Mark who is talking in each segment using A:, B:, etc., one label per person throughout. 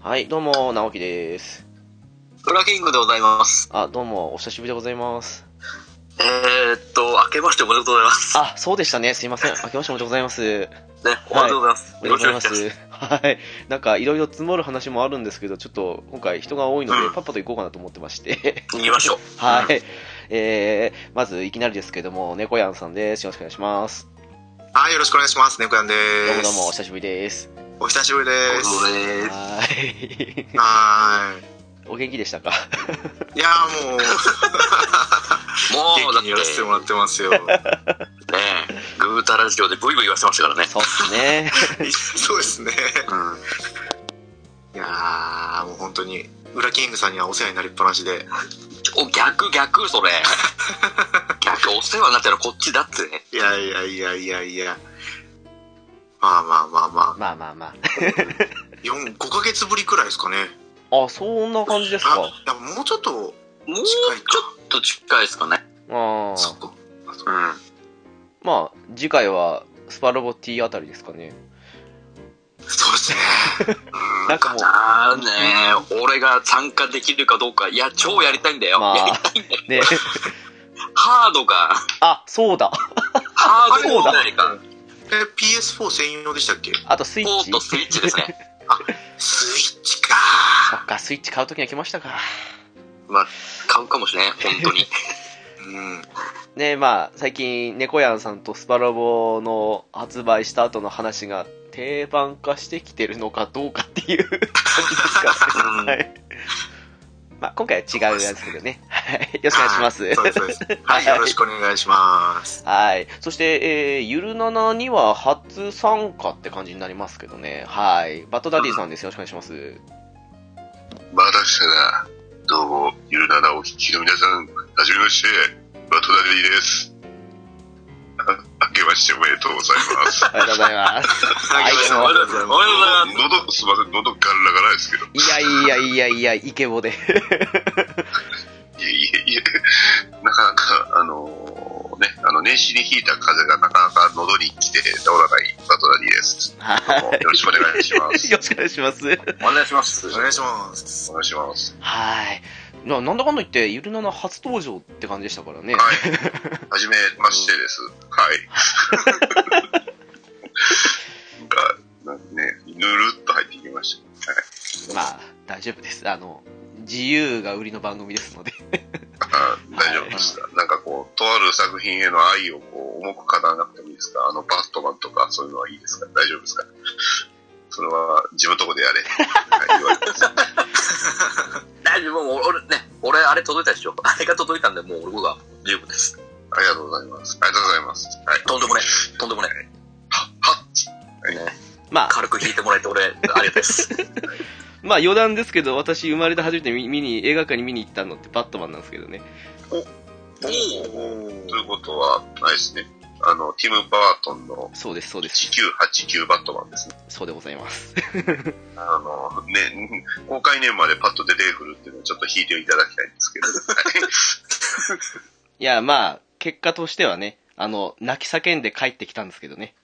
A: はい、どうも、直樹です。
B: ドラキングでございます。
A: あ、どうも、お久しぶりでございます。
B: えー、っと、明けましておめでとうございます。
A: あ、そうでしたね、すいません。明けましておめでとうございます。
B: ね、おめでとうございます。
A: おめでとうございま
B: よろしくお願いし
A: す。はい。なんか、いろいろ積もる話もあるんですけど、ちょっと、今回人が多いので
B: う、ん
A: パッパと行こうかなと思ってまして。
B: ます。行きましょう。
A: はい。えー、まず、いきなりですけども、猫やんさんです。よろしくお願いします。
C: はい、よろしくお願いします。猫やんで
A: どうも
C: ー
A: どうも、お
C: す。
A: 久しぶりです。
C: お久しぶりで
B: ありがとうご
C: す。
B: ざいます。
A: はい。
C: は
A: お元気でしたか
C: ーい。いやーもう、
B: もう、
C: 元
B: だ
C: 気
B: って、
C: にやらせてもらっ
B: ね
C: てます よ。
B: え、グータラジオでブイブイ言わせてましたからね。
A: そうっすね。
C: そうですね。
B: うん。
C: いやー、もう本当に、ウラキングさんにはお世話になりっぱなしで。
B: お、逆、逆、そ れ。逆、お世話になったらこっちだってね。
C: いやいやいやいやいや。まあまあまあま
A: まあまあま
C: あ、4、5ヶ月ぶりくらいですかね。
A: あ。あ、そんな感じです
C: あ、
A: か。
C: いやもうちょっと
B: もう、ち
C: 近い
B: ょ
C: か。
B: っと近いですかね。
A: あ
C: そ
A: あ。
C: こ。
B: うん。
A: まあ、次回は、スパロボ T あたりですかね。
C: そうですね。
A: なんかもう、
B: あーねえ、俺が参加できるかどうか、いや、超やりたいんだよ。
A: まあ
B: やりたいんだ
A: ね。
B: よ。ハードが、
A: あ、そうだ。
B: ハード
A: そうだ
B: 問題が、
C: え、PS4 専用でしたっけ
A: あとスイッ
B: ポー
A: チ
B: ト。スイッチで すね。
C: スイッチか
A: そっか、スイッチ買うときには来ましたか。
B: まあ、買うかもしれん、本当
C: ー。
B: に。
C: うん。
A: ねまあ、最近、猫やんさんとスパロボの発売した後の話が定番化してきてるのかどうかっていう 感じですかね。はい。まあ、今回は違うやつけどね。はい。よろしくお願いします。
C: そうですそうです。はい、よろしくお願いします。
A: はい。そして、えー、ゆるななには初参加って感じになりますけどね。はい。バットダディさんです。よろしくお願いします。
D: まだしたな。どうも、ゆるななお聞きの皆さん、はじめまして、バトダディです。 あ明けましておめでとうござい ます。
A: ありがとうございます。はい
C: ありがとうございます
B: おめでとうございます。
D: 喉、すいません、喉ガラガラですけど。
A: いやいやいやいや、イケボで。
D: いえいえいえ、なかなか、あのーね、あの、年始に引いた風がなかなか喉に来て治らないバトダディです。どうも、
A: は
D: よろしくお願いし ま
A: い。
D: す。
A: よろしくお願いします。
B: お願いします。
C: お願いします
D: お。願いします。
A: はい。ななんだかんだ言って、ゆるなな初登場って感じでしたから ね。
D: はい。はじめましてです。はい。が、なんかね、ぬるっと入ってきました。
A: まあ、大丈夫です。あの、自由が売りの番組ですの で。
D: あ大丈夫でした。なんかこう、とある作品への愛をこう重く語らなくてもいいですかあの、バットマンとかそういうのはいいですか大丈夫ですかそれは、自分のとこで やれ。はい、言われてます。
B: 大丈夫、もう俺ね、俺あれ届いたでしょ。あれが届いたんで、もう俺僕は十分です。
D: ありがとうございます。ありがとうございます。はい。
B: とんでもねえ、とんでもねえ。
D: は、は
A: まあ、
B: 軽く引いてもらえて俺、ありがたいです。
A: まあ余談ですけど、私生まれて初めて見見に、映画館に見に行ったのってバットマンなんですけどね。
B: お
D: ということは、ないですね。あの、ティム・バートンの
A: そうです、そうです。
D: 1989バットマンですね。
A: そうでございます。
D: あの、ね、公開年までパッと出てくるっていうのはちょっと引いていただきたいんですけど。はい
A: いや、まあ、結果としてはね、あの、泣き叫んで帰ってきたんですけどね。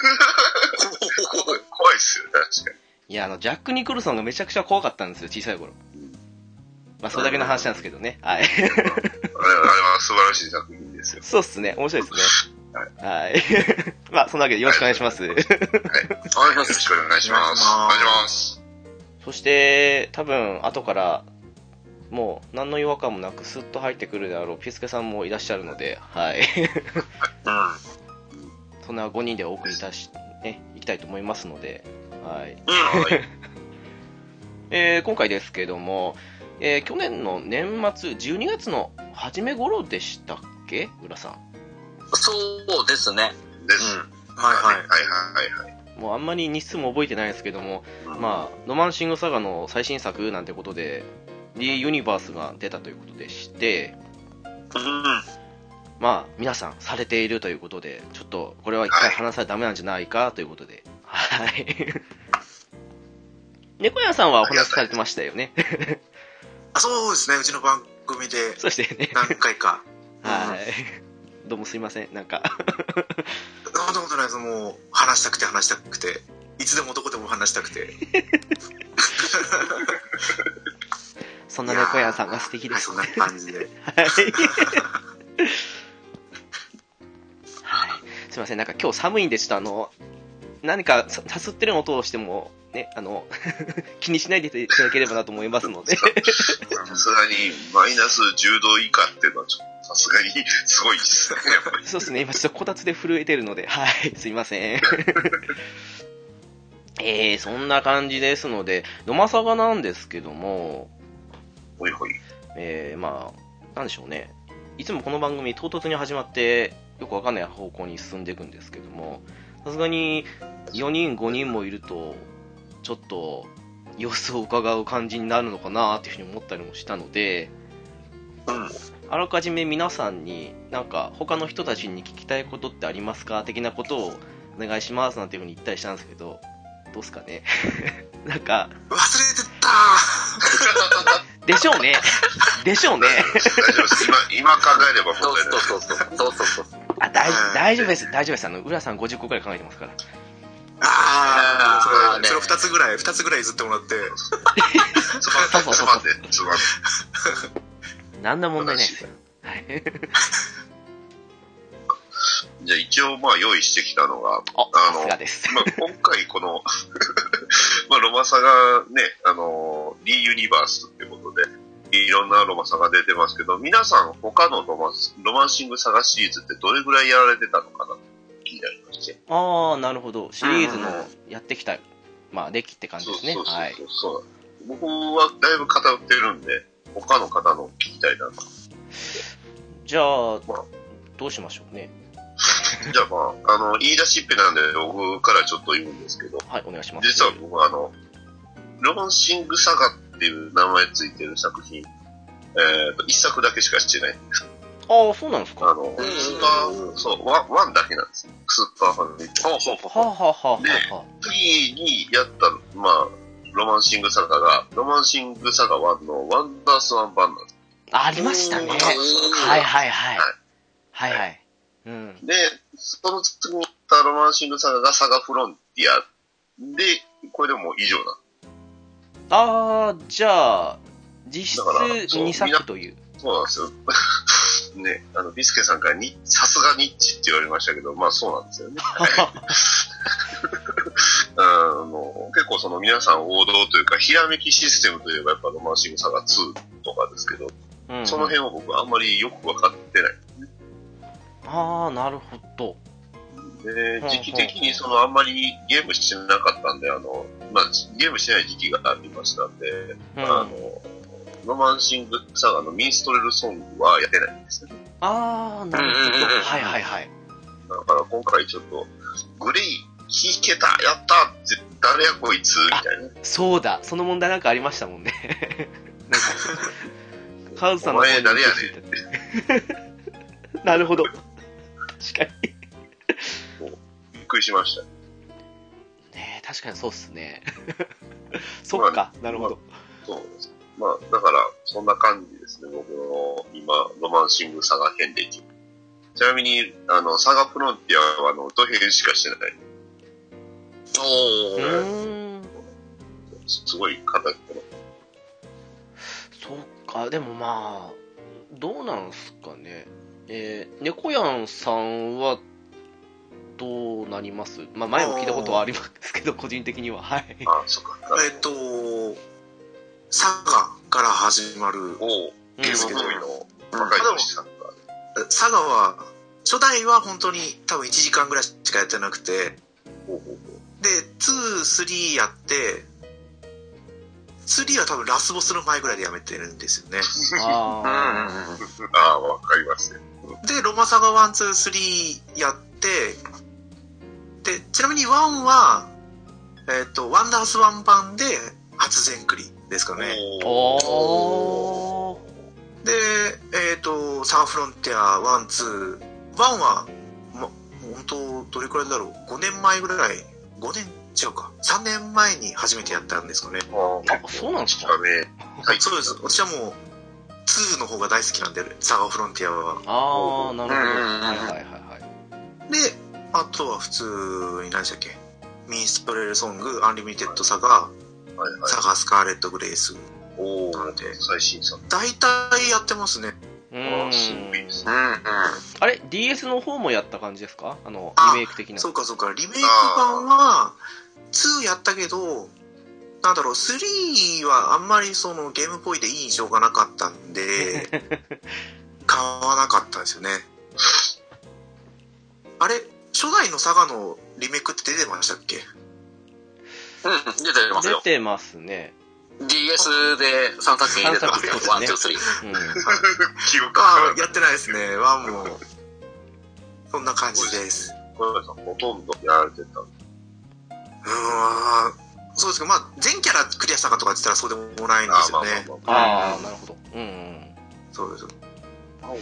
D: 怖い怖いっすよね、確か
A: い
D: に。
A: や、あの、ジャック・ニクルソンがめちゃくちゃ怖かったんですよ、小さい頃。まあ、それだけの話なんですけどね。はい。
D: あれあれは素晴らしい作品ですよ。
A: そうっすね。面白いですね。はい。 まあ、そんなわけでよろしくお願いします。
B: 願いし
D: よろしくお願いします。
C: お
D: お
C: 願
D: 願
C: い
D: い
C: し
D: し
C: ま
D: ます。
A: そして、多分、後から、もう、何の違和感もなく、スッと入ってくるであろう、ピスケさんもいらっしゃるので、はい。
B: う
A: そんな5人でお送りいたし、ね、いきたいと思いますので、はい。
D: はい。
A: えー今回ですけれども、えー去年の年末、12月の初め頃でしたっけ浦さ
B: ん。そうですね。
D: です。
C: はいはい。
D: はいはいはい。
A: ん。もうあんまり日数も覚えてないですけども、
D: あ、
A: まあ、ロマンシングサガの最新作なんてことで、リユニバースが出たということでして、
B: うん。
A: まあ、皆さんされているということで、ちょっとこれは一回話さないとダメなんじゃないかということで、はい。 猫屋さんはお話しされてましたよね。
C: あ、そうですね。うちの番組で
A: そしてね、
C: 何回か。
A: はい。どうもすいません、なんか。
C: そんなことないです。もう、話したくて話したくて。いつでもどこでも話したくて。
A: そんな猫屋さんが素敵で
C: はい、
A: す
C: そん
A: ね。
C: な感じで。
A: はい。はいすいません、なんか今日寒いんで、ちょっとあの、何かささすってる音をしても、ね、あの、 気にしないでいただければなと思いますので。
D: さすがにマイナス10度以下っていうのはちょっとさすがにすごいですね、やっぱり。
A: そうですね、今ちょっとこたつで震えてるので、はい、 すいません。えー、そんな感じですので、野間サガなんですけども、
D: ほいほい。
A: えー、まあ、なんでしょうね。いつもこの番組、唐突に始まって、よくわかんない方向に進んでいくんですけども、さすがに4人、5人もいると、ちょっと様子を伺う感じになるのかなっていうふうに思ったりもしたので、
D: うん
A: あらかじめ皆さんに、なんか、他の人たちに聞きたいことってありますか的なことをお願いしますなんていうふうに言ったりしたんですけど、どうすかね。 なんか、
C: 忘れてた
A: でしょうね。でしょうね。
D: 大丈夫です。今、今考えれば
B: そ
D: 問
B: う
D: 題ない。
B: そうそうそう。そうそうそう。
A: あ大
C: うん
A: 大丈夫です、大丈夫です、あの浦さん50個くらい考えてますから、
C: あ
B: あー
C: あ、
B: ね
C: それ、それ2つぐらい、2つぐらい譲ってもらって。
D: つまん
A: そうそう、
D: でつ
A: そう
D: まんで、つまんで。
A: 何の問題ないですよ、はい、
D: じゃあ一応まあ用意してきたのが、
A: あ さ
D: あの
A: すがです、
D: まあ、今回この、 まあ、ロマサがね、あの、リーユニバースってことで、いろんなロマサが出てますけど、皆さん他のロマンロマンシングサガシリーズってどれぐらいやられてたのかなって気になりまして。
A: ああ、なるほど、シリーズの
C: うん
A: やってきた、まあ、歴って感じ
D: そう
A: ですね、
D: そう
A: はい、
D: そうそう、僕はだいぶ偏ってるんで、他の方の聞きたいなと。
A: じゃあ、どうしましょうね、
D: じゃあまあ、あの、言い出しっぺなんで僕からちょっと言うんですけど、
A: はい、お願いします。
D: 実は僕はあの、ロマンシングサガっていう名前ついてる作品、えっ、と、一作だけしかしてない。
A: ああ、そうなんですか、は
D: あの、
B: ん
D: スーパー、そう、ワンワンだけなんですよ。スーパーファミリー。
B: ほうほう
A: あ、はあはあはあは
D: 次にやった、まあ、ロマンシングサガが、ロマンシングサガ1のワンダースワン版なんです。
A: あ、ありましたね、
B: うん
A: はいはいはい、
D: はい
A: はいはい、うん、
D: で、その次にやったロマンシングサガがサガフロンティアで、これでもう以上なん
A: ああ、じゃあ、実
D: だから
A: 質
D: そう
A: 2
D: みんな
A: 作という、
D: そうなんですよ。 ね、あの、ビスケさんからに、さすがニッチって言われましたけど、まあそうなんですよ ね。あの結構その皆さん王道というか、ひらめきシステムといえばやっぱロマンシングサガ2とかですけど、
A: うん
D: その辺を僕はあんまりよくわかってない。
A: ああ、なるほど、
D: で
A: うん、
D: 時期的にそのあんまりゲームしてなかったんで、あの、まあゲームしてない時期がありましたんで、
A: うん、
D: あの、ロマンシングサガのミンストレルソングはやってないんですね。
A: ああ、なるほ
B: うんうん
A: ど
B: うんうん。
A: はいはいはい。
D: だから今回ちょっと、グレイ、聞けた、やったって、誰やこいつ、みたいな。
A: そうだ、その問題なんかありましたもんね。 なんか、カウズさんの
D: お前
A: 方に
D: 誰や
A: 移っていたなるほど。確かに。
D: びっくりしました。
A: ねえ確かにそうっすね。 そっか、なるほど。
D: そうです。まあ、だから、そんな感じですね、僕の今、ロマンシングサガ編歴。ちなみに、あの、サガフロンティアは、あの、ド編しかしてない。
A: う
B: おー。
A: ーん、
D: すごい方この
A: そっか、でもまあ、どうなんすかね。えー、猫やんさんは、どうなりますまあ、前も聞いたことはありますけど、個人的には。はい。
D: あ、そっか。
C: えっと、サガから始まる。
D: おお、
A: うん
D: ゲームボーイの若い女子さんが。
C: 佐賀は初代は本当に多分1時間ぐらいしかやってなくて
D: ほうほう
C: で23やって3は多分ラスボスの前ぐらいでやめてるんですよね
A: あ
B: うん
A: ー
B: うんうん。
D: ほうああ、わかりますね。
C: でロマサガ123やってでちなみに1はえっ、とワンダースワン版で初全クリですかね
D: お
A: おー
C: でえっ、とサガフロンティア121は、ま、本当どれくらいだろう5年前ぐらい5年違うか3年前に初めてやったんですかね、
A: あそうなんですか
D: だね。はい
C: そうです私はもう2の方が大好きなんでサガフロンティアは
A: ああ、なるほど。
B: うんうんうんうん
A: はいはいはいはい。
C: であとは普通に何でしたっけミンストレルソング、アンリミテッドサガ、
D: はいはい。
C: サガスカーレット・グレイス。
D: お
C: な
D: ー
C: んで、
D: 最新作。
C: 大体やってますね。
A: う
D: あ
A: ん
D: あ、すごいですね。
E: うんうん。
A: あれ DS の方もやった感じですかあの
C: あ
A: リメイク的な
C: そうかそうか、リメイク版は2やったけど、なんだろう、3はあんまりそのゲームっぽいでいい印象がなかったん で、買わなかったんですよね。あれ、初代のサガのリメイクって出てましたっけ
E: うん、出てます
A: 出
E: よ。
A: てますね、
E: DS で3作品出てますよ。
A: 三作品
E: 1、
A: で
E: 2、
A: す
E: 3。
A: うん、
D: 記憶
C: あ
D: が
C: あ、やってないですね、1も。そんな感じです。
D: 小山さんほとんどやられてた。
C: うーん、そうですけど、まあ、全キャラクリアしたかとかって言ったらそうでもないんで
D: ああ
C: す
D: ま
C: よ
D: あ
C: ね。
D: まあまあ。
A: ああなるほどうん、うん、
C: そうです。
D: ワン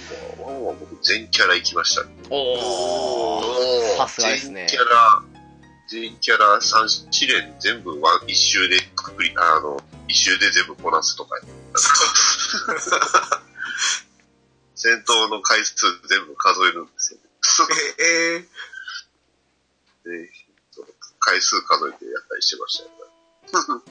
D: は、ワンは僕全キャラ行きましたね。
A: おお
E: お
A: さすがですね
D: 全キャラ、全キャラ3試練全部ワン一周でくくり、あの、一周で全部こなすとか。戦闘の回数全部数えるんですよ、ね。
C: え、えー
D: で回数数えてやったりしてましたよ、ね。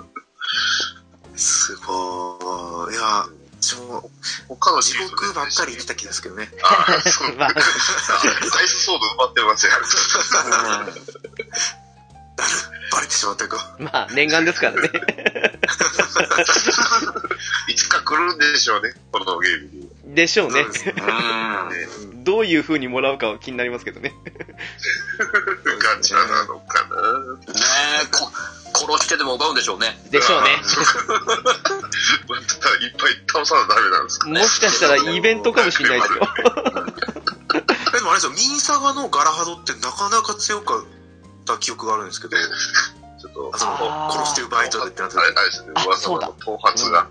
C: すごーい。いや、私も
D: 他の
C: 地
D: シリーズ
C: 獄ばっかり見
D: で
C: た気ですけどね。
D: ああ、そう。
A: まあ
D: ダイスソード埋まってません。
C: バレてしまったか。
A: まあ念願です からね
D: いつか来るんでしょうね、このゲームに。
A: でしょうね
C: そうですね。
E: うん。
A: どういう風にもらうかは気になりますけどね
D: ガチャなのかな。
E: ねえ、こ殺してでも奪うんでしょうね。
A: でしょうね
D: またいっぱい倒さなダメなんですか
A: もしかしたらイベントかもしれないですよ
C: でもあれですよ、ミンサガのガラハドってなかなか強かった記憶があるんですけど、
D: ちょっと、
C: あその
A: あー
C: 殺して奪い取るってなった
D: あれ、
C: 時
D: あれですね、
A: あ
D: 噂
A: そうだ
D: の頭髪が、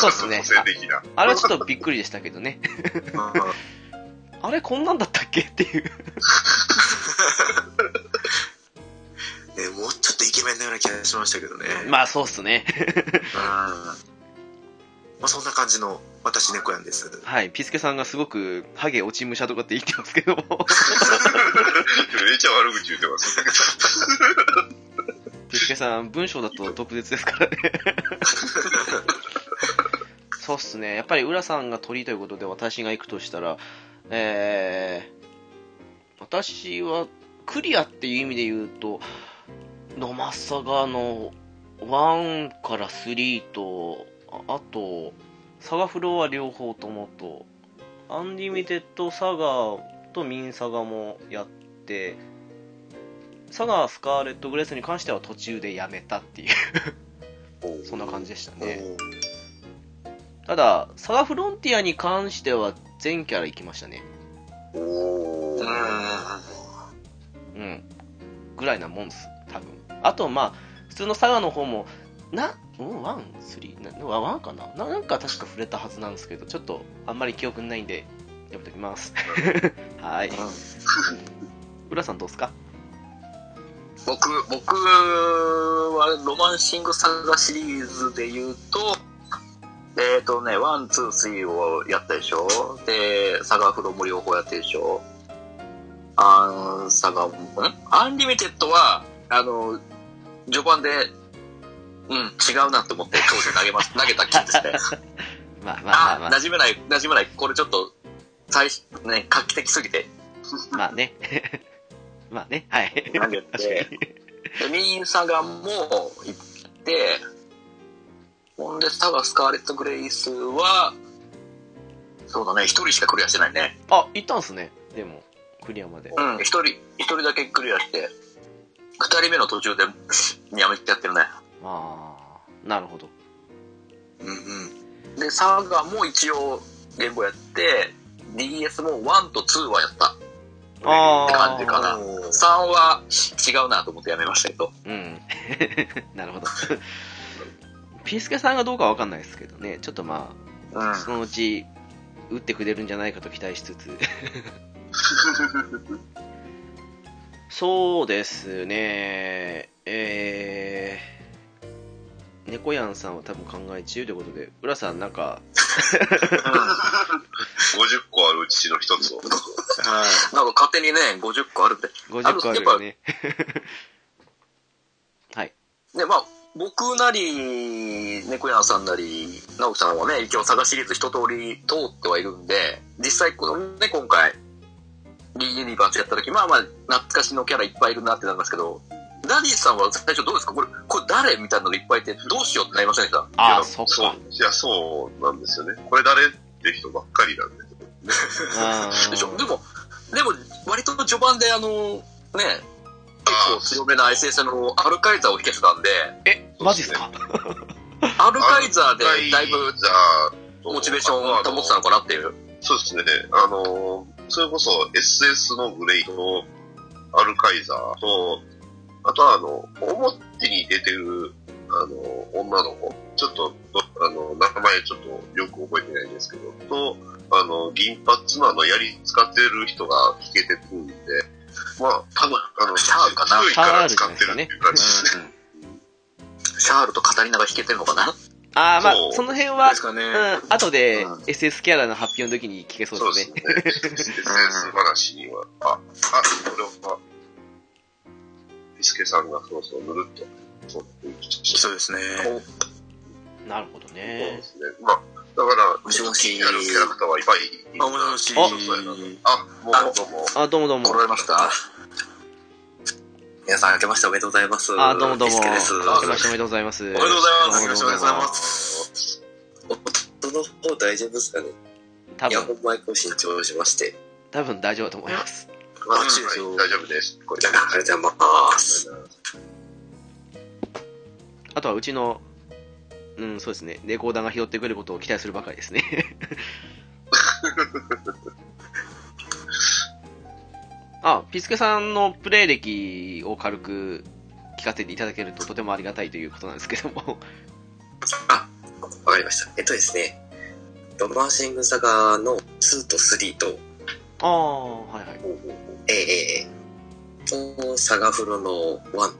A: そうっすね
D: 個性的な。
A: あれはちょっとびっくりでしたけどね
C: まあ
A: あれこんなんだったっけっていう
C: ねもうちょっとイケメンのような気がしましたけどね。ま
A: まあそうっすね
C: あそんな感じの私猫やんです。
A: はいピスケさんがすごくハゲ落ち武者とかって言ってますけど も
D: めっちゃ悪口言ってますね。
A: ピスケさん文章だと毒舌ですからねそうっすねやっぱり浦さんが鳥ということで私が行くとしたらえー、私はクリアっていう意味で言うと野間サガの1から3とああとサガフロは両方ともとアンリミテッドサガとミンサガもやってサガスカーレット・グレースに関しては途中でやめたっていうそんな感じでしたね
C: おー
A: ただサガフロンティアに関しては全キャラ行きましたね
D: お
E: うん。
D: ー。
A: うんぐらいなもんです多分あとまあ普通のサガの方もなうんワンスリーなワンワンかなななんか確か触れたはずなんですけどちょっとあんまり記憶にないんでやめときます はい浦さんどうですか
E: 僕、僕はロマンシングサガシリーズで言うと、えっ、ー、とね、ワン、ツー、スリーをやったでしょで、サガフロも両方やってるでしょアン、サガ、んアンリミテッドは、あの、序盤で、うん、違うなと思って当時投 げま、投げた気ですね。
A: まあまあま
E: あ
A: あ、ま
E: 馴染めない、馴染めない。これちょっと、最初、ね、画期的すぎて、
A: あまあね まあねはい
E: 投げて、で、ミンサガも行って、ほんで、サガスカーレット・グレイスは、そうだね、一人しかクリアしてないね。
A: あ行ったんすねでもクリアまで
E: うん、一人、一人だけクリアして、二人目の途中でやめてやってるね。
A: ああなるほど
C: うんうん。
E: で、サガも一応、ゲームボーイやって、DS も1と2はやった。
A: あ
E: って感じかな
C: おー
E: 3は違うなと思ってやめましたけど。
A: うん なるほどピースケさんがどうかわかんないですけどねちょっとま
E: うん。
A: あそのうち打ってくれるんじゃないかと期待しつつ そうですねえー、猫やんさんは多分考え中ということで浦さんなんか
D: 50個あるうちの一つを。
C: はい。
E: なんか勝手にね、50個あるって。
A: 50個あるよね
E: で、まあ、僕なり、猫屋さんなり、直樹さんはね、一応探しシリーズ一通り通ってはいるんで、実際このね、今回、リユニバースやった時、まあまあ、懐かしのキャラいっぱいいるなってなるんですけど、ダディさんは最初どうですかこれ、これ誰みたいなのいっぱいいて、どうしようってなりませんでした
D: い
A: あ
D: や
A: あ、そっ
D: そう
A: か。。
D: いや、そうなんですよね。これ誰って人ばっかりなんで。
E: でしょ
A: う
E: でも、でも、割と序盤であの、ね、結構強めな SS のアルカイザーを引けてたんで、
A: んえ、マジっすか
E: アルカイザーでだい
D: アル
E: ぶ
D: カイザーと
E: モチベーションを保ってたのかなっていう。
D: そうですね。あの、それこそ SS のグレイと、アルカイザーと、あとはあの、表に出てる、あの、女の子、ちょっと、あの、名前ちょっとよく覚えてないんですけど、と、あの、銀髪のあの、槍使ってる人が弾けてくるんで、まあ、多分、あの、
E: シャアかな
D: 周囲から使ってるっていう感じですね。
E: シャールとカタリナが弾けてるのかな
A: ああ、まあ
D: そ、う
A: その辺は
C: で、すかね。
A: うん、後で
E: うん
A: SS キャラの発表の時に聞けそ
D: そうう
A: で
D: ですす
A: ね。
D: ね。SNS 話には、あ、あ、これは、ピスケさんがそうそう、ぬるっと、そう、そ
C: そううですね。
A: なるほどね
D: で。すね。まあ、だから、
E: もしもし
D: 気になるキャラクターはいっぱいいる
C: あ、もしもし。
A: あ
D: そうやなあ、もう、どうも。
A: あ、どうもどうも
E: 来。られました皆さん明けましておめでとうございます。
A: あ、どうもどう
E: ビ
A: も。
E: ス
A: 明
E: ケ
A: け
E: です。
A: ましておめでとうございます。おめ
C: おめでとうございます。
A: どう
C: よろ
A: も
C: し
A: ど
C: く
A: う
C: お
A: も
E: 音の
C: 願いします。
E: 方大丈夫ですかね
A: 多
E: イヤ
A: 分
E: ホ、ンマイクを新調しまして。
A: 多分大丈夫だと思います。
D: まあ
C: こっちですよ
D: はい大丈夫です。これ
E: ありがとうございます。
A: あとはうちの、うん、そうですね。レコーダーが拾ってくることを期待するばかりですね。あ、ピスケさんのプレイ歴を軽く聞かせていただけるととてもありがたいということなんですけども。
E: わかりました。えっとですね、ロマンシングサガの2と3と、
A: ああ、はいはい。
E: ええと、サガフロの1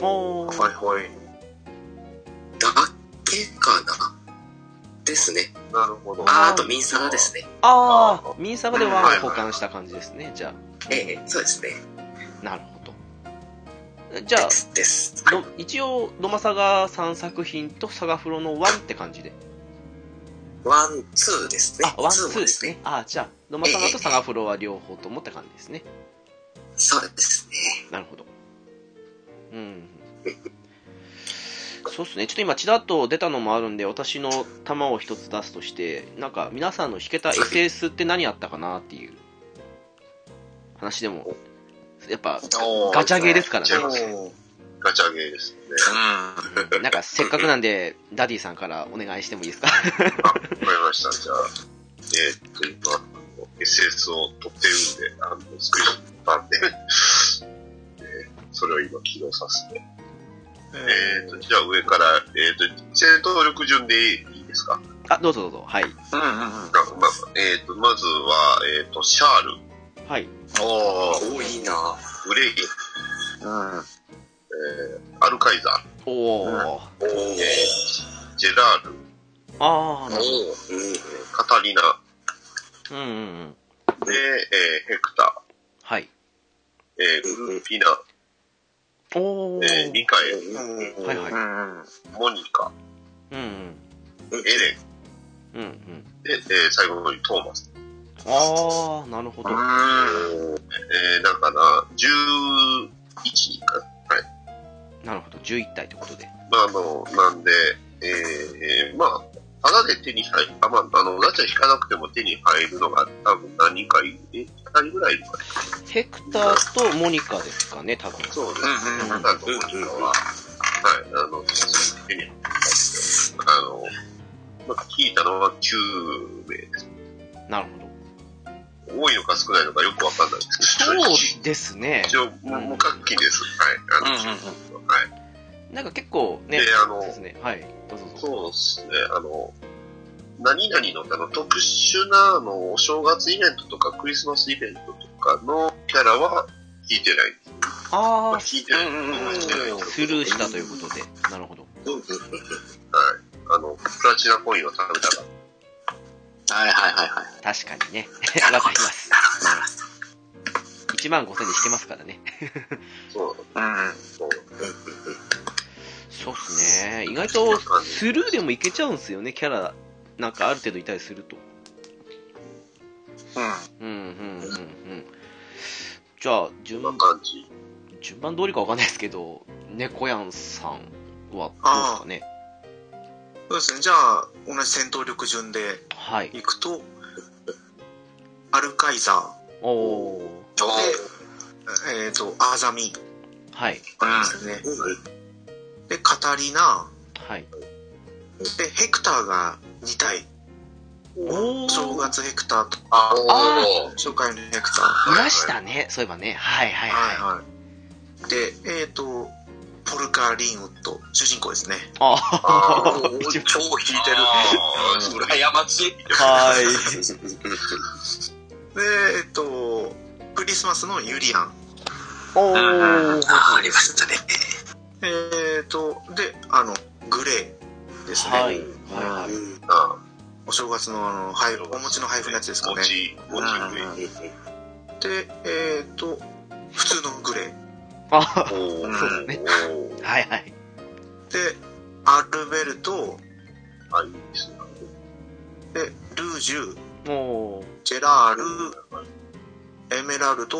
A: おー
C: はいはい。
E: だけかなですね。
D: なるほど。
E: あ、あとミンサガですね。
A: ああ、ミンサガで
C: はい
A: は
C: はい
A: 保管した感じですね。じゃ
E: ええそうですね。
A: あ、なるほど。じゃあ
E: で、すです。
A: ど一応、ドマサガ3作品とサガフロの1って感じで。
E: ワン、ツーですね。
A: あ、ワン、ツ
E: ツー
A: ー
E: も
A: ですね。。あ、じゃあ、ドマサガとサガフロは両方ともって感じですね。
E: そうですね。
A: なるほど。うん。そうっすね。ちょっと今、ちらっと出たのもあるんで、私の弾を一つ出すとして、なんか、皆さんの弾けた SS って何あったかなっていう話でも、やっぱ、ガチャゲーですからね。
D: ガチャゲーですね。
A: うんなんかせっかくなんで、ダディさんからお願いしてもいいですか
D: わかりました。じゃあ、えーっと、今、あの SS を取ってるんで、あの、スクリーンパンで、えーそれを今起動させて。えーっと、じゃあ上から、えーっと、戦闘力順でいいですか
A: あ、どうぞどうぞ。はい。
C: うんうんうん。
D: まあまあえーっと、まずは、えーっと、シャール、
A: はい。
E: おー、多いな
D: グレイ、
C: うん。
D: アルカイザ
A: おお。
E: おー、
D: ー、えージェラール、
A: ああ、
E: お
A: なるほ
E: ー、うん。
D: カタリナ、
A: ど。うんうんうん。
D: で、えーヘクタ
A: はい。
D: ー、えーグルピナ、
A: おお。
D: えーニカエル、
E: うん
A: はいはい。
C: うんうん。
D: モニカ、
A: うんうん。
D: エレ
A: うんうん。
D: ン、で、えー最後にトーマス。
A: ああ、なるほど。
D: えー、だから、11人か。
A: なるほど。11体ということで。
D: まあ、あの、なんで、えー、まあ、ただで手に入る、あ、まあ、あの、ガチャ引かなくても手に入るのが、多分何人かい、え、2人ぐらいいるか
A: ヘクターとモニカですかね、多分。
D: な。そうです
C: う
D: ね。
C: んうん
D: なんか、どういうのは、はい、あの、手に入って、あの、まあ、聞いたのは9名です。
A: なるほど。
D: 多いのか少ないのかよくわかんないですけど、
A: そうですね。
D: 一応、無無課金です。はい。あの、はい。
A: なんか結構ね、
D: であの
A: そうですね。はい。どうぞどうぞ。
D: そうですね、あの、何々のあの特殊なあのお正月イベントとかクリスマスイベントとかのキャラは聞いてない。
A: あ
D: ま
A: あ
D: あ、、聞いてない。聞いてない
A: スルーしたということで。なるほど。
D: あの、プラチナコインを食べたら、
E: はいはいはいはい。
A: 確かにね。 わかります。1万5000でしてますからね。
D: そう、
C: うん。
D: そう。
A: そうっすね。意外とスルーでもいけちゃうんですよね、キャラ、なんかある程度いたりすると。うん、うん、うん、うん。じゃあ、順
D: こん
A: 番
D: な、感じ。
A: 順番通りかわかんないですけど、猫やんさんはどうですかね。
C: そうですねじゃあ同じ戦闘力順で
A: はい。
C: いくとアルカイザ
A: おお
E: おー
C: ーで、えー、とアーザミで
A: ー。はい。
C: すね、でカタリナ
A: はい。
C: でヘクターが2体
A: おお。
C: 正月ヘクターと
E: あお
A: あ
E: ー
C: 紹介のヘクターはい
A: ましたね。そういえばね。はいはい
C: い
A: はい。
C: はいでえっ、とポルカ・リンウッド主人公ですね
A: あ
E: あー
A: ー一応
E: 超引いてる。
D: ああ、それ。
E: 羨ましい。
A: はい。
C: でえっ、とクリスマスのユリアン
A: お
E: うん
A: ー。
E: あー、ありましたね。
C: えっ、とであのグレーですね、
A: はい。はい。
D: あ
C: お正月のあの配布お餅の配布のやつです
D: あ、
C: かね
D: もち、もち
C: うん
D: 上。
C: でえっ、と普通のグレー
A: あ
D: おお。
A: そうですね
D: おー
A: はいはい。
C: でアルベルト
D: あ、いいですね。
C: でルージュ
A: おー。
C: ジェラールエメラルド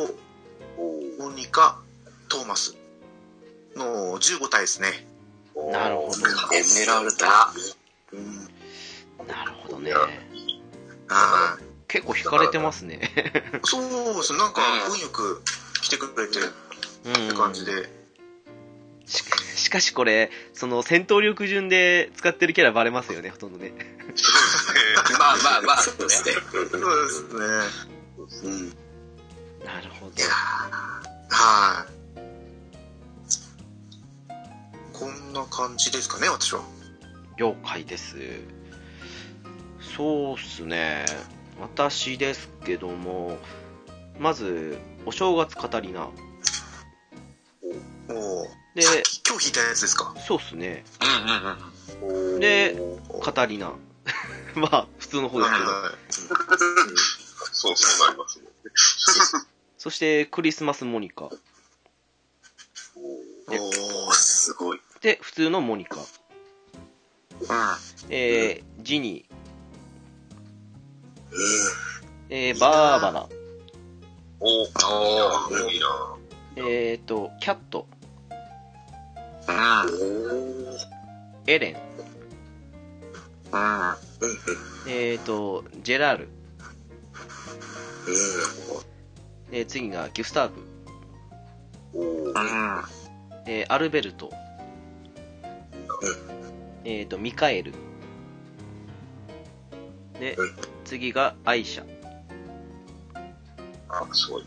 D: おー
C: モニカトーマスの15体ですね
D: おー
A: なるほど。
E: エメラルダ。
A: なるほどね。
C: はい
A: 結構引かれてますね。
C: そうですね、なんか
E: うん
C: 運よく来てくれてっ
A: う
C: て
A: ん
C: 感じで、
A: しかしかしこれ、その戦闘力順で使ってるキャラバレますよね、ほとんどね。
E: まあまあまあ、ね。
C: そうですね、
A: なるほど。
C: はい。こんな感じですかね、私は。
A: 了解です。そうっすね。私ですけども、まず、お正月語りな。
C: おお。
A: で、
C: さっき今日引いたやつですか。
A: そうっすね。
E: うんうんうん。
A: で、語りな。 まあ、普通の方ですけど。
C: はい
D: そう、そうなりますね。
A: そして、クリスマスモニカ。
C: はい。おお。
E: すごい。
A: で、普通のモニカ。
E: うん。あ
A: えー、ジニー。えー、バーバラ。
D: おー
E: あ
D: いいな。
A: えーと、キャット。
E: うん。
A: エレン。
E: うん。
A: えーと、ジェラール。えー、次がギュスターブ。
D: おー
E: うん。
A: えー、アルベルト。えーと、ミカエル。で、次がアイシャ。
D: あ、すごい。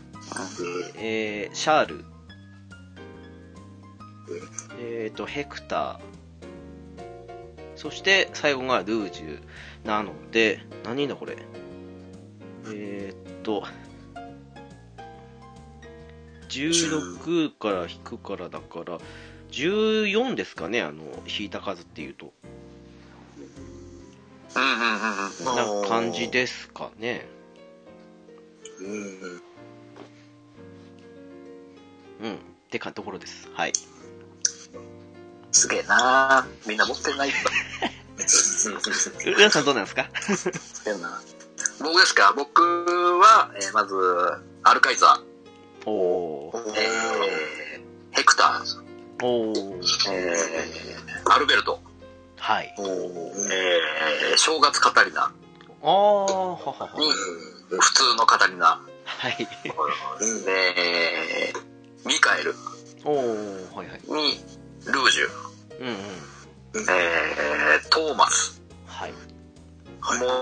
A: えー、シャール。えーと、ヘクター。そして、最後がルージュ。なので、何人だこれ。えーっと、16から引くからだから、14ですかね、あの、引いた数っていうと。
E: うんうんうんうん。
A: な感じですかね。うん。ってか、ところです。はい。
E: すげえなみんな持ってないんだ。
A: う浦さんど うなんですか
E: すげえな僕ですか僕は、えーまず、アルカイザ
A: おお
C: おお
E: ー、えー、ヘクター、
A: ーおー
E: えー、アルベルト、
A: はい。
C: おお。
E: えー、正月カタリナ、
A: ああ、ははは。
E: に普通のカタリナ、
A: はい。
E: えー、ミカエル
A: おおはいはい。
E: にルージュ、
A: うんうん。
E: えー、トーマス、
A: はい。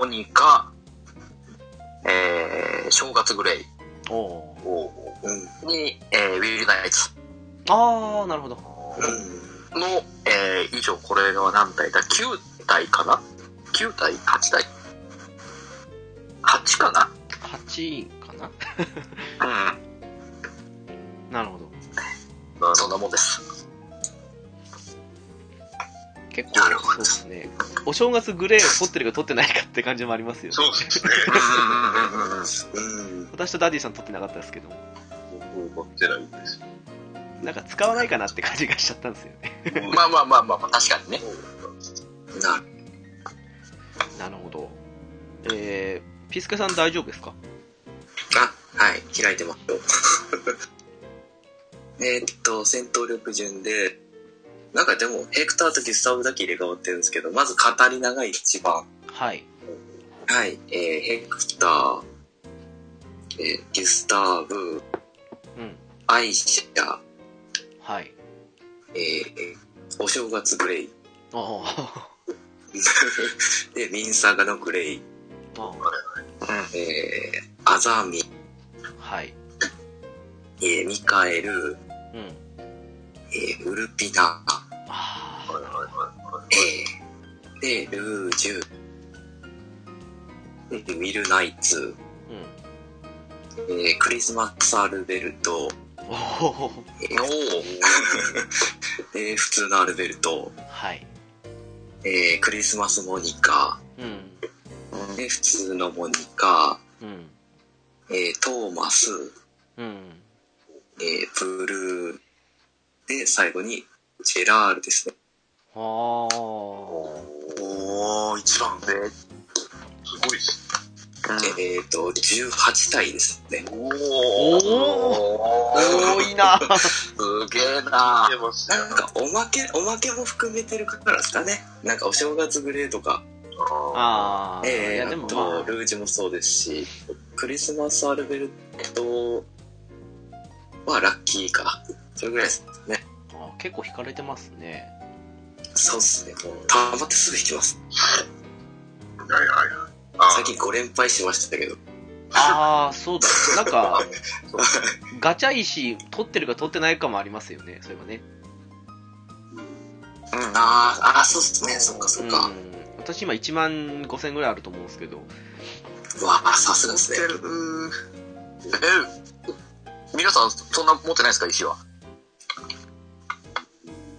E: モニカ、えー、正月グレイ
A: おおー
E: に、えー、ウィルナイツ
A: ああ、なるほど。
E: の、えー、以上、これは何体だ ?9 体かな ?9 体 ?8 体 ?8 かな
A: 8位かな
E: うん。
A: なるほど。
E: そんなもんです。
A: 結構、そうですね。お正月グレーを取ってるか取ってないかって感じもありますよね。
D: そうですね。
A: 私とダディさん取ってなかったですけど。
D: 持ってないんです。
A: なんか使わないかなって感じがしちゃったんですよね。
E: まあまあまあまあまあ、確かにね。なる
A: なるほど。えー、ピスケさん大丈夫ですか
E: あ、はい、開いてますよ。えーっと、戦闘力順で、なんかでも、ヘクターとギスタブだけ入れ替わってるんですけど、まず語り長い一番。
A: はい。
E: はい、えー、ヘクター、えー、ギスターブ、
A: うん。
E: アイシャ、
A: はい。
E: えー、お正月グレイ、
A: おー
E: で、ミンサガのグレイ、
A: おー
E: えー、アザミ、
A: はい。
E: えー、ミカエル、
A: うん。
E: えー、ウルピナ、
A: あー
E: えー、で、ルージュ、えーミルナイツ、
A: うん。
E: えー、クリスマスアルベル
A: お
E: ト、
A: ー
E: えー、 えー普通のアルベルト、
A: はい。
E: えー、クリスマスモニカ、
A: うん。
E: えー普通のモニカ、
A: うん。
E: えー、トーマス、
A: うん。
E: えー、ブルー、で、最後に、ジェラールですね。
A: あー。
C: おー、一番。
D: すごいっす。
E: えっ、と、18体ですね。
D: おー
A: おー多いな
E: すげえな
D: 出ますね。
E: なんか、おまけ、おまけも含めてるからですかね。なんか、お正月グレーとか、
A: あー。い
E: ええ
A: や、で
E: ー、
A: も
E: あ
A: ま
E: と、ルージュもそうですし、クリスマスアルベルトはラッキーか。それぐらいです。
A: あ、あー結構引かれてますね。
E: そうっすね。もう、たまってすぐ引きます。
D: はいはいはい。あー
E: 最近5連敗しましたけど。
A: ああ、そうだ。なんか、 ガチャ石取ってるか取ってないかもありますよね、そういえばね。
C: うん
E: あー、あー、そうっすね。そっかそっか。
A: うん。私今1万5千ぐらいあると思うんですけど。
E: うわあ、さすが
C: 持
E: で
C: っ
E: す
C: て
E: ね。
C: る。
E: え皆さん、そんな持ってないですか、石は。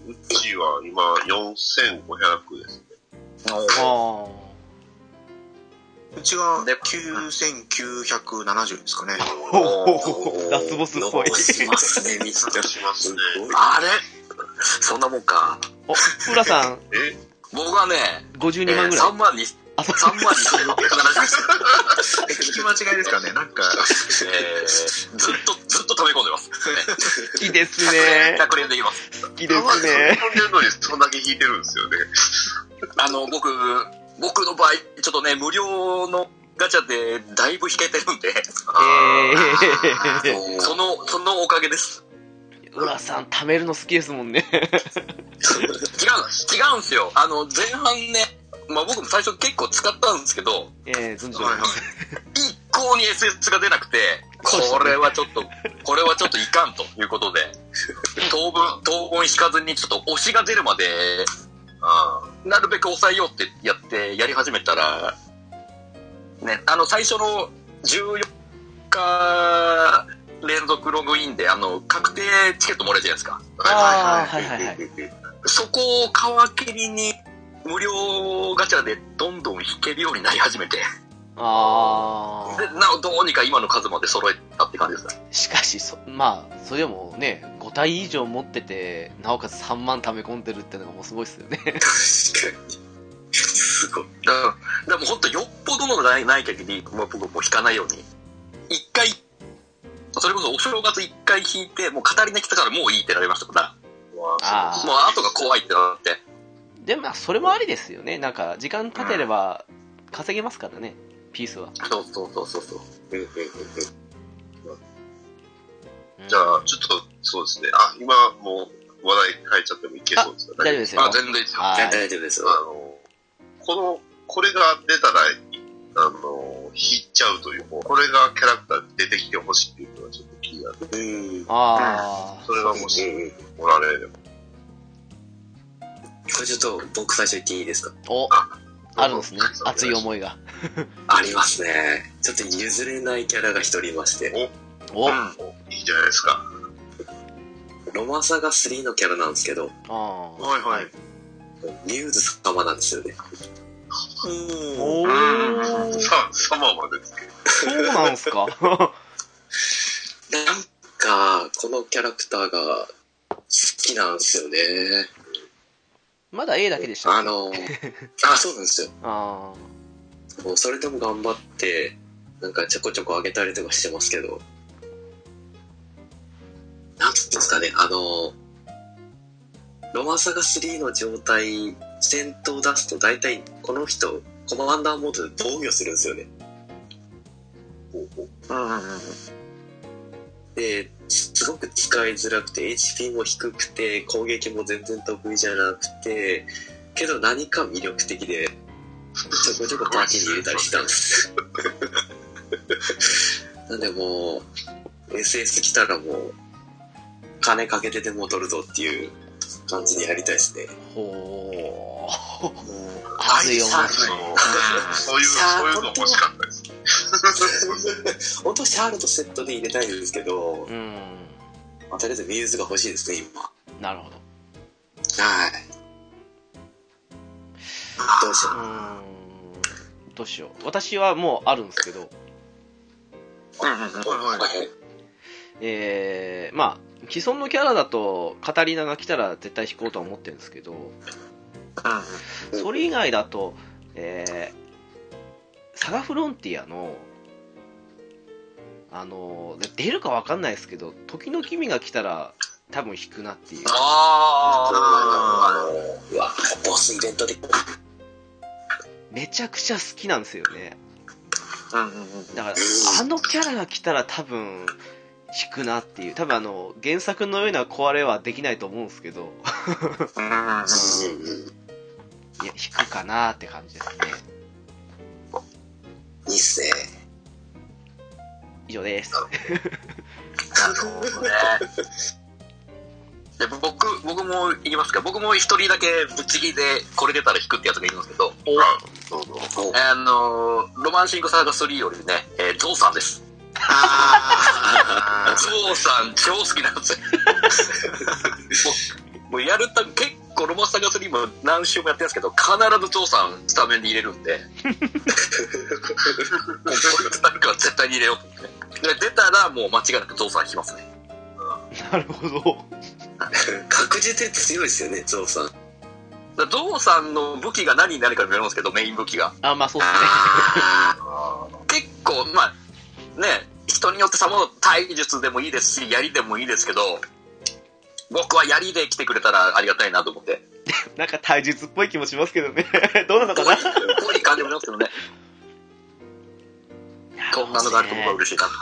D: うちは今4500です。
A: あ
C: うちが
E: で
C: 9970ですかね。
A: あ。ラスボスっぽい。
E: 残しますね、み
D: 出しますね。
E: あれそんなもんか。
A: お、浦さん、
D: え
E: 僕はね、え
A: 52
E: ー
A: 万ぐらい。
E: 3万2、
A: あ、そう
E: 3万2670です。
C: 聞き間違いですかね。なんか、
E: えー、ずっと、ずっと溜め込んでます。
A: 好きですね。
E: 100連できます。
A: 好きですね。
D: 飛んでるのにそんだけ引いてるんですよね。
E: あの、僕、僕の場合、ちょっとね、無料のガチャでだいぶ引けてるんで、
A: えー、
E: その、そのおかげです。
A: 浦さん、貯めるの好きですもんね。
E: 違う、違うんですよ。あの、前半ね、まあ僕も最初結構使ったんですけど、
A: えー、存じてお
C: は
A: り
C: い
A: ます。
C: は
E: 一向に SS が出なくて、
A: そうですね
E: これはちょっと、これはちょっといかんとい うことで、当分、当分引かずにちょっと推しが出るまで、
D: あ
E: なるべく抑えようってやって、やり始めたら、ね、あの、最初の14日連続ログインで、あの、確定チケットもらえるじゃないですか。
A: ああ、はいはいはい。
E: そこを皮切りに、無料ガチャでどんどん引けるようになり始めて、
A: あ
E: で
A: あ。
E: なおどうにか今の数まで揃えたって感じですね。
A: しかしそ、まあ、それでもね、5体以上持ってて、なおかつ3万貯め込んでるってのがもうすごいですよね。
E: 確かに。すごい。だから、でも本当よっぽどのがないない限り、もう僕もう引かないように。一回、それこそお正月一回引いて、もう語りなきたからもういいってなりましたから。
A: あー
E: もう後が怖いってなって。
A: でもまあ、それもありですよね。なんか、時間経てれば稼げますからね、ピースは。
E: そうそうそうそうそう。うんうんうんうん。
A: うん
D: じゃあ、ちょっと、そうですね。あ、今、もう、話題変えちゃってもいけそうですか
A: 大丈夫ですよ
D: あ、全然いいですよ。
A: は
D: あ
A: い
E: 大丈夫ですよ。
D: の、この、これが出たら、あの、引いちゃうという、これがキャラクター出てきてほしいっていうのがちょっと気になる。
E: うん。
A: ああ、
D: それがもし、
E: うんうん
D: おられれば。
E: これちょっと僕最初言っていいですか
A: お、あるんですね。熱い思いが。
E: ありますね。ちょっと譲れないキャラが一人いまして。
A: お、あ
D: いいじゃないですか。
E: ロマサガ3のキャラなんですけど、
A: あ。
C: はいはい。
E: ミューズ様なんですよね。
C: おー。
A: おー、
D: さ、サマーまでですけど。
A: そうなんすか。
E: なんか、このキャラクターが、きなんですよね。
A: まだ A だけでしたっけ
E: あの、あ、そうなんですよ。
A: あ
E: もうそれでも頑張って、なんかちょこちょこ上げたりとかしてますけど、なんつうんですかね、あの、ロマンサガ3の状態、戦闘出すと大体この人、コマンダーモードで防御するんですよね。
C: うんうんうん。
E: で、すごく使いづらくて、HP も低くて、攻撃も全然得意じゃなくて、けど何か魅力的で、ちょこちょこパーティーに入れたりしたんです。 なんでもう、SS 来たらもう、金かけてでも取るぞっていう感じでやりたいですね。
A: あほう
C: もう、
A: 熱い思い
C: あ
D: そう
C: う
D: そういう、
E: さあ
D: そういうの欲しかったです。
E: 本当はシャールとセットで入れたいんですけど、
A: うん
E: まあとりあえずミューズが欲しいですね、今。
A: なるほど
E: はい。どうしよ
A: うーんどうしよう私はもうあるんですけど
C: んうんうん。は
E: う。
C: いはい。
E: はい。
A: えー、まあ既存のキャラだとカタリナが来たら絶対引こうとは思ってるんですけど
C: うんうん。
A: それ以外だとえー、サガフロンティアのあの出るかわかんないですけど時の君が来たら多分引くなっていう
E: あ
C: ー
E: うわ、ボスイベントで。
A: めちゃくちゃ好きなんですよね
C: うんうんうん。
A: だからあのキャラが来たら多分引くなっていう多分あの原作のような壊れはできないと思うんですけど
C: うん
A: い
C: うん。
A: や引くかなって感じですね
E: いいっすね。
A: 以上です
C: なるほどね。
E: で僕、僕も言いますか、僕も一人だけぶっちぎりで、これ出たら引くってやつがいるんですけど、
D: どうぞ。
E: あのーロマンシングサーガ3よりね、えーゾウさんです。
C: あ
E: ゾウさん超好きなんですよ。 もうもうやるた結構ロマンサーガ3も何週もやってるんですけど、必ずゾウさんスタメンに入れるんで、もうこいつだけは絶対に入れようと思ってね。で出たらもう間違いなくゾウさん引きますね。
A: なるほど
E: 確実に強いですよね、ゾウさん。ゾウさんの武器が何になるかにもよるんですけど、メイン武器が。
A: あまあそうですね
E: 結構、まあ、ね、人によってさまざま体術でもいいですし、槍でもいいですけど、僕は槍で来てくれたらありがたいなと思って。
A: なんか体術っぽい気もしますけどね どうなのか
E: こう
A: な
E: いうこういう感じもなくてもね、こんなのがあると僕は嬉しいなと。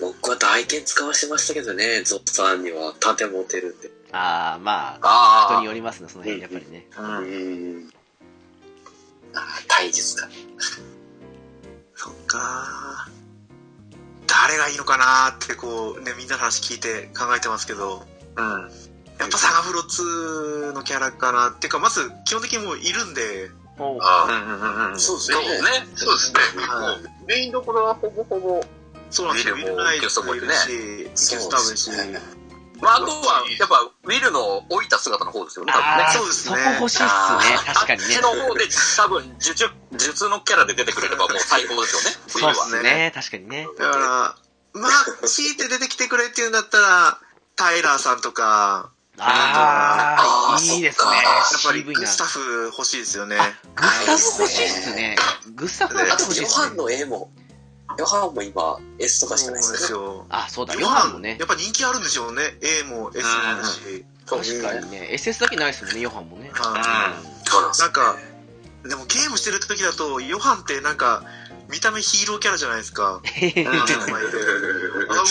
E: 僕は大剣使わしましたけどね、ゾッさんには盾持てるんで。
A: ああまあ
E: あ
A: 人によりますねその辺やっぱりね
C: ーうん。
E: うん。ああ、体術だ。
C: そっかー。誰がいいのかなーってこうね、みんなの話聞いて考えてますけど、
E: うん。
C: やっぱサガフロ2のキャラかなっていうか、まず基本的にもういるんで、
A: おう
D: ああ、
C: んうんうん
E: そうです
D: ね
E: ね。
D: そうですね。
C: はい
D: もうメインどころはほぼほぼ、
C: そうなんですよ。
E: ウ
C: ウ
E: ィ
C: ィ
E: ル
C: ル
E: も
C: ナイトもいるし、イケスタウンし。
E: まあ、あとは、やっぱ、ウィルの置いた姿の方ですよね、多分ね
A: ああ
C: そうですね
A: そこ欲しいっすね確かにね
E: あっちの方で、多分、術、術のキャラで出てくれればもう最高ですよね、ウィル
A: そうっ
E: は。
A: すね確かにね
C: だから、まあ、強いて出てきてくれっていうんだったら、タイラーさんとか、
A: あ
E: あ
A: あ
E: ー
A: いいですね
C: やっぱり
A: 渋い
C: グ
A: な
C: スタフ欲しいですよね。
A: あグスタフ欲しいっすねグスタフは
E: あ
A: 欲
E: と、
A: しい
E: ヨ
A: っ
E: ハ
A: す
E: ン
A: ね
E: の絵も、ヨハンも今、S とかしか
C: そう
E: ない
C: なん
E: で
C: で
E: す
C: す
E: よね。
C: よ。
A: あそうだ
C: ヨ
A: ヨハン
C: ハ
A: も
C: ン、や
A: ね
C: っぱ人気あるんでしょうね。A も S もあるし。
A: 確かにね SS だけないですもんねヨハンもね
C: は
E: そうなんで
C: い なんか、でもゲームしてる時だと、ヨハンってなんか、見た目ヒーローキャラじゃないで す
A: うん
C: か。あの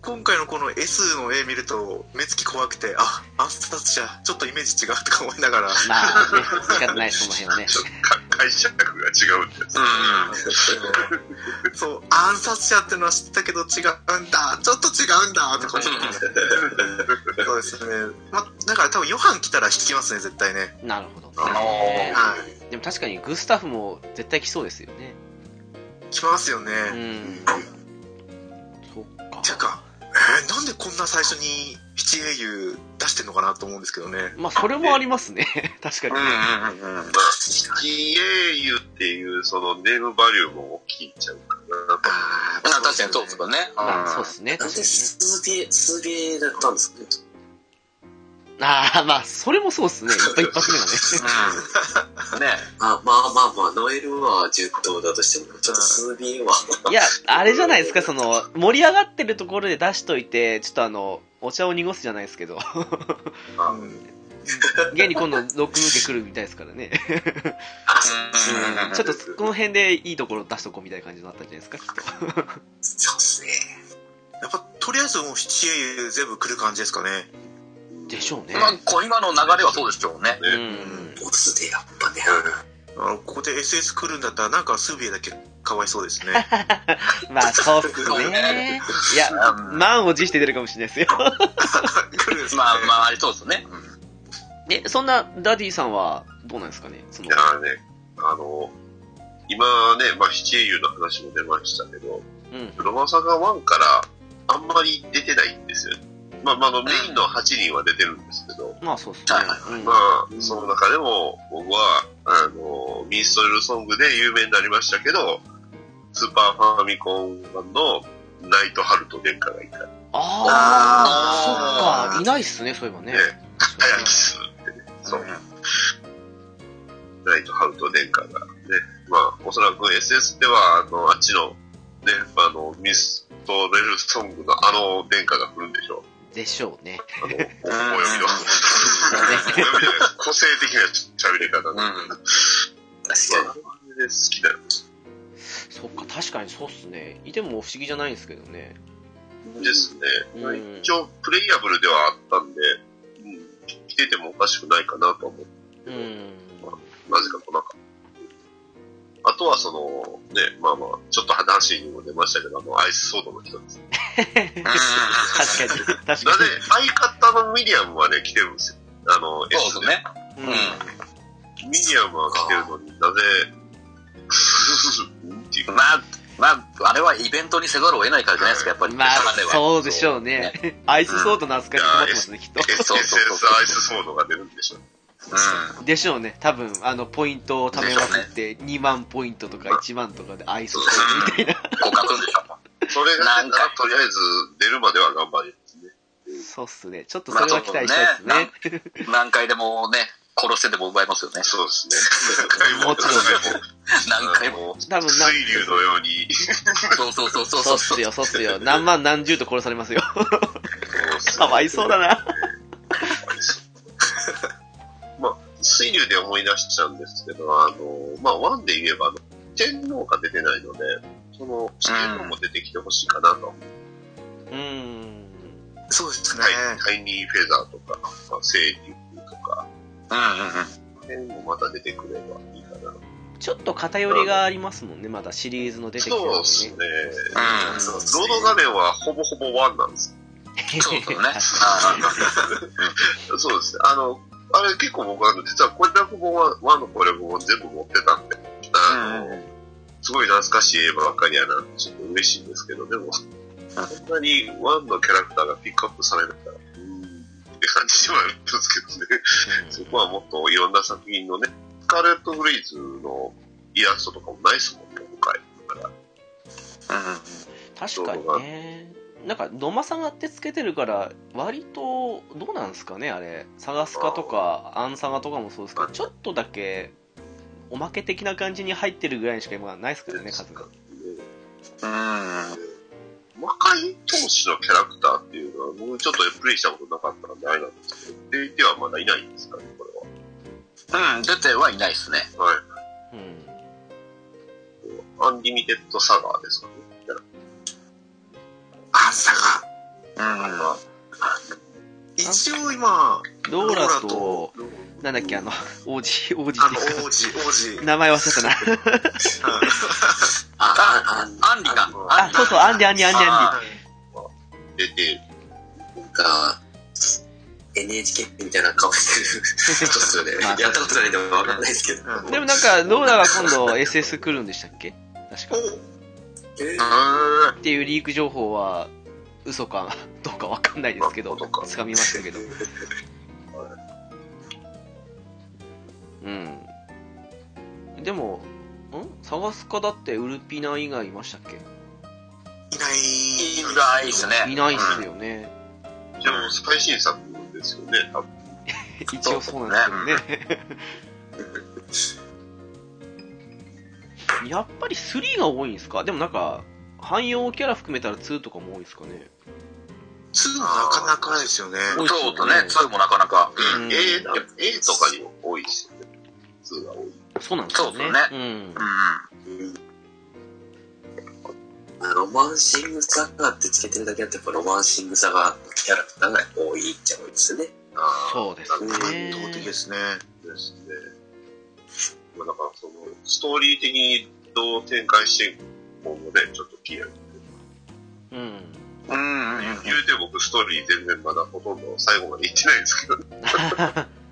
C: 今回のこの S の A 見ると、目つき怖くて、あ、暗殺者、ちょっとイメージ違うとか思いながら。
A: まあね仕方ないその辺はね
D: ちょっとか解釈が違うんです。
C: そう、暗殺者ってのは知ったけど違うんだ、ちょっと違うんだ、とか思って。そうですね。ま、だから多分、ヨハン来たら引きますね、絶対ね。
A: なるほど
D: あ
A: ね
D: の
C: はい。
A: でも確かにグスタフも絶対来そうですよね
C: 来ますよね。
A: うんそっか
C: ていうか、えーなんでこんな最初に七英雄出してんのかなと思うんですけどね。
A: まあそれもありますね 確かに
C: んうんうん。
D: キエユっていうそのネームバリューも大きいんちゃうかなと。
E: 確
C: あ
E: かにそうですよね。
A: まあそうですね
E: なん
A: 確か
E: で数 B、数 B だったんですかね。
A: ああ、まあ、それもそうっすね。一発 目はね。
B: ね
E: あまあまあまあ、ノエルは重刀だとしても、ちょっと数便は。
A: いや、あれじゃないですか、その、盛り上がってるところで出しといて、ちょっとあの、お茶を濁すじゃないですけど、
C: うん
A: 現に今度、ロック向け来るみたいですからね。
E: あ、そう
A: うんちょっと、この辺でいいところ出しとこうみたいな感じになったんじゃないですか、きっと。
E: そうっすね。
C: やっぱとりあえずもう七英雄全部来る感じですかね
A: でしょうね。
B: 今こう今の流れはそうでしょうね。
A: う。
C: うん
E: ボスでやっぱね、
C: あのここで SS 来るんだったらなんかスビエだけかわいそうですね
A: まあ、そうっすね。いや、
B: うん
A: 満を持して出るかもしれないですよ。
C: 来るんですね
B: まあまあ、ありそうですね。
A: え、そんな、ダディさんは、どうなんですかねその
D: い、やね、あの、今ね、まあ、七英雄の話も出ましたけど、
A: うん。
D: ロマサガ1からあんまり出てないんですよ。まあ、まあ、あのメインの8人は出てるんですけど、
A: まあ、そうっすね
B: はいは。
A: うん
D: まあ、その中でも僕は、あの、ミンストレルソングで有名になりましたけど、スーパーファミコン版のナイトハルト殿下がいた。
A: ああ、
B: あー
A: そっか、いないっすね、そういえばね。
D: ね早キスってね。そう。ナイトハルト殿下がね、まあ、おそらく SS では、あの、あっちの、ね、あの、ミストレルソングのあの殿下が来るんでしょう。
A: でしょうね。
D: あの、おお読みの。
A: ね
D: お読みじゃないです個性的な喋り方
B: う
D: ね。
B: ん。
E: 確か
D: まあ、あれで好きだよ。
A: そっか、確かにそうっすね。いても不思議じゃないんですけどね。
D: ですね。
A: うん
D: 一応、プレイアブルではあったんで、うん、来ててもおかしくないかなとは思って、
A: うん。
D: なぜか来なかった。あとは、その、ね、まあまあ、ちょっと話にも出ましたけど、あの、アイスソードの人です。
A: 確かに、確か
D: なぜ、相方のミディアムはね、来てるんですよ。あの、
B: そうですね。
A: に。
B: うん。
D: ミディアムは来てるのになぜ、うんっていう
B: まあ、まあ、あれはイベントにせざるを得ないからじゃないですか、やっぱり。
A: まあ
B: 流れ、は
A: そうでしょうね。アイスソードの扱いに困ってますね、きっと。
B: そうそうそう
D: SS
B: そう
D: アイスソードが出るんでしょう。
B: う
A: でしょうね。多分、あの、ポイントを貯めまくって、2万ポイントとか1万とかでアイスソードみたいな。
B: ん。互角でしょ。
D: それが
B: なん
D: 出
B: か
D: たら、とりあえず出るまでは頑張りますね。
A: そうっすね。ちょっとそれは期待したいですね。
B: まあ何回でもね、殺せでも奪えますよね。
D: そうですね。
A: もちろん
B: 何回も。
A: 多分な
D: 水流のように、
B: そうそうそうそ
A: そ
B: うそうう
A: っすよ、そうっすよ。何万何十と殺されますよ。かわい そうだな。
D: まあ、水流で思い出しちゃうんですけど、あの、まあ、ワンで言えば、あの天皇が出てないので、その、天皇も出てきてほしいかなと。
A: うん。
C: そうですね、
D: タイタイニーフェザーとか、まあ、セイリュウとか、
B: うんうんうん。
D: 天皇もまた出てくればいいかな。
A: ちょっと偏りがありますもんね、まだシリーズの出てきてる
D: そう
A: の
D: ですね
A: に。。。
B: うん
E: そうっす
D: ロ
E: ね
D: ード画面はほぼほぼワンなんです。
B: そうそうね
D: そうですね。あの、あれ結構僕は、実は攻略本は、ワンの攻略本全部持ってたんで、あの、すごい懐かしい絵ばっかりやなって、ちょっと嬉しいんですけど、でも、そんなにワンのキャラクターがピックアップされるから、うーんって感じではあるんですけどね。そこはもっといろんな作品のね、スカーレット・グレイズのイラストとかもないですもんね、今回。だから、
A: 確かにね。なんか、野間さんがってつけてるから、割と、どうなんですかね、あれ。サガスカとか、アンサガとかもそうですけど、ちょっとだけ、おまけ的な感じに入ってるぐらいにしか今ないですけどね、数が。
B: うん。うん。
D: 魔界投手のキャラクターっていうのは、僕ちょっとプレイしたことなかったんで、あれなんですけど、でいてはまだいないんですかね、これは。
B: うん、出てはいないですね。
D: はい。
A: うん。
D: アンリミテッドサガーですかね。
C: あさが
B: うん。
C: 一応今
A: ローラと
C: ロ、
A: なんだっけ、あの、王子、王子
C: あ
A: って
C: の
A: いう
C: 王子王子
A: か、名前忘れたな。
B: あ、あ、アンリが。
A: あ、そうそう、アンディ、アンディ、アンディ、アン
B: あ
D: 出て、
E: なんか、NHK みたいな顔してる人っすよね。
A: まあ
E: やったことないんでわかんないですけど。
C: うん
A: ディ。でもなんか、ローラが今度 SS 来るんでしたっけ確か。
E: え
D: うーん。
A: っていうリーク情報は、嘘か、 どうかわかんないですけど、
D: まあ本当か
A: つかみましたけど。うん。でも、ん探すかだってウルピナ以外いましたっけ
C: いない
B: いないですね。
A: いないっすよね。
D: じゃあもう最新作ですよね、多分。
A: 一応そうなんですけどね。やっぱり3が多いんですかでもなんか、汎用キャラ含めたら2とかも多いですかね。
C: 2はなかなかないですよね。
A: 多いっすよ
E: そうとね、2もなかなか。
A: う
D: うんん、A, A とかにも多いし、2が多い。
A: そうなんですよね。
E: そうです
A: うん
E: う。ん。
F: ロマンシングサガってつけてるだけあって、やっぱロマンシングサガのキャラクターが多いっちゃ多いですね。
D: あ
A: そうですね。
C: 圧倒的ですね。
D: ーですね。まあ、だからその、ストーリー的にどう展開していくのもね、ちょっと気になる。
A: うん。
E: うんうんうん。
D: 言うて僕ストーリー全然まだほとんど最後まで行ってないんですけど、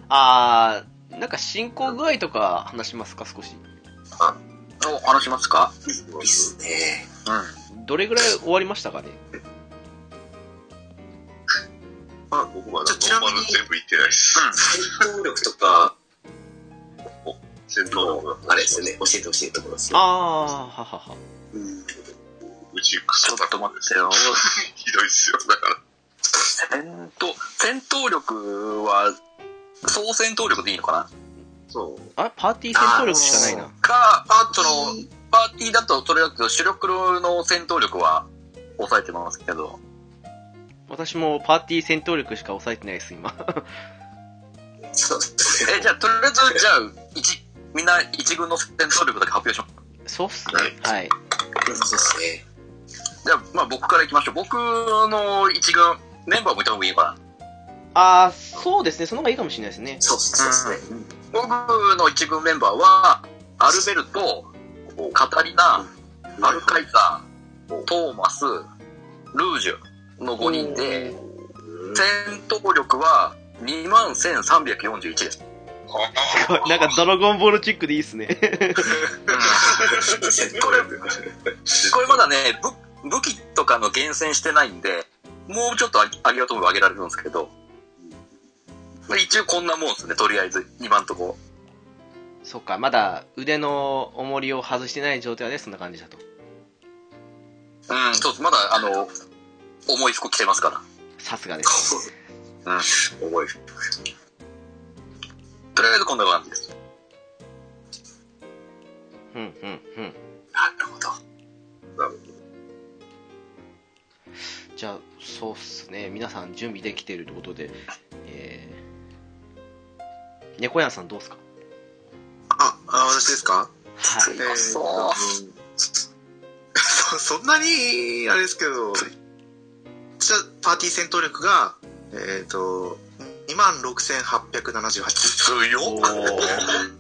A: あー、なんか進行具合とか話しますか、少し。
E: お話しますか
F: いいっすね。
E: う
A: どれぐらい終わりましたかね
D: まあ僕まだ
C: じゃあちなみ
D: ノー
C: に
D: マル全部行ってないです。
F: 戦闘力とか、
D: 戦闘力
F: あれですよね、教えてほしいところですね。
A: あー、ははは。
F: うん。
D: うちクソ
E: ちょっと待ってよ。
D: ひどいっすよ。だから、
E: 戦闘、戦闘力は、総戦闘力でいいのかな
D: そう。
A: あ、パーティー戦闘力しかないな。
E: か、パートの、パーティーだと、それだと主力の戦闘力は抑えてますけど。
A: 私もパーティー戦闘力しか抑えてないです、今。
F: そう
E: え、じゃあ、とりあえず、じゃあ、一、みんな一軍の戦闘力だけ発表しま
A: そうっすね
D: はい。
A: はい。
F: ですね。
E: す。じゃあ、まあ僕からいきましょう。僕の一軍、メンバーもいた方がいいのかな
A: あー、そうです ね。その方がいいかもしれないですね。
F: そうですね。
E: 僕の一軍メンバーは、アルベルト、カタリナ、アルカイザー、トーマス、ルージュの5人で、戦闘力は21,341です。
A: なんかドラゴンボールチックでいいっすね。
F: 戦闘力。
E: これまだね、武武器とかの厳選してないんで、もうちょっとあありがとうも上げられるんですけど、一応こんなもんですね、とりあえず、今んとこ。
A: そっか、まだ腕の重りを外してない状態でそんな感じだと。
E: うん、そうです。まだ、あの、重い服着てますから。
A: さすがです。
F: 重い。
E: とりあえずこんな感じです。
A: うんうんうん。
F: なるほど。
A: じゃあ、そうっすね。皆さん準備できてるってことで、えー、猫屋さんどうっすか
C: あ、あ私ですか
A: は
C: え
A: い。
C: ー
E: そう
C: うん そそんなに、あれですけど、じゃあパーティー戦闘力が、えっ、と、26,878です
E: 強
A: おー
E: っ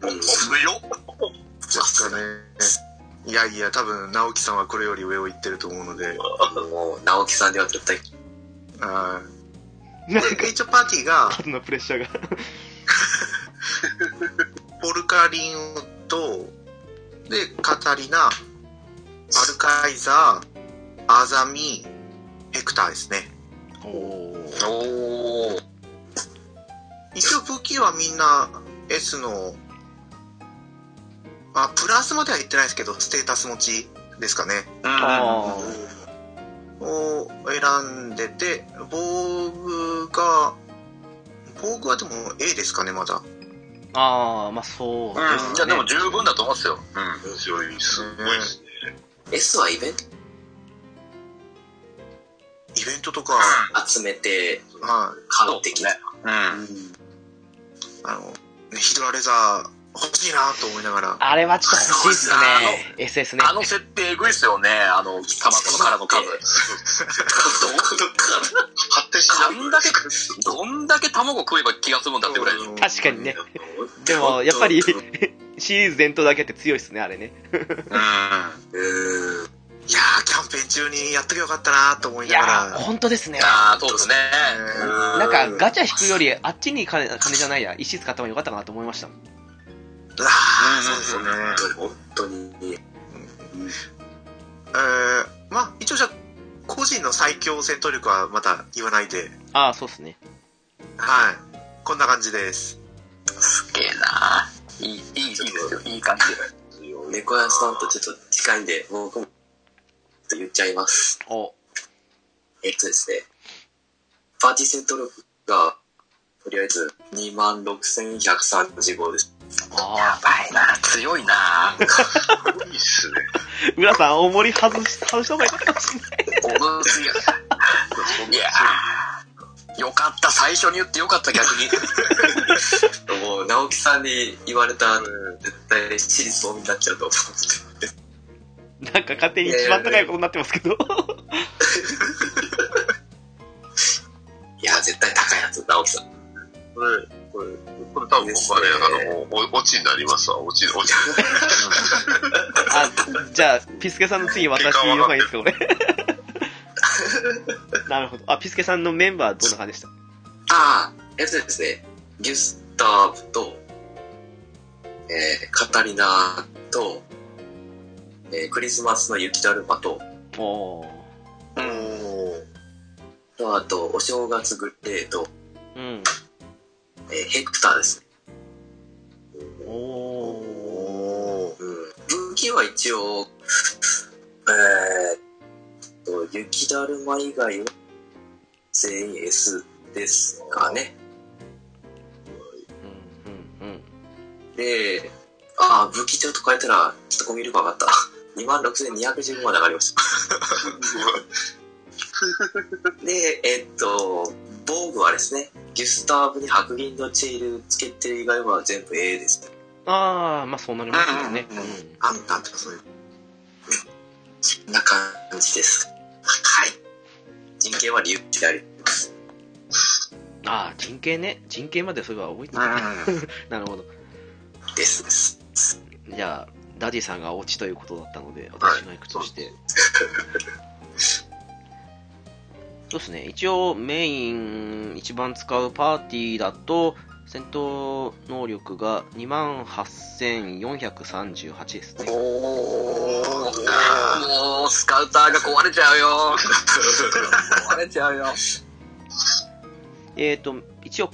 E: 強っ
C: かね。いやいや、多分、直樹さんはこれより上を行ってると思うので、
F: もう、直樹さんでは絶対、
C: あ
A: なん
C: ーで一応パーティーが、
A: か、のプレッシャーが。
C: ポルカリンウッド、で、カタリナ、アルカイザー、アザミ、ヘクターですね。
A: おー。
E: おー。
C: 一応武器はみんな S の、まあ、プラスまでは言ってないですけど、ステータス持ちですかね。
A: あ
C: を選んでて、防具が、防具はでも A ですかね、ま
A: ー、
C: だ。
A: あーまあそうですね。
E: うん、じゃあでも十分だと思いますよ。
D: うん、強い、すごいですね。
F: S はイベント
C: イベントとか、
F: 集めて、
C: は
F: 買ってきた。
E: うん。
C: い、あの、ねヒドラレザー欲しいなと思いながら、
A: あれはちょっと欲しいっすね。SS ね。
E: あの設定えぐいっすよね、あの、卵の殻 の数。
D: 発展し
E: ど
D: ない。
E: んだけ、どんだけ卵食えば気が済むんだってぐらい。
C: うん
A: 確かに ね。でも、やっぱり、 シリーズ伝統だけあって強いっすね、あれね。
E: う
F: うーん。
C: いやー、キャンペーン中にやっときゃよかったなと思い
A: い
C: な
A: や
C: が
A: ー、
C: ら、
A: 本当ですね
E: ん。。ああ、そうですね。
F: な
A: なんか、ガチャ引くより、あっちに金、金じゃないや、石使った方がよかったかなと思いましたもん。
C: あーそうですよね。
F: 本当に。
C: えー、まあ、一応じゃあ個人の最強戦闘力はまだ言わないで、
A: ああ、そうっすね。
C: はい。こんな感じです。
E: すげえな。いい、いい、いいですよ。いい感じで。
F: 猫屋さんとちょっと近いんで、僕も、ちょっと言っちゃいます。
A: お、
F: えっとですね、パーティー戦闘力が、
E: とりあえず、26,135です。
A: あ
B: ばいな、強いな。
D: いいっすね。
A: あ。浦さん、大盛り外し、外した方がいいかもしれない。
B: おぶすぎや。いやーよかった、最初に言ってよかった、逆に。
E: もう、直樹さんに言われた、絶対、私立そうになっちゃうと思って。
A: なんか勝手に一番高いことになってますけど。
E: いや、絶対高いやつ、直樹さん。
D: これ、これ、これ多分僕はね、あの、もう、お、落ちになりますわ、落ち、落ち。
A: あ、じゃあ、ピスケさんの次私の方がいいです か、これ。なるほど。あ、ピスケさんのメンバーどんな感じでした
E: ああ、えっとですね、ギュスタブと、えー、カタリナと、えー、クリスマスの雪だるまと、
A: おー。
E: あと、お正月グレーと、
A: うん。
E: えー、ヘクターですね。
A: おー。
E: うん。武器は一応、えーっと、雪だるま以外は全員 S ですかね。
A: うん、うん、
E: で、ああ、武器ちょっと変えたら、ちょっとコミュ力上がった。26,215まで上がりました。で、えっと、防具はですね、ギュスターブに白銀のチェイルつけてる以外は全部 A ですね。
A: あー、まあそうなりますよね。
B: う
A: うんん
B: うんうん
C: あんなんてかそういう。
E: こんな感じです。はい。人権は理由ってあります。
A: あー、人形ね。人形までそういえば覚えてない。なるほど。
E: ですです。
A: じゃあ、ダディさんがオチということだったので、私が行くとして。そうですね、一応メイン、一番使うパーティーだと、戦闘能力が28,438ですね。
B: もう、スカウターが壊れちゃうよ。壊れちゃうよ。
A: えっ、ー、と、一応、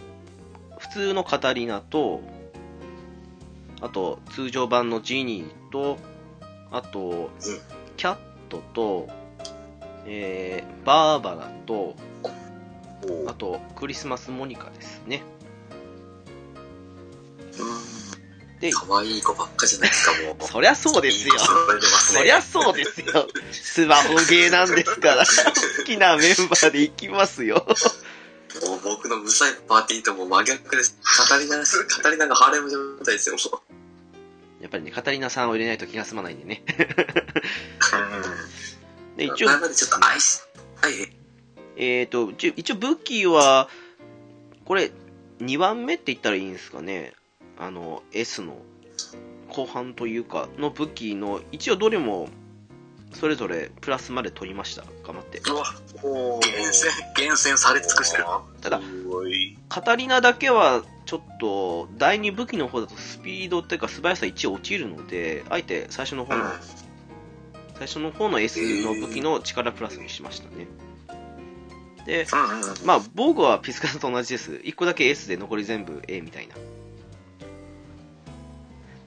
A: 普通のカタリナと、あと、通常版のジニーと、あと、キャットと、えー、バーバラと、あと、クリスマスモニカですね。で、
E: 可愛い子ばっかじゃないですか、もう。
A: そりゃそうですよ
E: いい。子揃えてます
A: そ
E: ね。
A: りゃそうですよ。スマホゲーなんですから、好きなメンバーで行きますよ。
E: もう僕のブサイパーティーとも真逆です。語りな、語りながハーレム状態ですよ、もう。
A: やっぱりね、カタリナさんを入れないと気が済まないんでね。で、一応、
E: なのでちょっと愛し、はい、
A: えー、と、一応一応武器は、これ、2番目って言ったらいいんですかね。あの、S の後半というか、の武器の、一応どれも、それぞれプラスまで取りました。頑張って。
B: 厳選、厳選され尽くしてる。
A: ただ、
D: すごい。
A: カタリナだけは、ちょっと、第2武器の方だとスピードっていうか素早さ1落ちるので、あえて最初の方の、最初の方の S の武器の力プラスにしましたね。で、まあ、防具はピスカさんと同じです。1個だけ S で残り全部 A みたいな。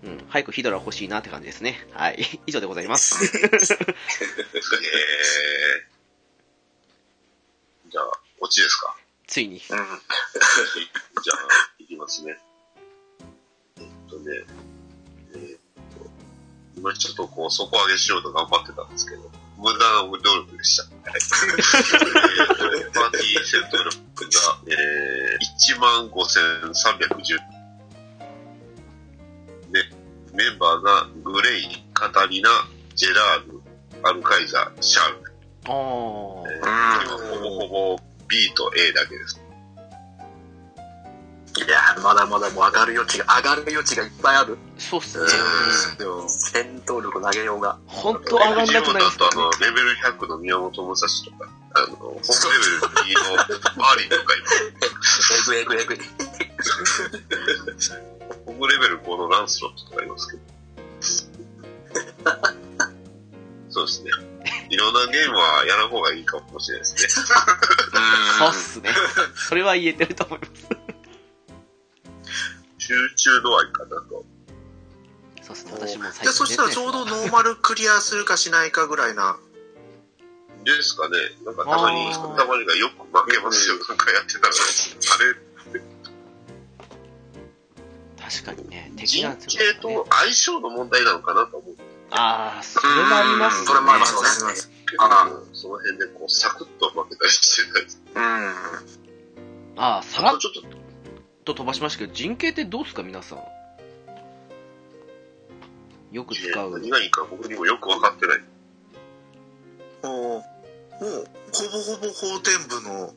A: うん、早くヒドラ欲しいなって感じですね。はい。 以上でございます。
D: えー。じゃあ、落ちですか
A: ついに。
D: じゃあ、いきますね。えっとね、えーっと、今ちょっとこう、底上げしようと頑張ってたんですけど、無駄な努力でした。はい。えーっとパーティー戦闘力が、えー、15,310。で、メンバーが、グレイ、カタリナ、ジェラール、アルカイザー、シャール。
A: あー。
D: ほぼほぼ B と A だけです。
B: いやーまだまだもう上がる余地が、上がる余地がいっぱいある。
A: そうっすね。
B: うん。戦闘力投げようが。
A: 本当上がんなくないですか
D: ジムだとあの、レベル100の宮本武蔵とか、あの、本レベル2のマーリンとか
B: えぐいえぐいえぐい。
D: 今、本レベル5のランスロットとかいますけど。そうですね。いろんなゲームはやらん方がいいかもしれないですね。
A: そうっすね。それは言えてると思います。
D: 集中度合いかなと。
A: そうっすね。私も最
C: で、そしたら
A: ね
C: ちょうどノーマルクリアするかしないかぐらいな。
D: ですかね。なんかたまに
A: あー、
D: たまにがよく負けますよ。なんかやってたら、あれ
A: 確かにね、敵
D: 人
A: が
D: 形
A: 強いからね、
D: と相性の問題なのかなと思う。
A: ああ、それもありますね。
E: それもあります
C: そうですね。
E: あ
D: その辺でこう、サクッと負けたりしてないです。
E: うん。
A: ああ、さら
D: あ
A: っ
D: とちょっと、
A: と飛ばしましたけど、人形ってどうですか、皆さん。よく使う。
D: 何がいいか僕にもよく分かってない。。
C: もう、もう、ほぼほぼ法天部の、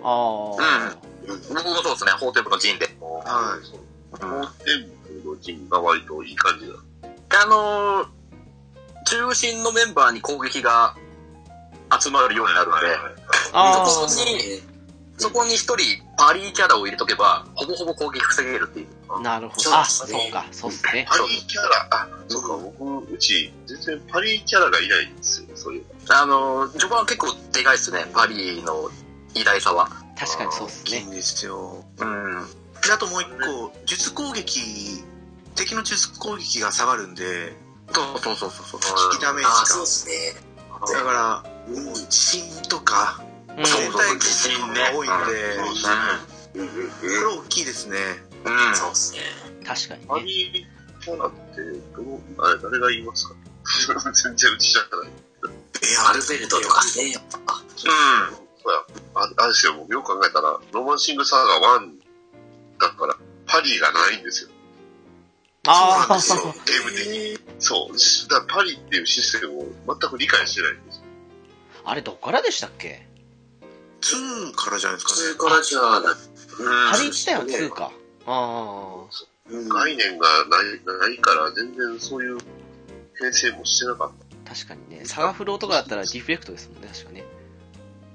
A: ああ、
E: 僕もそうですね、法廷部の陣で。
C: はい
D: 本店部の陣が割といい感じだ。
E: であのー、
G: 中心のメンバーに攻撃が
E: 集まるようになるので、
A: あ
G: そこ
A: あ、
G: に
E: そこに一人パリーキャラを入れとけば、ほぼほぼ攻撃防げるっていう。
A: なるほ
G: そう
A: ど。あ、
G: そ
A: そううか、そうっすね。
D: パリーキャラ、あ、そうか、僕、うち、全然パリーキャラがいないんですよ、そういう。
E: あのー、序盤は結構でかいですね、パリーの偉大さは。
A: 確かにそうっす
C: いい
A: ね。
C: んですよ。
E: うん。
C: で、あともう一個、術攻撃、敵の術攻撃が下がるんで、
E: そうそうそうそう。
C: 引きダメー
G: あ
C: ジ
G: そう
C: が
G: で。すね
C: だから、もう地震とか、
A: うん、
E: そう
C: 全体地震が多いんで、
D: そう
C: こ
D: そ
E: う
D: う
E: ん。うん。うん。
C: れ大きいですね。
E: うん。
G: そうですね
A: 確かに
D: パ
A: ね。
D: リーキャラって、どう、あれ、誰が言いますか 全然うちじゃない。
C: いや、
G: アルベルトとかねやっぱ
D: うん。そうや。ああれですよ、僕よく考えたら、ロマンシングサーガー1だから、パリーがないんですよ。
A: ああ、
D: そう、 ゲーム的に。そう。しだからパリーっていうシステムを全く理解してないんですよ。
A: あれどっからでしたっけ
C: 2からじゃないですかね。
G: 中からじゃあな
A: パリ自体は2か。ああ、
D: 概念がないないから、全然そういう編成もしてなかった。
A: 確かにね。サガフローとかだったらディフレクトですもんね、確かね。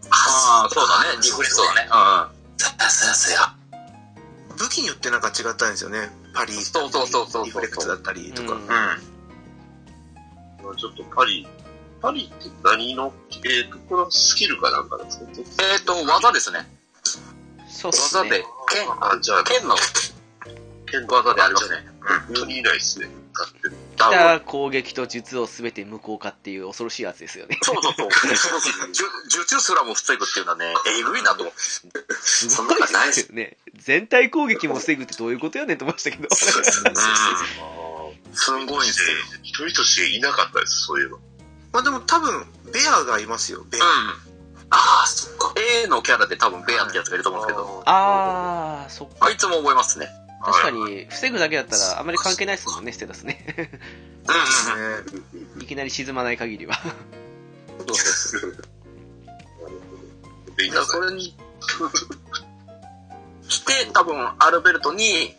E: ああ、そうだね。リフレそうだね。う
G: そうやそうやそうや
C: 武器によってなんか違ったんですよね。パリ、
E: そうそうそうそう
C: リフレクトだったりとか。
A: うん
E: ん。うん。
D: まあちょっとパリー、パリーって何の、えーと、これはスキルかなんかなんですか
E: えっ、と、技ですね。
A: そうっす
E: 技
A: ね
E: で。、剣、
D: あ、じゃあ、
E: 剣の
D: 剣道
E: 技
D: 技
E: で
D: で
E: あ
D: あ
E: りま
D: りますす
E: ね
D: ね。。本当にいないですね。使ってる。
E: ダ
A: じ
E: ウ
A: ゃ
E: ン。
A: あ攻撃と術を全て無効化っていう恐ろしいやつです よね。
E: そうそうそう。術術すらも防ぐっていうのはね、えぐいなと。
A: すごいですよね。全体攻撃も防ぐってどういうことやねんと思いました けど。
E: う
D: あ
E: ん。すごいん
D: あ。
E: ですよ。
D: 一人としていなかったです、そういえば。
C: まあでも多分、ベアがいますよ、ベア。
E: うん。
G: ああそっか
E: A のキャラで多分ベアってやつがいると思うんですけど、
A: ああ、そっか。
E: あいつも覚えますね。
A: 確かに、防ぐだけだったらあまり関係ないですもんね、ステータスね。
E: うん。
C: ね
A: いきなり沈まない限りは。
D: でい
E: だ
D: なか
E: か
D: っ
E: ら
D: た
E: それに、 して、多分アルベルトに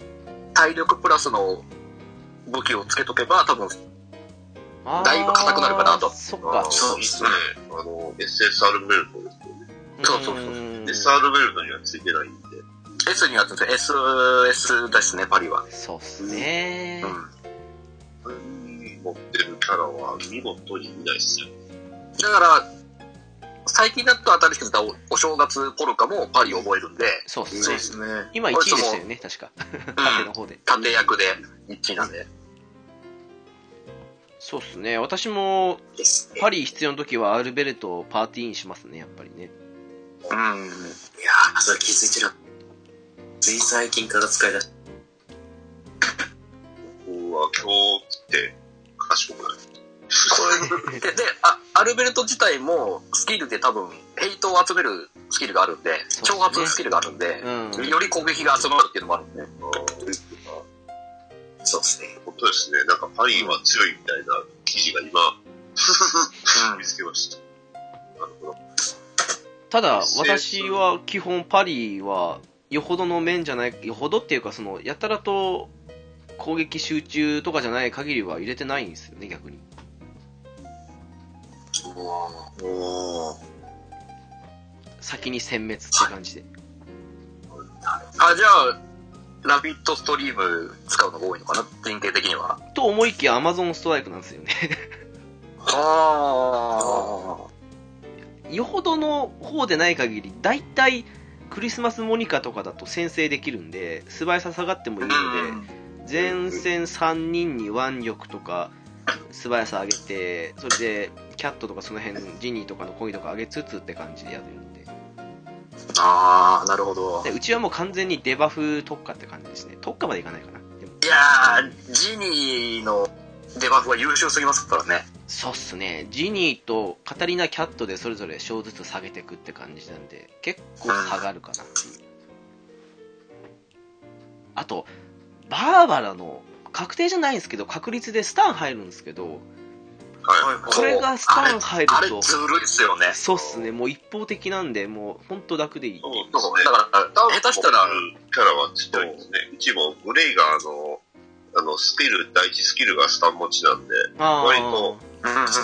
E: 体力プラスの武器をつけとけば、多分、
A: あー
E: だいぶ硬くなるかなと
A: そっか。
D: そうですね。あの、SSR ベルトですよね。
E: そうそうそう
A: ーん
D: SR ベルトにはついてないんで。
E: S になってて、SS ですね、パリは。
A: そうっすね
E: う。ん。
D: 持ってるキャラは見事にいないですよ。
E: だから、最近だと新しく出たおお正月ポルカもパリ覚えるんで、
A: そうっす
C: そう
A: ね
C: で。すね。
A: 今1位でしたよね、確か。縦の方で。
E: 盾役で一位なんで。
A: そうっすね。私も、
G: ですね
A: パリ必要の時はアルベルトをパーティーインしますね、やっぱりね。
E: うん。
G: いやーそれ気づいてるつい最近から使い出し
D: 僕は今日来て、賢くない。
E: で、であ、アルベルト自体もスキルで多分、ヘイトを集めるスキルがあるんで、
A: そう
E: 挑
A: ですね
E: 発スキルがあるんで、
A: うん。
E: より攻撃が集まるっていうのもあるんで。
G: たそうですね
D: 本当ですね。なんかパリは強いみたいな記事が今、見つけました。なるほど。
A: ただ、私は基本パリは、よほどの面じゃない、よほどっていうか、その、やたらと攻撃集中とかじゃない限りは入れてないんですよね、逆に。
C: おー。
A: 先に殲滅って感じで。
E: あ、じゃあ、ラビットストリーム使うのが多いのかな、典型的には。
A: と思いきや、アマゾンストライクなんですよね。
E: は
A: よほどの方でない限り、大体、クリスマスモニカとかだと先制できるんで、素早さ下がってもいいので、前線3人に腕力とか素早さ上げてそれでキャットとかその辺ジニーとかのコイとか上げつつって感じでやるんで
E: あ。
B: ああ、なるほど
A: で。うちはもう完全にデバフ特化って感じですね特化までいかないかなでも
B: いやー、ジニーのデバフは優秀すぎますからね。
A: そうっすねジニーとカタリナ・キャットでそれぞれ章ずつ下げてくって感じなんで結構下がるかなっていうあとバーバラの確定じゃないんですけど確率でスタン入るんですけど
D: はい。
A: これがスタン入る
B: あれ
A: と
B: ずるいっすよね。
A: そうっすねもう一方的なんでもう本当楽でいいっていう
B: そうだから、下手したら、
D: キャラはちっちゃいですね。うちもグレイがあの、あの、スキル、第一スキルがスタン持ちなんで、
A: あ
D: 割
A: あ
D: と
B: うん
D: あれが決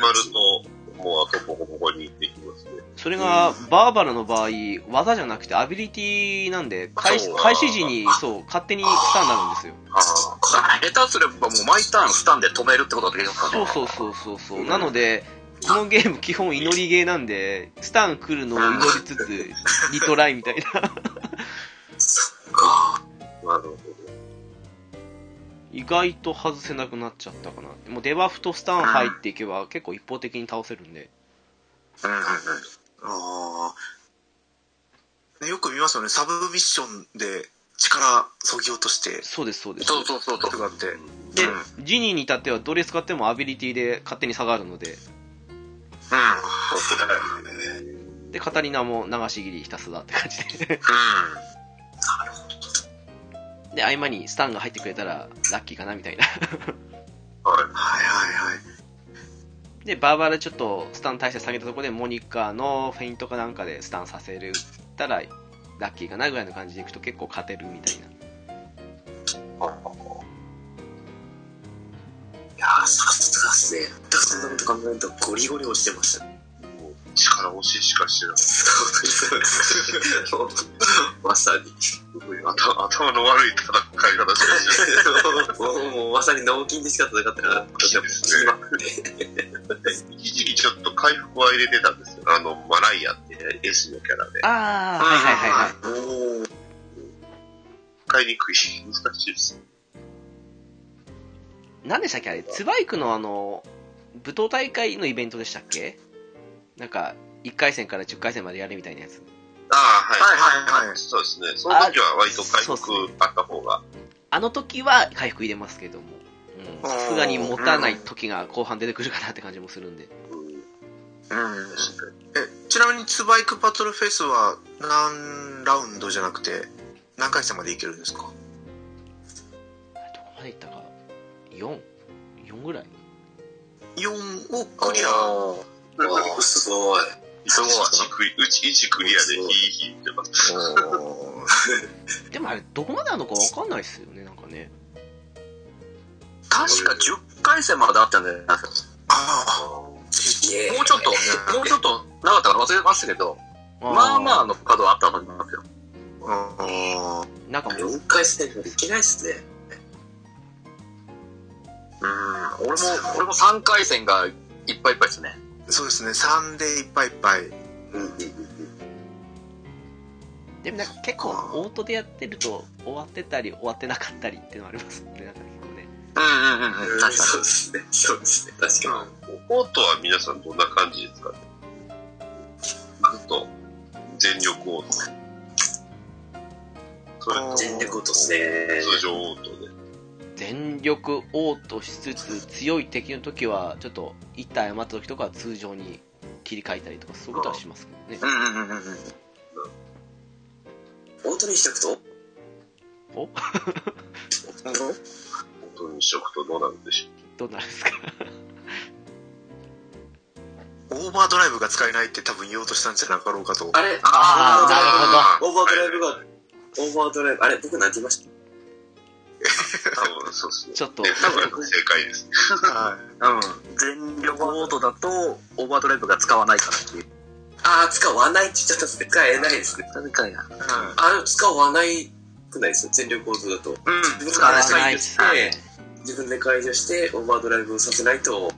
D: まると、もうあとボコボコにできますね。
A: それがバーバラの場合技じゃなくてアビリティなんで開始
D: そう
A: 開始時にそう勝手にスタンになるんですよ
B: あー下手すればもう毎ターンスタンで止めるってことができますから
A: そう
B: ね。
A: そうそうそうそうなのでこのゲーム基本祈りゲーなんでスタン来るのを祈りつつリトライみたいな
E: そっか。
D: なるほど。
A: 意外と外せなくなっちゃったかなもうデバフとスタン入っていけば結構一方的に倒せるんで
B: うんうんうん
C: ああ。ねよく見ますよね。サブミッションで力削ぎ落として、
A: そうですそうです
B: そうそうそうそ
C: と
B: う。
C: かって。うん
A: でジニーに至ってはどれ使ってもアビリティで勝手に下がるのででカタリナも流し切りひたすらって感じでで合間にスタンが入ってくれたらラッキーかなみたいな
C: はいはいはい。
A: でバーバラちょっとスタン体勢下げたところでモニカのフェイントかなんかでスタンさせるたらラッキーかなぐらいの感じでいくと結構勝てるみたいな
E: いやー、さすがっすね。たくさんのこと考えるとゴリゴリ落ちてましたね。
D: もう力押ししかしてない。
E: そうです。 まさに。
D: 頭頭の悪い戦い方しかして ない。
E: もうもうまさに脳筋でしか戦ってなかった。
D: 筋ですね一時期ちょっと回復は入れてたんですよ。あの、マライアってエースのキャラで。
A: ああはいはいはいはい
E: おー
D: 使いにくい。難しいです。
A: 何でしたっけあれツバイクのあの舞踏大会のイベントでしたっけなんか1回戦から10回戦までやるみたいなやつ
D: ああ、はい。
C: はいはいはい。
D: そうですね。その時は割と回
A: そうっすね
D: 復あった方が。
A: あの時は回復入れますけどもうんさすがに持たない時が後半出てくるかなって感じもするんで
C: うん。え、ちなみにツバイクバトルフェスは何ラウンドじゃなくて、何回戦までいけるんですか
A: あれどこまでいったか44ぐらい
C: ?4 をクリア。
E: おーすごい。
B: すごい
D: 一クリうち一クリアでいい日ってます。
C: おー
A: でもあれどこまであるのか分かんないっすよねなんかね
B: 確か10回戦まであったんじゃないですか
C: あ
E: いえ
B: もうちょっと、もうちょっとなかったから忘れましたけど、まあまあの角はあったと思いますよ。
C: あ。ああ。
A: あなんかもう
E: 4回戦いけないっすね。
B: うん、俺も、俺も3回戦がいっぱいいっぱいですね。
C: そうですね。3でいっぱいいっぱい。
E: うんうんうん
A: でもなんか結構オートでやってると終わってたり終わってなかったりっていうのありますねなんか結構ね
B: うんうんうんうん、確か
E: そうですね。そうですね。確か
D: オートは皆さんどんな感じですかねずっと全力オート。それ
E: に。
D: と
E: 全力落とすね。
D: 通常オートで。
A: 全力オートしつつ強い敵の時はちょっと一体余った時とかは通常に切り替えたりとかそういうことはしますけどね
B: に。うんうんうんうん。
E: オートにしとくと、
A: お
D: オートにしとくとどうなるんでしょ
A: どうなるんですか
C: オーバードライブが使えないって多分言おうとしたんじゃなかろうかと。
E: あれ
A: あーなるほど
E: オーバードライブが、オーバードライブ、あれ、僕何て言いました
D: う。多分そうですね。
A: ちょっと
D: 多分正解ですね。
C: は。
B: うん、全力モードだとオーバードライブが使わないからっていう
E: あー、使わないって言っちゃったっすね。使えないですね。
B: 確かにない
C: は
E: あれ、使わないくないですよ。全力オートだと。
B: うん
E: 使わ
A: 使わ
E: な
A: ない
E: い
A: っ
E: ですす
A: ね
E: ね自分で解除して、オーバードライブをさせないと、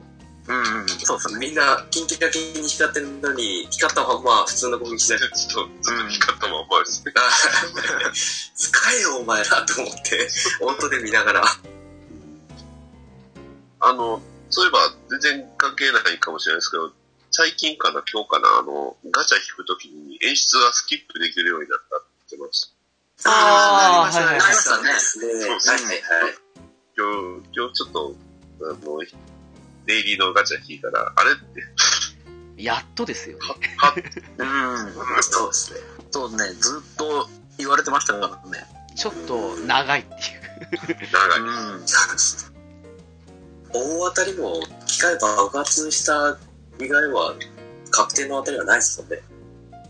B: うんうんそうですね
E: みんな、キンキラキンに光ってるのに、光ったまんま普通の攻撃しない。
D: ちょっと、ずっと光ったまんまですね。
E: 使えよ、お前らと思って、オートで見ながら。
D: あの、そういえば、全然関係ないかもしれないですけど、最近かな、今日かな、あの、ガチャ引くときに演出がスキップできるようになったって言ってました。
C: あー
A: あー
C: な
E: な
C: り
E: りま
C: ま
E: し
C: したた
E: ね。
C: ね
E: はい
D: そう
E: はいはい。
D: 今日、今日ちょっと、あの、デイリーのガチャ引いたら、あれって、
A: やっとですよね。
B: うん。
E: そうですね。
B: そうね、ずっと言われてましたからね。
A: ちょっと長いっていう。
D: 長い。
B: うん。
E: 大当たりも、機械爆発した以外は、確定の当たりはないですもんね。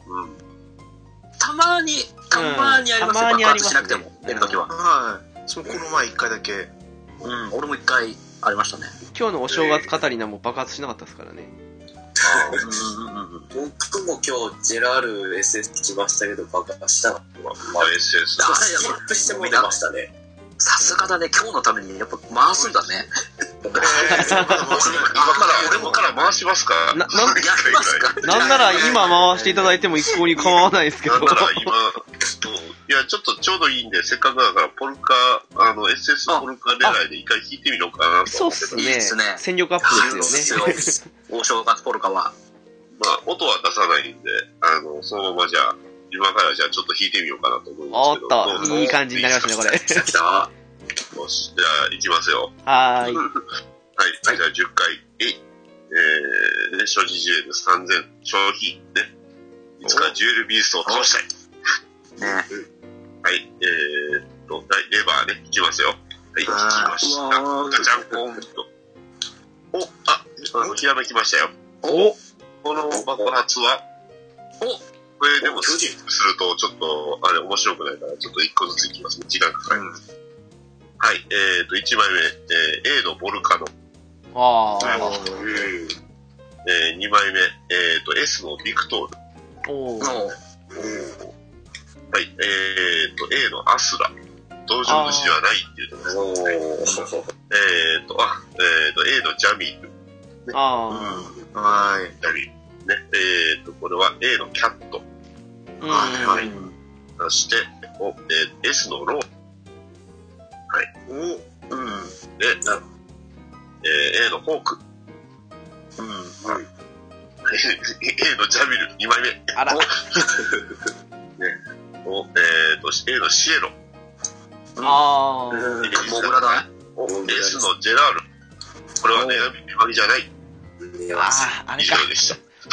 D: うん。
B: たまに、たまにあり
A: うん
B: ます
A: たまにあ
B: よ、爆
A: りま
B: 発
A: す
B: し
A: ね
B: なくても、出るときは。
C: はい。そのこの前一回だけ。
B: うん、俺も一回ありましたね。
A: 今日のお正月語りなも爆発しなかったですからね。
B: うんうんうんうん。
E: 僕も今日、ジェラール SS 来ましたけど、爆発したの。
D: まあ、SS
B: あ。
E: スキップしても出ましたね。
B: さすがだね、今日のためにやっぱ回すんだね。
D: 今から、俺もから回しますか
A: ななん
D: すげえ
B: やりますか
A: なんなら今回していただいても一向に構わないですけど。
D: な
A: は
D: んなら今、そういや、ちょっとちょうどいいんで、せっかくだから、ポルカ、あの、SS ポルカ狙いで一回引いてみようかなと
A: そう
D: 思
A: っ
D: って
A: す
D: た
A: ね
B: いいっすね
A: 戦力アップですよね。
B: いいっすよお正月ポルカは。
D: まあ、音は出さないんで、あの、そのままじゃあ、今からじゃあちょっと弾いてみようかなと思うん
A: おっ
D: ですけど。
A: と、いい感じになりましたね、これ。
E: 来た来た。
D: れ。よし、じゃあ行きますよ。
A: はーい。
D: はい、じゃあ10回、えい、えー、で、所持事例で3000、消費、ね。いつかジュエルビーストを倒したい。
B: ね。
D: はい、えーっと、はいレバーね、いきますよ。はい、引きました。
B: うわー
D: ガチャンコンと。お、あ、あの、ひらめきましたよ。
A: お
D: この爆発は、
B: お
D: これでもスキップすると、ちょっと、あれ面白くないから、ちょっと一個ずついきますね。時間かかります。はい、えーっと、1枚目、えー A のボルカノ。
A: あ
D: はい
A: あ。
D: えー、2枚目、えーっと、S のビクトール。
A: おー
B: もう、
D: はい、えー、と、A のアスラ、道場主ではないっていうところですね。えー、と、あ、えー、と、A のジャミール、
A: あ
C: はい。
D: ジャミール。ね、えー、と、これは A のキャット、
A: ー
C: はい
A: うん
C: はい。
D: そして、おえー S のロー、
C: おうん。
D: えー A のホーク、A のジャミル、2枚目。
A: あら。
D: おえー、と、A のシエロ、
A: あー
E: うん
B: モグラだ。
D: お S のジェラール。これはね、見まりじゃない。
A: あー、あ
D: 以
A: れ
D: 上
A: か。
D: でした。
A: あ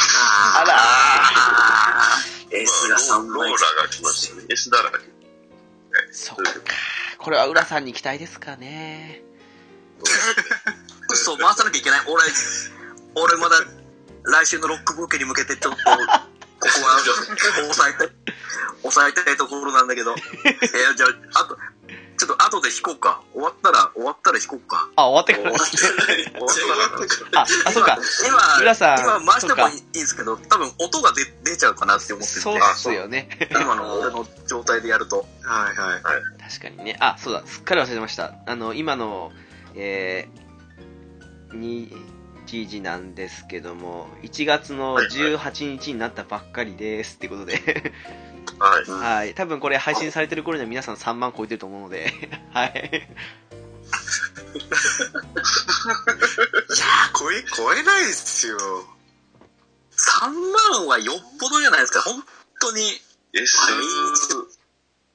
A: ら
E: エースが3
D: ロー
E: 枚。
D: ラーが来ましたね。S だらけ。
A: そっか。これは浦さんに期待ですかね。
B: 嘘、回さなきゃいけない。俺、俺まだ来週のロックブーケに向けてちょっと、ここは抑えたい、抑えたいところなんだけど。えーじゃあ、あと、ちょっと後で弾こうか。終わったら、終わったら弾こうか。
A: あ、終わってから。あ、あ、そっか。
B: 今、
A: 浦さん。
B: 今回してもい
A: そっか
B: いいいんですけど、多分音が出出ちゃうかなって思ってて。
A: そうっすよね。
B: 今の俺の状態でやると。
C: はいはい。
A: 確かにね。あ、そうだ。すっかり忘れてました。あの、今の、えー、日時なんですけども、1月の18日になったばっかりですってことで、
D: はい。
A: はい。多分これ配信されてる頃には皆さん3万超えてると思うので、はい。
C: いやー、超え、超えないですよ。
B: 3万はよっぽどじゃないですか。本当に。
D: S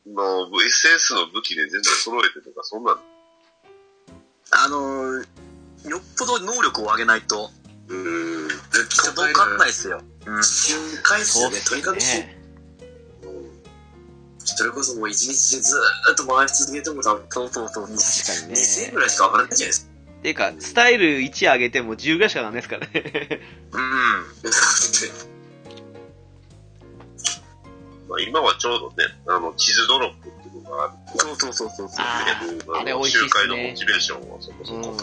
D: の、SS の武器で全部揃えてとか、そんなの。
B: あのー、よっぽど能力を上げないと
E: うん。
B: 届かないですよ。
E: 周回数
A: そうっ
E: ね、とに
A: す
E: かく周
A: ね。
E: それこそもう一日中ずーっと回し続けても多分、
B: そうそうそう。
A: 確かにね。
E: 2000円ぐらいしか上がらないじゃないです
A: っていうか、スタイル1上げても10ぐらいしか上がんないですからね。
B: うん。
E: か。
D: まあ、今はちょうどね、あの、地図ドロップっていうのがあるん
B: そうそうそうそうそう。
A: あ
D: で、
A: あれ美
D: の、
A: 味しいっすね
D: 周回のモチベーションはそこそ
A: うん。
D: こ。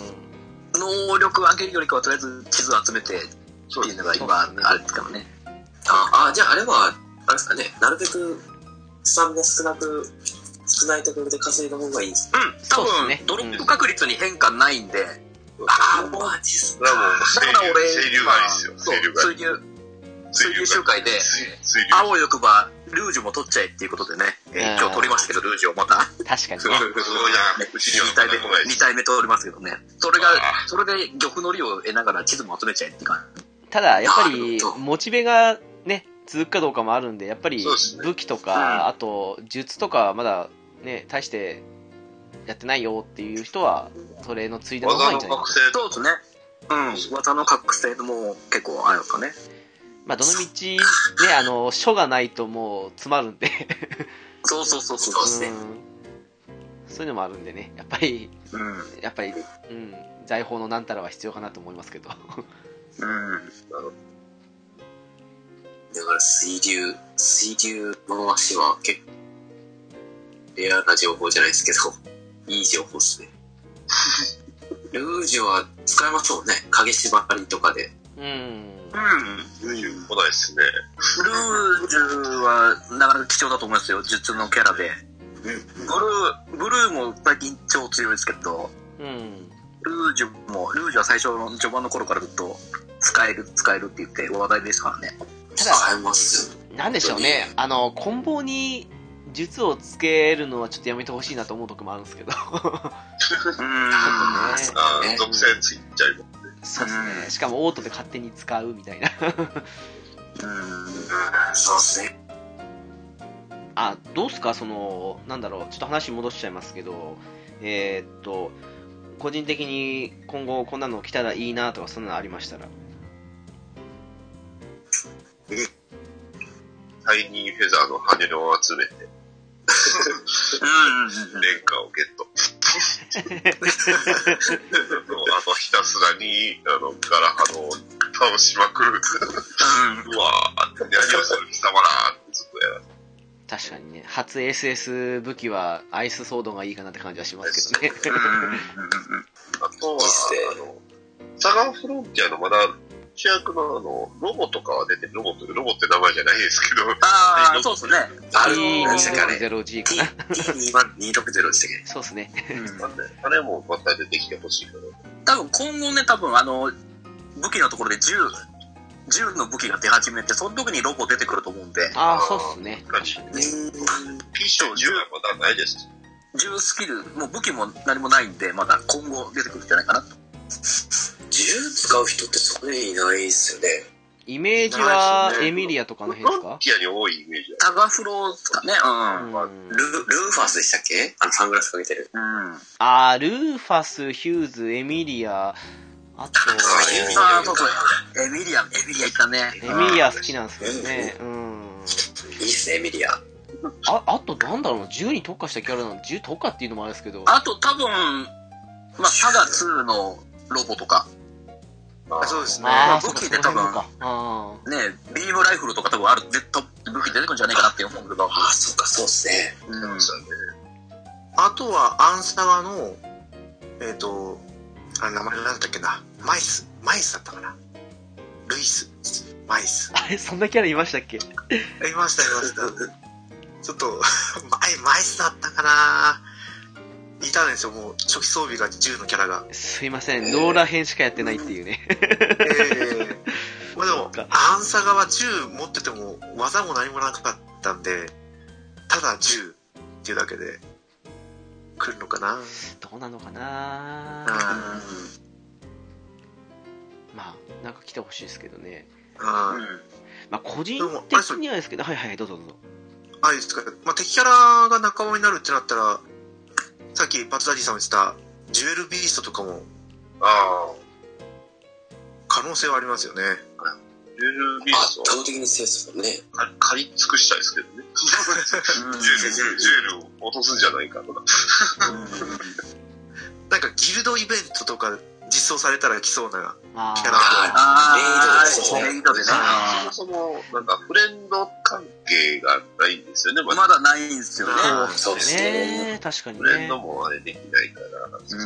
B: 能力上げるよりかはとりあえず地図を集めてっていうのが今
A: そうですね
B: あれですからね。
E: あ、あじゃああれは、あれですかね、なるべく、スタミナ少なく、少ないところで稼いだ方がいいんですか
B: うん。多
A: そうですね
B: 分、ドロップ確率に変化ないんで。
E: あー、マジっす
D: それはもう、
B: だ
D: 清
B: から
D: 流、
B: 俺、
D: 清流がいいっすよ。
B: そ
D: 清流
B: う、
D: が
B: 水流、水流集会で、
D: 水水流。
B: 青よくば、ルージュも取っちゃえっていうことでね、え
A: あー
B: ー今日取りましたけど、ルージュをまた。
A: 確かにね
D: すごい。な。うちには
B: 2
D: 来な
B: 体
D: い
B: 目、
D: で
B: 二体目取りますけどね。それが
D: あ、
B: それで玉の利を得ながら地図も集めちゃえっていう感じ。
A: ただ、やっぱ
E: な
A: り
E: るほど、
A: モチベがね、続くかどうかもあるんで、やっぱり
D: そうです、ね
A: 武器と
E: う
A: か、あと、術とか、まだ、ね、大して、やってないよっていう人は、それのついでの方がい
D: 技
A: いんじゃない
D: の
A: か
D: 覚
A: な。
D: 醒
B: そうですね。うん。技の覚醒も結構あるんですかね。
A: まあ、どのみち、ね、あの、書がないともう、詰まるんで、
B: そうそうそう
E: そう
B: そ
E: っすね
A: んそういうのもあるんでね、やっぱり、
B: う。うん。
A: やっぱり、うん、財宝のなんたらは必要かなと思いますけど。
B: うん。
E: だから水流、水流回しは結構、レアな情報じゃないですけど、 いい情報ですね。ルージュは使えますもんね。影縛りとかで。
A: うん。
B: うん。
D: ルージュ来ないですね。
B: ルージュはなかなか貴重だと思いますよ、術のキャラで。ブルー、ブルーも最近超強いですけど、
A: うん。
B: ルージュも、ルージュは最初の序盤の頃からずっと使える、使えるって言って話題でしたからね。
A: た
E: 使
A: だ
E: えます。
A: なんでしょうね、あの、棍棒に術をつけるのはちょっとやめてほしいなと思うとこもあるんですけど。
B: うん。
A: ね
D: あ
E: ね
D: ー属性ついちゃいま
A: そうですね。 しかもオートで勝手に使うみたいな。
B: うん。
E: そうですね。
A: あ、どうすか、その、なんだろう、ちょっと話戻しちゃいますけど、えーっと、個人的に今後こんなの来たらいいなとか、そんなのありましたら。
D: す。タイニーフェザーの羽を集めて、 廉価をゲット。あとひたすらに、あの、ガラハの倒しまくる。うわー何をする貴様らってずっとやられて
A: 確かにね、初 SS 武器はアイスソードがいいかなって感じはしますけど ね。
D: あとは
E: 実勢、
D: あの、サガンフロンティアのまだ主役のあの、ロボとかは出て、ロボとロボって名前じゃないです けど、
B: ああ、そうですね。
E: あ るんでしたっけあれ。
A: T260G かな。
E: T260 でしたっけ
A: そうですね。
D: なんで、あれもまた出てきてほしいかな。
B: 多分今後ね、多分あの、武器のところで銃、銃の武器が出始めて、その時にロボ出てくると思うんで、
A: ああ、そうっすね。確かにね。
D: ピション10はまだないです。
B: 銃スキル、もう武器も何もないんで、まだ今後出てくるんじゃないかなと。
E: 銃使う人ってそれいないっすよね。
A: イメージは
D: ないですね
A: エミリアとか
D: フ
A: の辺です
D: ロン
A: か
D: ティアに多いイメージだ。
B: タガフローですかね、うん。
A: うん
E: ルルーファースでしたっけあのサングラスかけてる。
B: うん。
A: あールーファス、ヒューズ、エミリア、あと、
B: ああ、そうそう。エミリア、エミリアいったね。
A: エミリア好きなんですけどね。うん。
E: いいっすね、エミリア。
A: あ、あとなんだろうな、銃に特化したキャラなの、銃特化っていうのもあれですけど、
B: あと多分、まあ、サガ2のロボとか、
C: あそうですね。
A: ああ、そうか、
B: 武
A: そ
B: 器で
A: の
B: 多
A: 辺
B: 分
A: のか。あ
B: ね、ビームライフルとか多分ある、絶対武器出てくるんじゃないかなって思うんだけど。
E: ああ、そっか、そうっすね。
B: うん。
C: あとは、アンサガの、えっ、と、あれ名前なんだったっけな。マイス。マイスだったかな。ルイス。マイス。
A: ーあれ、そんなキャラいましたっけ。
C: いました、いました。ちょっと、マイ、マイスだったかな。いたんですよ、もう、初期装備が銃のキャラが
A: すいません、ローラ編しかやってないっていうね。
C: ええまあでも
A: そっか、
C: アンサガは銃持ってても、技も何もなかったんで、ただ銃っていうだけで、来るのかな。
A: どうなのかな
C: あ
A: まあ、なんか来てほしいですけどね。
C: あ
B: う。ん
A: まあ、個人的にはですけど、はいはい、どうぞどうぞ。
C: あれですか、まあ、敵キャラが仲間になるってなったら、さっきパツダディさんが言ってた、ジュエルビーストとかも
D: ああ、
C: 可能性はありますよね。
D: ルールビー
E: あ
D: ス、
E: 多
D: を
E: 目的に強いっすもんね。
D: 借り尽くしたいですけどね。ジュエル、ジュエルを落とすんじゃないかとか。
C: なんかギルドイベントとか実装されたら来そうな
A: あ
C: キャラ
A: あ、
B: あ
E: そう
B: ーレイドでね。
D: そもそも、なんかフレンド関係がないんですよね。ま
B: ま
D: だ
B: だないんですよね。
A: そうですね。確かに
D: フレン
A: ね
D: ド。もあれできないから、そうですね。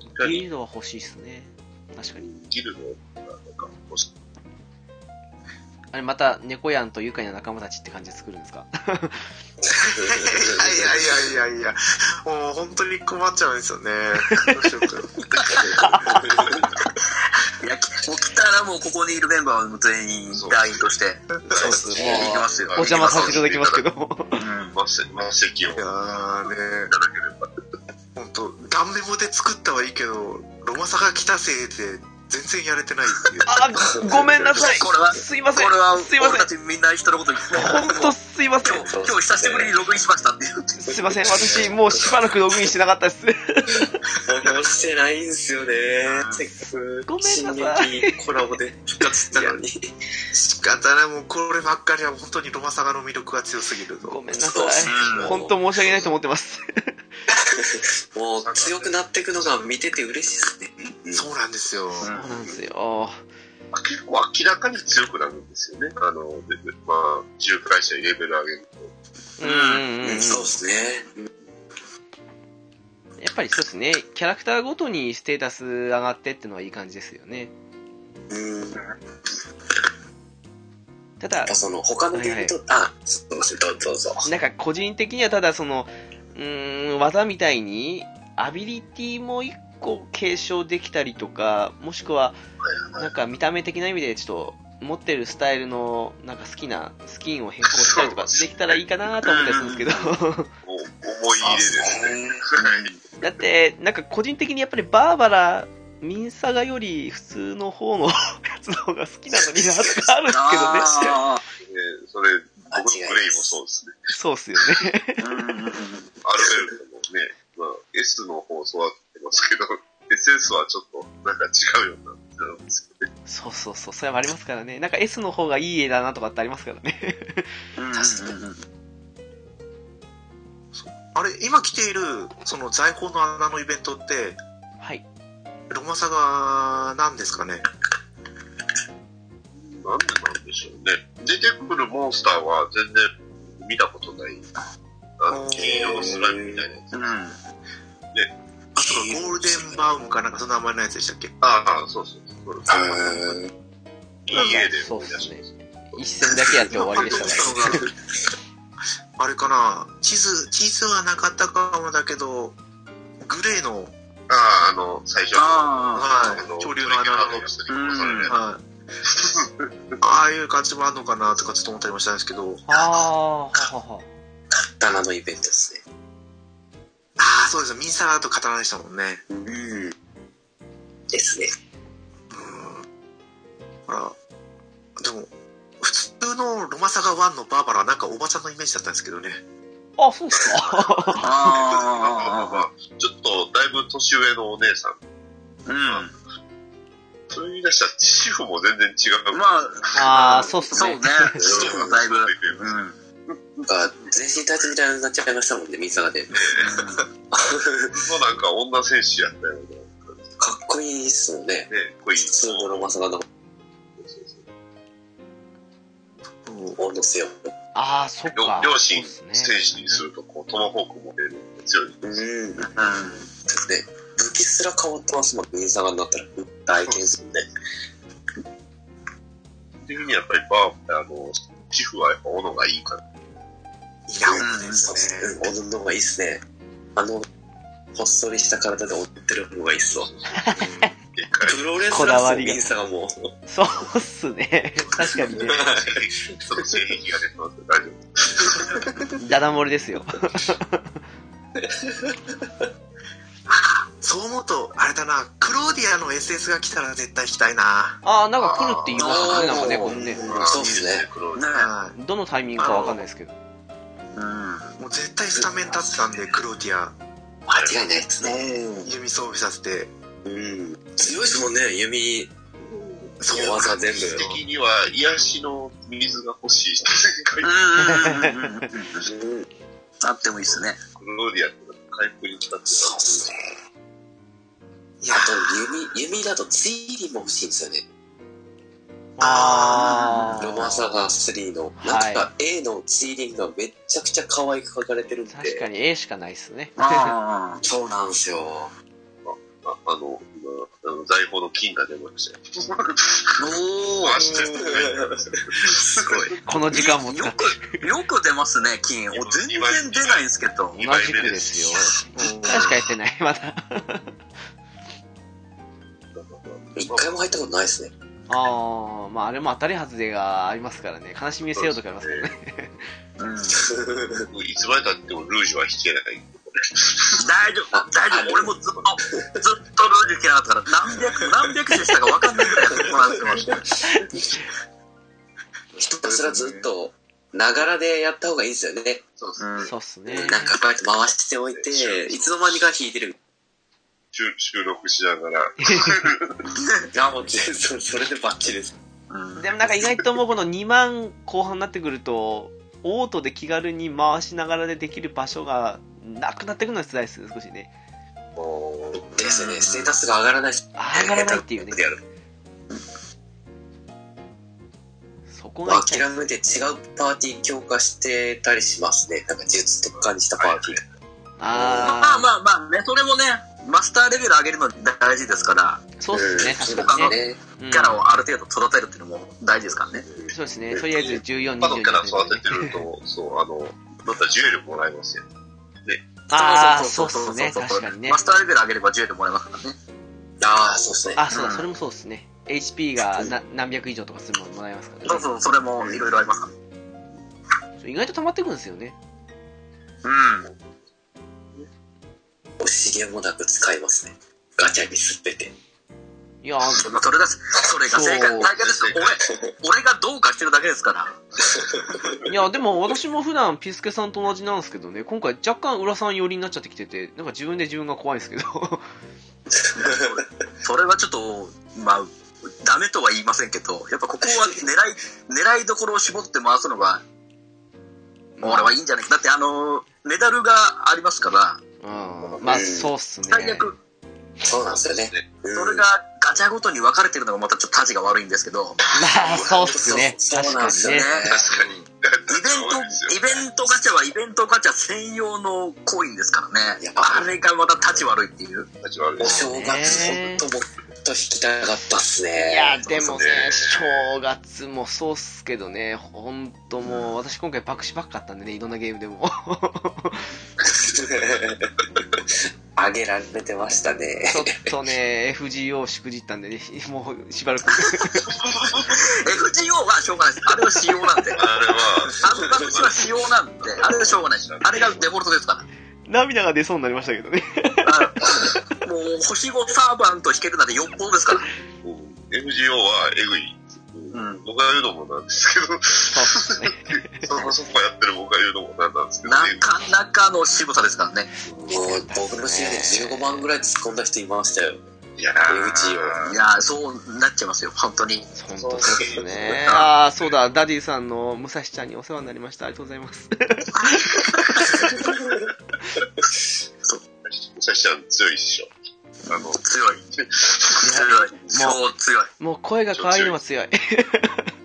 D: 一回
A: ギルドは欲しいですね。確かに。
D: ギルドがなんか欲しい。
A: あれ、また、猫やんと愉快な仲間たちって感じで作るんです か
C: いやいやいやいやいや、もう本当に困っちゃうんですよね。どうしようか。
B: いや、もう来たらもうここにいるメンバーは全員団員として
A: そうっすね。
B: 行きますよ。
A: お邪魔させていただきますけども。
D: 魔石魔石をい
C: いや
D: ただ
C: ーね、
D: ければ。
C: 本当、ダンメモで作ったはいいけど、ロマサが来たせいで全然やれてない っていう。
A: あー、ごめんなさい
B: これは。
A: すいま
B: こ
A: せん
B: れは。
A: すいませ
B: 俺たちみんな人のこと言って
A: ん。ほんとすいません
B: 今。日、今日久しぶりにログインしましたって言って。
A: すいません。私、もうしばらくログインしてなかったです。
E: 何もしてないんですよね。せっかく、
A: ごめんなさい
E: 進撃コラボで復活したのに。
C: 仕方ない、もうこればっかりは本当にロマサガの魅力が強すぎる
A: ご
C: ぞ。
A: めんなさ
E: そうですね
A: い。ほんと申し訳ないと思ってます。
E: もう強くなっていくのが見てて嬉しいですね。
C: そうなんですよ。
A: そうなんですよ。
D: 結構明らかに強くなるんですよね。あの、ででまあ、重回社レベル上げる
A: うんうんうん。
E: うん、そうですね。
A: やっぱりそうですね。キャラクターごとにステータス上がってってのはいい感じですよね。
E: うん。やった
A: だ
E: ぱ、その、他のゲームと、あ、すいません、どうぞどうぞ。
A: なんか個人的にはただその、うーん、技みたいに、アビリティも一個継承できたりとか、もしくは、なんか見た目的な意味でちょっと、持ってるスタイルの、なんか好きなスキンを変更したりとかできたらいいかなと思ったりするんですけど、
D: のを思い入れですね。
A: だって、なんか個人的にやっぱりバーバラ、ミンサガより普通の方の やつの方が好きなのになとかあるんですけどね。
B: あ
D: でそれ、僕
E: あ違い
D: の
E: ます
D: プレイもそうですね。
A: そうっすよね。
B: ーうんうんうん
D: アルベルトもね、まあ、S の方育ってますけど、SS はちょっとなんか違うようになってるんですよね。
A: そうそうそう、それもありますからね。なんか S の方がいい絵だなとかってありますからね。
B: うんうんうん
C: あれ、今来ている、その在庫の穴のイベントって、
A: はい。
C: ロマサガなんですかね
D: なんでなんでしょうね。出てくるモンスターは全然見たことない。あの、
C: おー
D: 金色のスライムみたいなやつ。
B: うん
C: あ、そうか、ゴールデンバウムかなんかその名前のやつでしたっけ
D: ああ、そうそうそ
E: う
D: う。
E: ん。
D: いい絵で
A: そう
D: 思
A: っ
D: い出します
A: すね。一戦だけやって終わりでしたから。
C: あれかな地図、地図はなかったかもだけど、グレーの、
D: ああ、あの、最初の、
B: あ
C: は
D: あの
C: い、潮流の穴の、はい。
D: やつに殺されるや
C: あ あいう感じもあるのかなとかちょっと思ったりもしたんですけど、
A: あー、ははは。
E: 刀のイベントですね。
C: ああ、そうですよ、ミンサーと刀でしたもんね。
E: うん。ですね。
C: ほら、でも、普通のロマサガ1のバーバラはなんかおばちゃんのイメージだったんですけどね。
A: あ、そうっすか。
B: あああ
D: ああちょっと、だいぶ年上のお姉さん。
B: うん
D: そう言い出したら、シフも全然違う。
B: まあ
A: あー、そうっす
B: そう
A: ね
B: ね。シフもだいぶうん
E: なんか、全身タイツみたいになっちゃいましたもんね、ミサガで。
D: のなんか女戦士やったよね。
E: かっこいいっすもんね。
D: ね、こい
E: 普通のロマサガの温度性を。
A: あー、そっか。
D: 両
A: そ
D: 親
A: うっすね
D: 戦士にすると、こう、トマホークも出るんですよ。
E: うん。で
B: うん
E: すね。武器すら変わってますもん、ミサガになったら。大剣っすもんね。
D: 基本的にやっぱりバー、あの、シフはやっぱ斧がいいから。
C: いや、多いで
E: そうです
C: すね。
E: ね。踊るのがいいっすね。あの、ほっそりした体で踊ってる方がいいっすわ。
D: でっかい。
E: プロレス
A: こだ
E: ラ
A: わ
E: ーの
A: りが
E: ミサガも。
A: そうっすね。確かにね。
D: その性癖が出てますけど大丈夫。
A: ダダ漏れですよ。
C: そう思うと、あれだな、クローディアの SS が来たら絶対来たいな。
A: あー、なんか来るって言いましたね、なんかね、これね。
E: そうっすね。
D: 黒い。
C: は
A: どのタイミングかわかんないですけど。
C: い。もう絶対スタメン立ってたんで、クローディア、
E: 間違いないですね。
C: 弓装備させて、
E: うん。強いですもんね、弓。
C: そう
E: 小技全部。
D: 的には癒しの水が欲しい人が
B: うんうんうんうん
E: うん。
B: あってもいいっすね
D: クローディアって回復に使って
E: そうっすね。
C: い
E: あ
C: や、
E: と、弓、弓だとツイリーも欲しいんですよね。
A: あ
E: ロマ
A: ー。
E: サガ3の。
A: は
E: ないんか A のツイリングがめっちゃくちゃ可愛く描かれてるんで。
A: 確かに A しかないっすね。
B: あ
E: そうなんですよ。
D: ああの、今あの在庫の金が出ましたよ。
B: お
D: 回してる
B: すごい
A: この時間も使って。
B: よく出ますね金お全然出ないんですけど
A: 同じくですよ。1回しかやってない、まだ。
E: 一回も入ったことないですね。
A: ああ、まああれも当たり外れがありますからね。悲しみにせよとかありますからね。
B: うん
D: いつまでたってもルージュは引けない。
B: 大丈夫、大丈夫、俺もずっと、ずっとルージュ嫌いだったから、何百、何百種したか分
E: ひたすらずっと、ながらでやった方がいいですよね。
D: そうです
B: うん
D: ね。
A: そうっすね。
E: なんかバイト回しておいて、いつの間にか弾いてる。
D: 収収録しながら。
E: あ、もう、そそれでバッチリです。
B: うん
A: でもなんか意外ともうこの2万後半になってくると、オートで気軽に回しながらでできる場所がなくなってくるのは辛いですね、少しね。
E: ですね、ステータスが上がらないし。
A: 上がらないっていうね。
E: やる
A: そこが痛い。
E: 諦めて違うパーティー強化してたりしますね。なんか術とかにしたパーティー。
B: まあ
A: ああ、
B: まあまあね、それもね、マスターレベル上げるの大事ですから、
A: そうっすね、
E: そう
A: 確かにね。
E: ね。
A: うん
B: キャラをある程度育てるっていうのも大事ですからね。
A: そうですね、とりあえず14、
D: 他の
A: 24
D: キャラ育ててると、そう、あの、だったら重力もらえますよ。
A: ああ、そうっすね、確かにね
B: マ。スターレベル上げれば10でもらえますからね。
E: ああ、そうですね。
A: あ、そうだ、
B: うん
A: それもそうっすね。HP がな何百以上とかするものもらえますから
B: そう
A: ね。
B: そう、それもいろいろありますからね。
A: 意外と溜まってくるんですよね。
B: うん。
E: 惜しげもなく使いますね。ガチャにすってて。
A: いやー、
B: まあ、それだし、それが正解、大解ですよ。 俺、俺がどうかしてるだけですから。
A: いや、でも私も普段ピスケさんと同じなんですけどね、今回若干浦さん寄りになっちゃってきてて、なんか自分で自分が怖いんですけど。
B: それはちょっと、まあ、ダメとは言いませんけど、やっぱここは狙い、狙いどころを絞って回すのが、俺はいいんじゃないか。だってあの、メダルがありますから、
A: うん。まあ、そうっすね。
B: 最悪、
E: そうなんですよね。
B: それがガチャごとに分かれてるのがまたちょっとタジが悪いんですけど、
A: まあ、そうっすね。
E: そう
A: 確
E: そうなん
A: かに
E: ですよ
A: ね
E: ね。。
D: 確かに。イベ
B: イベント、イベントガチャはイベントガチャ専用のコインですから
E: い
B: ね
E: や。
B: あれがまたタジ悪いっていう。
D: ント始まる
E: お正月、ほんともっと弾きたかったっすね。
A: いや、でもね
D: そうっ、す
A: 正月もそうっすけどね、ほんともう、私今回爆死ばっかあったんでね、いろんなゲームでも。
E: あげられてましたね。
A: ちょっとね、FGO しくじったんでね、もうしばらく。
B: FGO はしょうがないです。あれは仕様なんで。
D: あれは、
B: あのガチは仕様なんで、あれはしょうがないです。あれがデフォルトですから。
A: 涙が出そうになりましたけどね。
B: あのもう星5サーバント弾けるなんてよっぽどですから。
D: うん MGO はえぐい。
B: うん。
D: 僕が言うのもなんですけど、
A: そうっすね。
D: そこそこやってる僕が言うのもなんなんですけど
B: な
D: ね。
B: かなかの渋さですからね。
E: もう、僕の知り合いで15万ぐらい突っ込んだ人いましたよ。
D: いやー
E: MGO
B: いやー、そうなっちゃいますよ、本当に。
A: 本当そうですね。ああ、そうだ、ダディさんの武蔵ちゃんにお世話になりました。ありがとうございます。
D: 武蔵ちゃん強いっしょ。あの、
B: 強い。強い。そう強い。
A: もう声が可愛いのは強い。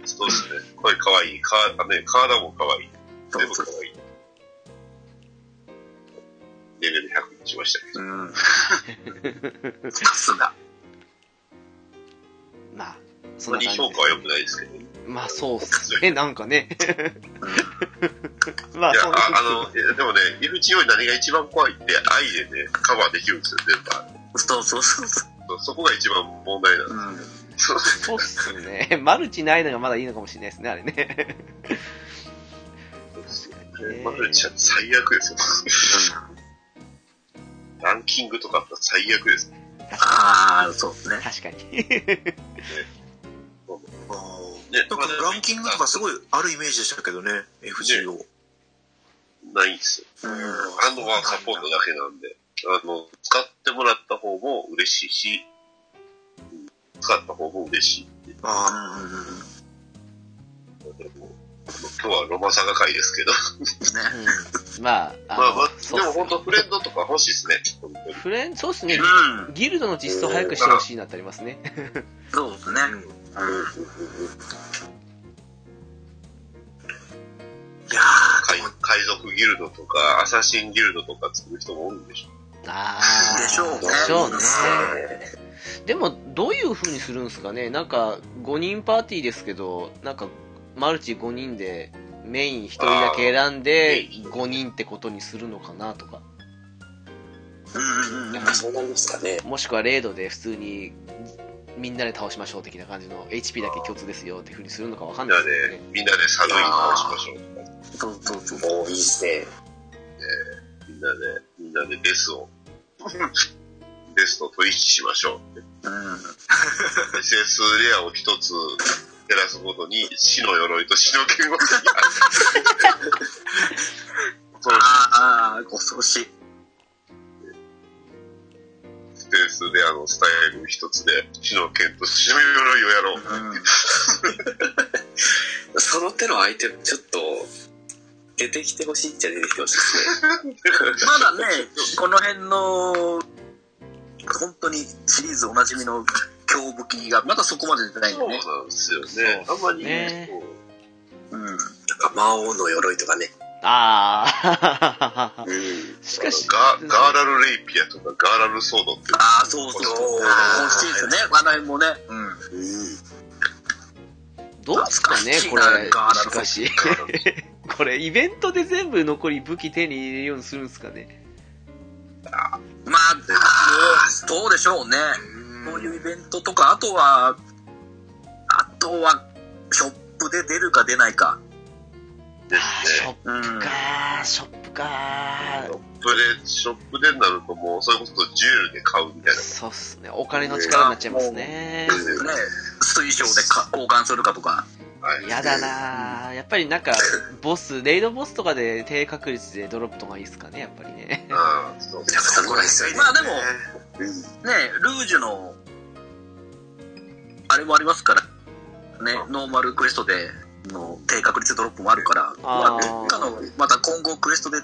D: そうですね。声可愛い。かあね、体も可愛い。
B: そう
D: 全部
B: そ
D: 可
B: う
D: 愛い。レベル100にしましたけど。
B: うん。さすが。
A: まあ、そ
D: そ
A: ん
D: ん
A: な
D: な
A: 感じ
D: に評
A: で
D: 価は良くないですけど。い
A: す。まあ、そうっすね。なんかね。まあ、
D: や、
A: そんな
D: ああの、いやでもね、FGO に何が一番怖いって愛でね、カバーできるんですよ、全部。
B: そうそうそうそ
D: そこが一番問題な
B: う。
D: の。
B: うん。
D: そう
A: そうっすね。マルチないのがまだいいのかもしれないですね、あれね。確かにね
D: マルチは最悪ですよ。ランキングとかあったら最悪です。
B: ああ、そうね。
A: 確かに。
C: あー
D: ね
C: なんかランキングとかすごいあるイメージでしたけどね、FGO。
D: ないんですよ。
B: うん
D: あのはサポートだけなんで、あの、使ってもらった方も嬉しいし、うん使った方も嬉しいっていう
C: あ
B: うんうんうん。ね。
D: ので、もうあの今日はロマサガ会ですけど、
A: うん、まあ、あ
D: まあ
A: の
D: まあ、
A: そ
D: で
A: うっ
D: も
A: すね
D: 本当フレンドとか欲しいですね、本当に。
A: フレン、そうっすね。
B: うん。
A: ギルドの実装早くしてほしいなってありますね。
B: そうですね。いや
D: 海海賊ギルドとか、アサシンギルドとか作る人も多いんでしょ。
A: あ
B: ー
A: ー
B: でしょうね
A: でしょうね。
E: ね
A: でも、どういう風にするんですかね、なんか5人パーティーですけど、なんかマルチ5人でメイン1人だけ選んで
D: あー
A: 5人ってことにするのかなとか、
B: ーうんうんうん。
E: なんかそうなりますかね。
A: もしくはレードで普通にみんなで倒しましょう的な感じの HP だけ共通ですよっていう風にするのかわかん
D: みん
A: な
D: ない
A: ですけ
D: で、みんなで寒い顔しましょうとか、
B: そうそうそう。
E: もういいっすね。
D: みんなで、みんなで デスを、デスと取引しましょうって。
B: うん。
D: デ再生数レアを一つ減らすごとに、死の鎧と死の剣ごとに、そう
B: ああ、恐ろしい。
D: スペースレアのスタイル一つで、死の剣と死の鎧をやろう。
E: その手のアイテム、ちょっと、出てきてほしいっちゃ出てきてほしいですね。
B: まだね、この辺の、本当にシリーズおなじみの強武器が、まだそこまで出てないんだ
D: そう
B: よね。
D: なんですよね。あんまりね、
A: ね
B: うん。
E: なんか、魔王の鎧とかね。
A: ああ。
E: うん。
A: しかし、
D: ガガーラルレイピアとかガーラルソードっていう
B: ああ、そうそう。
D: そう
B: 今シリーズね、話題もね。うん。
E: うん。
A: どうっすかね、これ。
B: 懐かしいな
A: しかし。
B: ガーラ
A: これ、イベントで全部残り武器手に入れるようにするんですかね。
B: まあ、どうでしょうね。こういうイベントとか、あとは、あとは、ショップで出るか出ないか。
D: で
A: あーシ
D: す
A: ョ
D: ね。
A: ッ
B: うん。
A: プか、ショップか。
D: それでショップでになるともう、それこそジュエルで買うみたいな。
A: そうっすね。お金の力になっちゃいますね。
B: ね、水晶でか交換するかとか。
D: はい。
A: やだなぁ。やっぱりなんか、ボス、レイドボスとかで低確率でドロップとかいいっすかね、やっぱりね。
D: ああ、そ
E: な
D: う。
E: んか、そこらですよね。
B: まあでも、
E: うん。
B: ね、ルージュの、あれもありますから、ね、ノーマルクエストでの低確率ドロップもあるから、
A: あー
B: まあ、どっかの、また今後クエストで、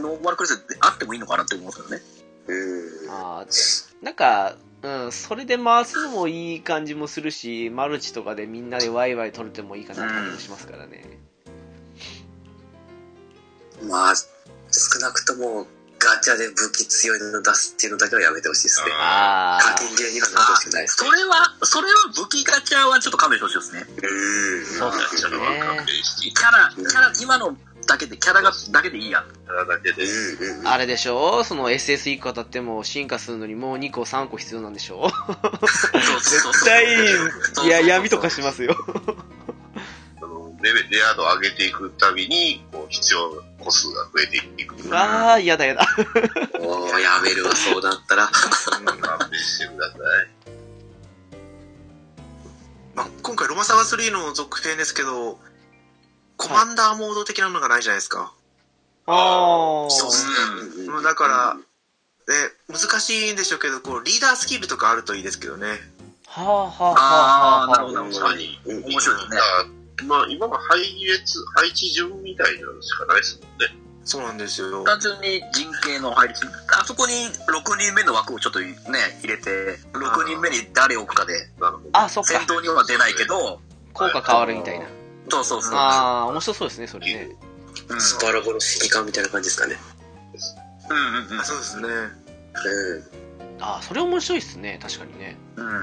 B: ノーマルクエストであってもいいのかなって思うんですけどね。
E: うん。
A: あーなんか、うん、それで回すのもいい感じもするし、マルチとかでみんなでワイワイ取れてもいいかなって感じもしますからね。
E: まあ、少なくともガチャで武器強いの出すっていうのだけはやめてほしいですね。
A: あ
E: 課
A: あ、
E: 金ゲーにはなってほしくないです。
B: それは、それは武器ガチャはちょっと勘弁してほしいですね。
E: うん。
A: そうっすね。
B: キャラ、キャラ、今のだけで、キャラがだけでいいや。
D: やらだけで。
E: うんうん。
A: あれでしょその SS1 個当たっても進化するのにもう2個3個必要なんでしょ
B: そうそうそ
A: い
B: う
A: や、闇とかしますよ。
D: あのレベレア度上げていくたびに、こう、必要個数が増えていく。ま
A: わあ、嫌だ嫌だ。
E: おー、やめるわ、そうだったら。
D: あ、勘弁してください。
C: まあ、今回ロマサガ3の続編ですけど、コマンダーモード的なのがないじゃないですか。
A: ああ、
E: そうっすね
C: まあだから、ね、難しいんでしょうけど、こう、リーダースキルとかあるといいですけどね。
A: はあはあはあは
B: あーなるほ
A: あ
B: ど。
D: 確かに。
E: うん。
B: 面白いですね。
D: まあ、今は配列、配置順みたいなのしかないですもんね。
C: そうなんですよ。
B: 単純に人形の配列あそこに6人目の枠をちょっとね入れて6人目に誰を置くかで
D: なるほど。
A: あ、そっ
B: 戦
A: か。
B: 闘には出ないけど
A: 効果変わるみたいな。
B: そうそうそう、
A: ああ、面白そうですね、それね。
B: うん、
E: スパラボの指揮官みたいな感じですかね。
B: うんうん
C: あそうですね。
A: ああ、それ面白いっすね、確かにね。
B: うんうん
E: う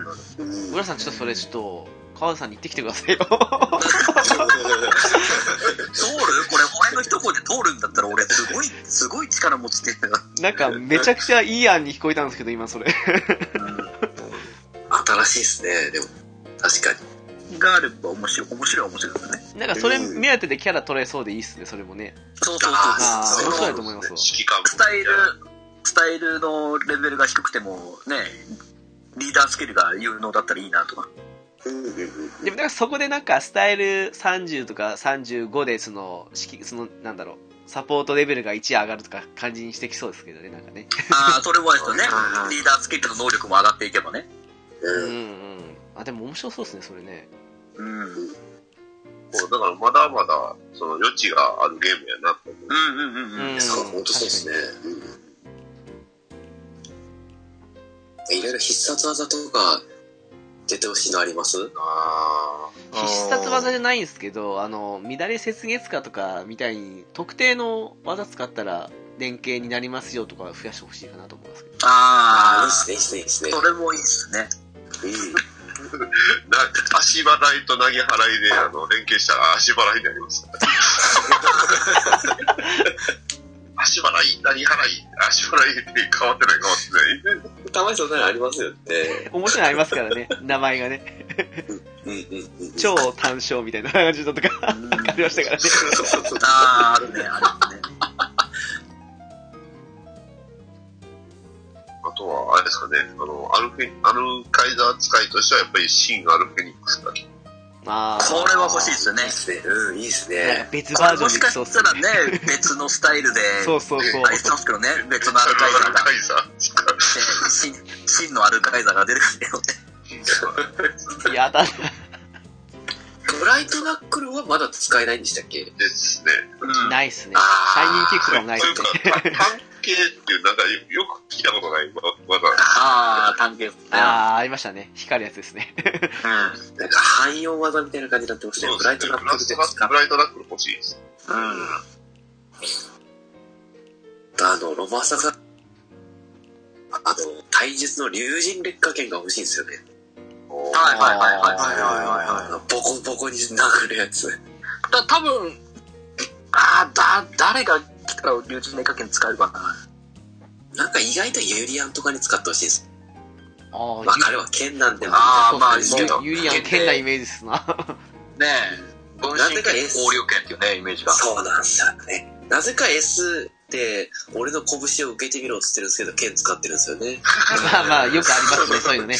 E: ん。
A: 浦さん、ちょっとそれ、ちょっと、川田さんに行ってきてください よ。
B: 通るこれ俺の一声で通るんだったら俺すごいすごい力持ちってる
A: なんか、めちゃくちゃいい案に聞こえたんですけど、今それ。
E: 新しいですね、でも。確かに。
B: があれば面白い面白いは面白いですね
A: なんか、それ目当てでキャラ取れそうでいいっすね、それもね。
B: そうそう
A: ああ、
B: そう
A: 面
B: そ
A: 白
B: の
A: いと思いますわ。
D: 指揮官も
B: スタイルスタイルのレベルが低くてもねリーダースキルが有能だったらいいなとか
E: うんうんうん。
A: でもなんかそこでなんかスタイル30とか35でその式そのなんだろうサポートレベルが1上がるとか感じにしてきそうですけどねなんかね
B: ああそれもですよね
C: うんうん
B: リーダースキルの能力も上がっていけばね
A: うんう
E: うん。
A: んあでも面白そうですねそれね
B: うんうん
D: もうだからまだまだ、その余地があるゲームやなと思う。
B: うんうんうん
A: ん
E: そう、本当そうですね。うん。いろいろ必殺技とか出てほしいのあります
D: あ
A: 確かに必殺技じゃないんですけどあの乱れ雪月花とかみたいに特定の技使ったら連携になりますよとか増やしてほしいかなと思います けど
E: ああ、いい
B: あ
E: っ
B: あ
E: すね、いいっすね、いいっすね。
B: それもいいっすね
E: うん。
D: ーな足払いと投げ払いで、あの、連携したら足払いになり ます。足払い、何払い、足払いって変わってない変わってない。
E: たまにそんなのありますよね。
A: 面白いのありますからね名前が ね
E: うんうんうん。
A: 超単勝みたいな感じのとかありましたからね
B: あああるねあるね
D: あとは、あれですですかね。あの、アルフェ、アルカイザー使いとしてはやっぱりシン・アルフェニックスが。
A: まあ、
B: これは欲しいですよね。
E: うん、いいです
A: なん
E: ね。
A: か別バージョン
B: も
A: で
B: し
A: い
B: か
A: き
B: し
A: そうったす
B: ら
A: ね。
B: ね、別のスタイルで、
A: そうそうそう。
B: ありそうですけどね、別のアルカイザーが
D: アル。カイザー使う。
B: で真真のアルカイザーが出るからよね。
A: やだな。
E: ブライトナックルはまだ使えないんでしたっけ
D: ですね。
A: ないっすね。
E: あ
A: シ
E: ー
A: ャイニングキックもないっ
D: という
A: す
D: か
A: ね。、
D: パパン系っていう、なんかよよく聞いたことないわ技。
B: ああ、探検ね。
A: ああ、ありましたね。光るやつですね。
E: なんか汎用技みたいな感じになってましたね。ブライトナッ
D: ブ
E: ク
D: ラ
E: ル
D: ス
E: で
D: トナッ
E: 使
D: ク
E: っ
D: ブライトナックル欲しいです。
B: うん。うん。
E: たあの、ロマサが、あの、体術の竜神劣化剣が欲しいんですよね。
B: はいはいはいはい
C: はいはいはい
E: あ
C: は
E: の、ボコボコに殴るやつ。
B: だ多分ああだ誰が来たら竜神ネカ剣使えるかな
E: なんか意外とユリアンとかに使ってほしいです。
A: あ
E: まあ、彼は剣なんでも。
B: あーまあ
A: そうっすね
B: いいけど
A: ユリアン、変なイメージっすな。
B: ねえ分
E: なん
B: 身
E: で
B: 剣
E: か
B: 交流剣っていうねイメージが
E: そうなんですよね。なぜか S って、俺の拳を受けてみろって言ってるんですけど、剣使ってるんですよね。
A: まあまあ、よくありますね、そういうのね。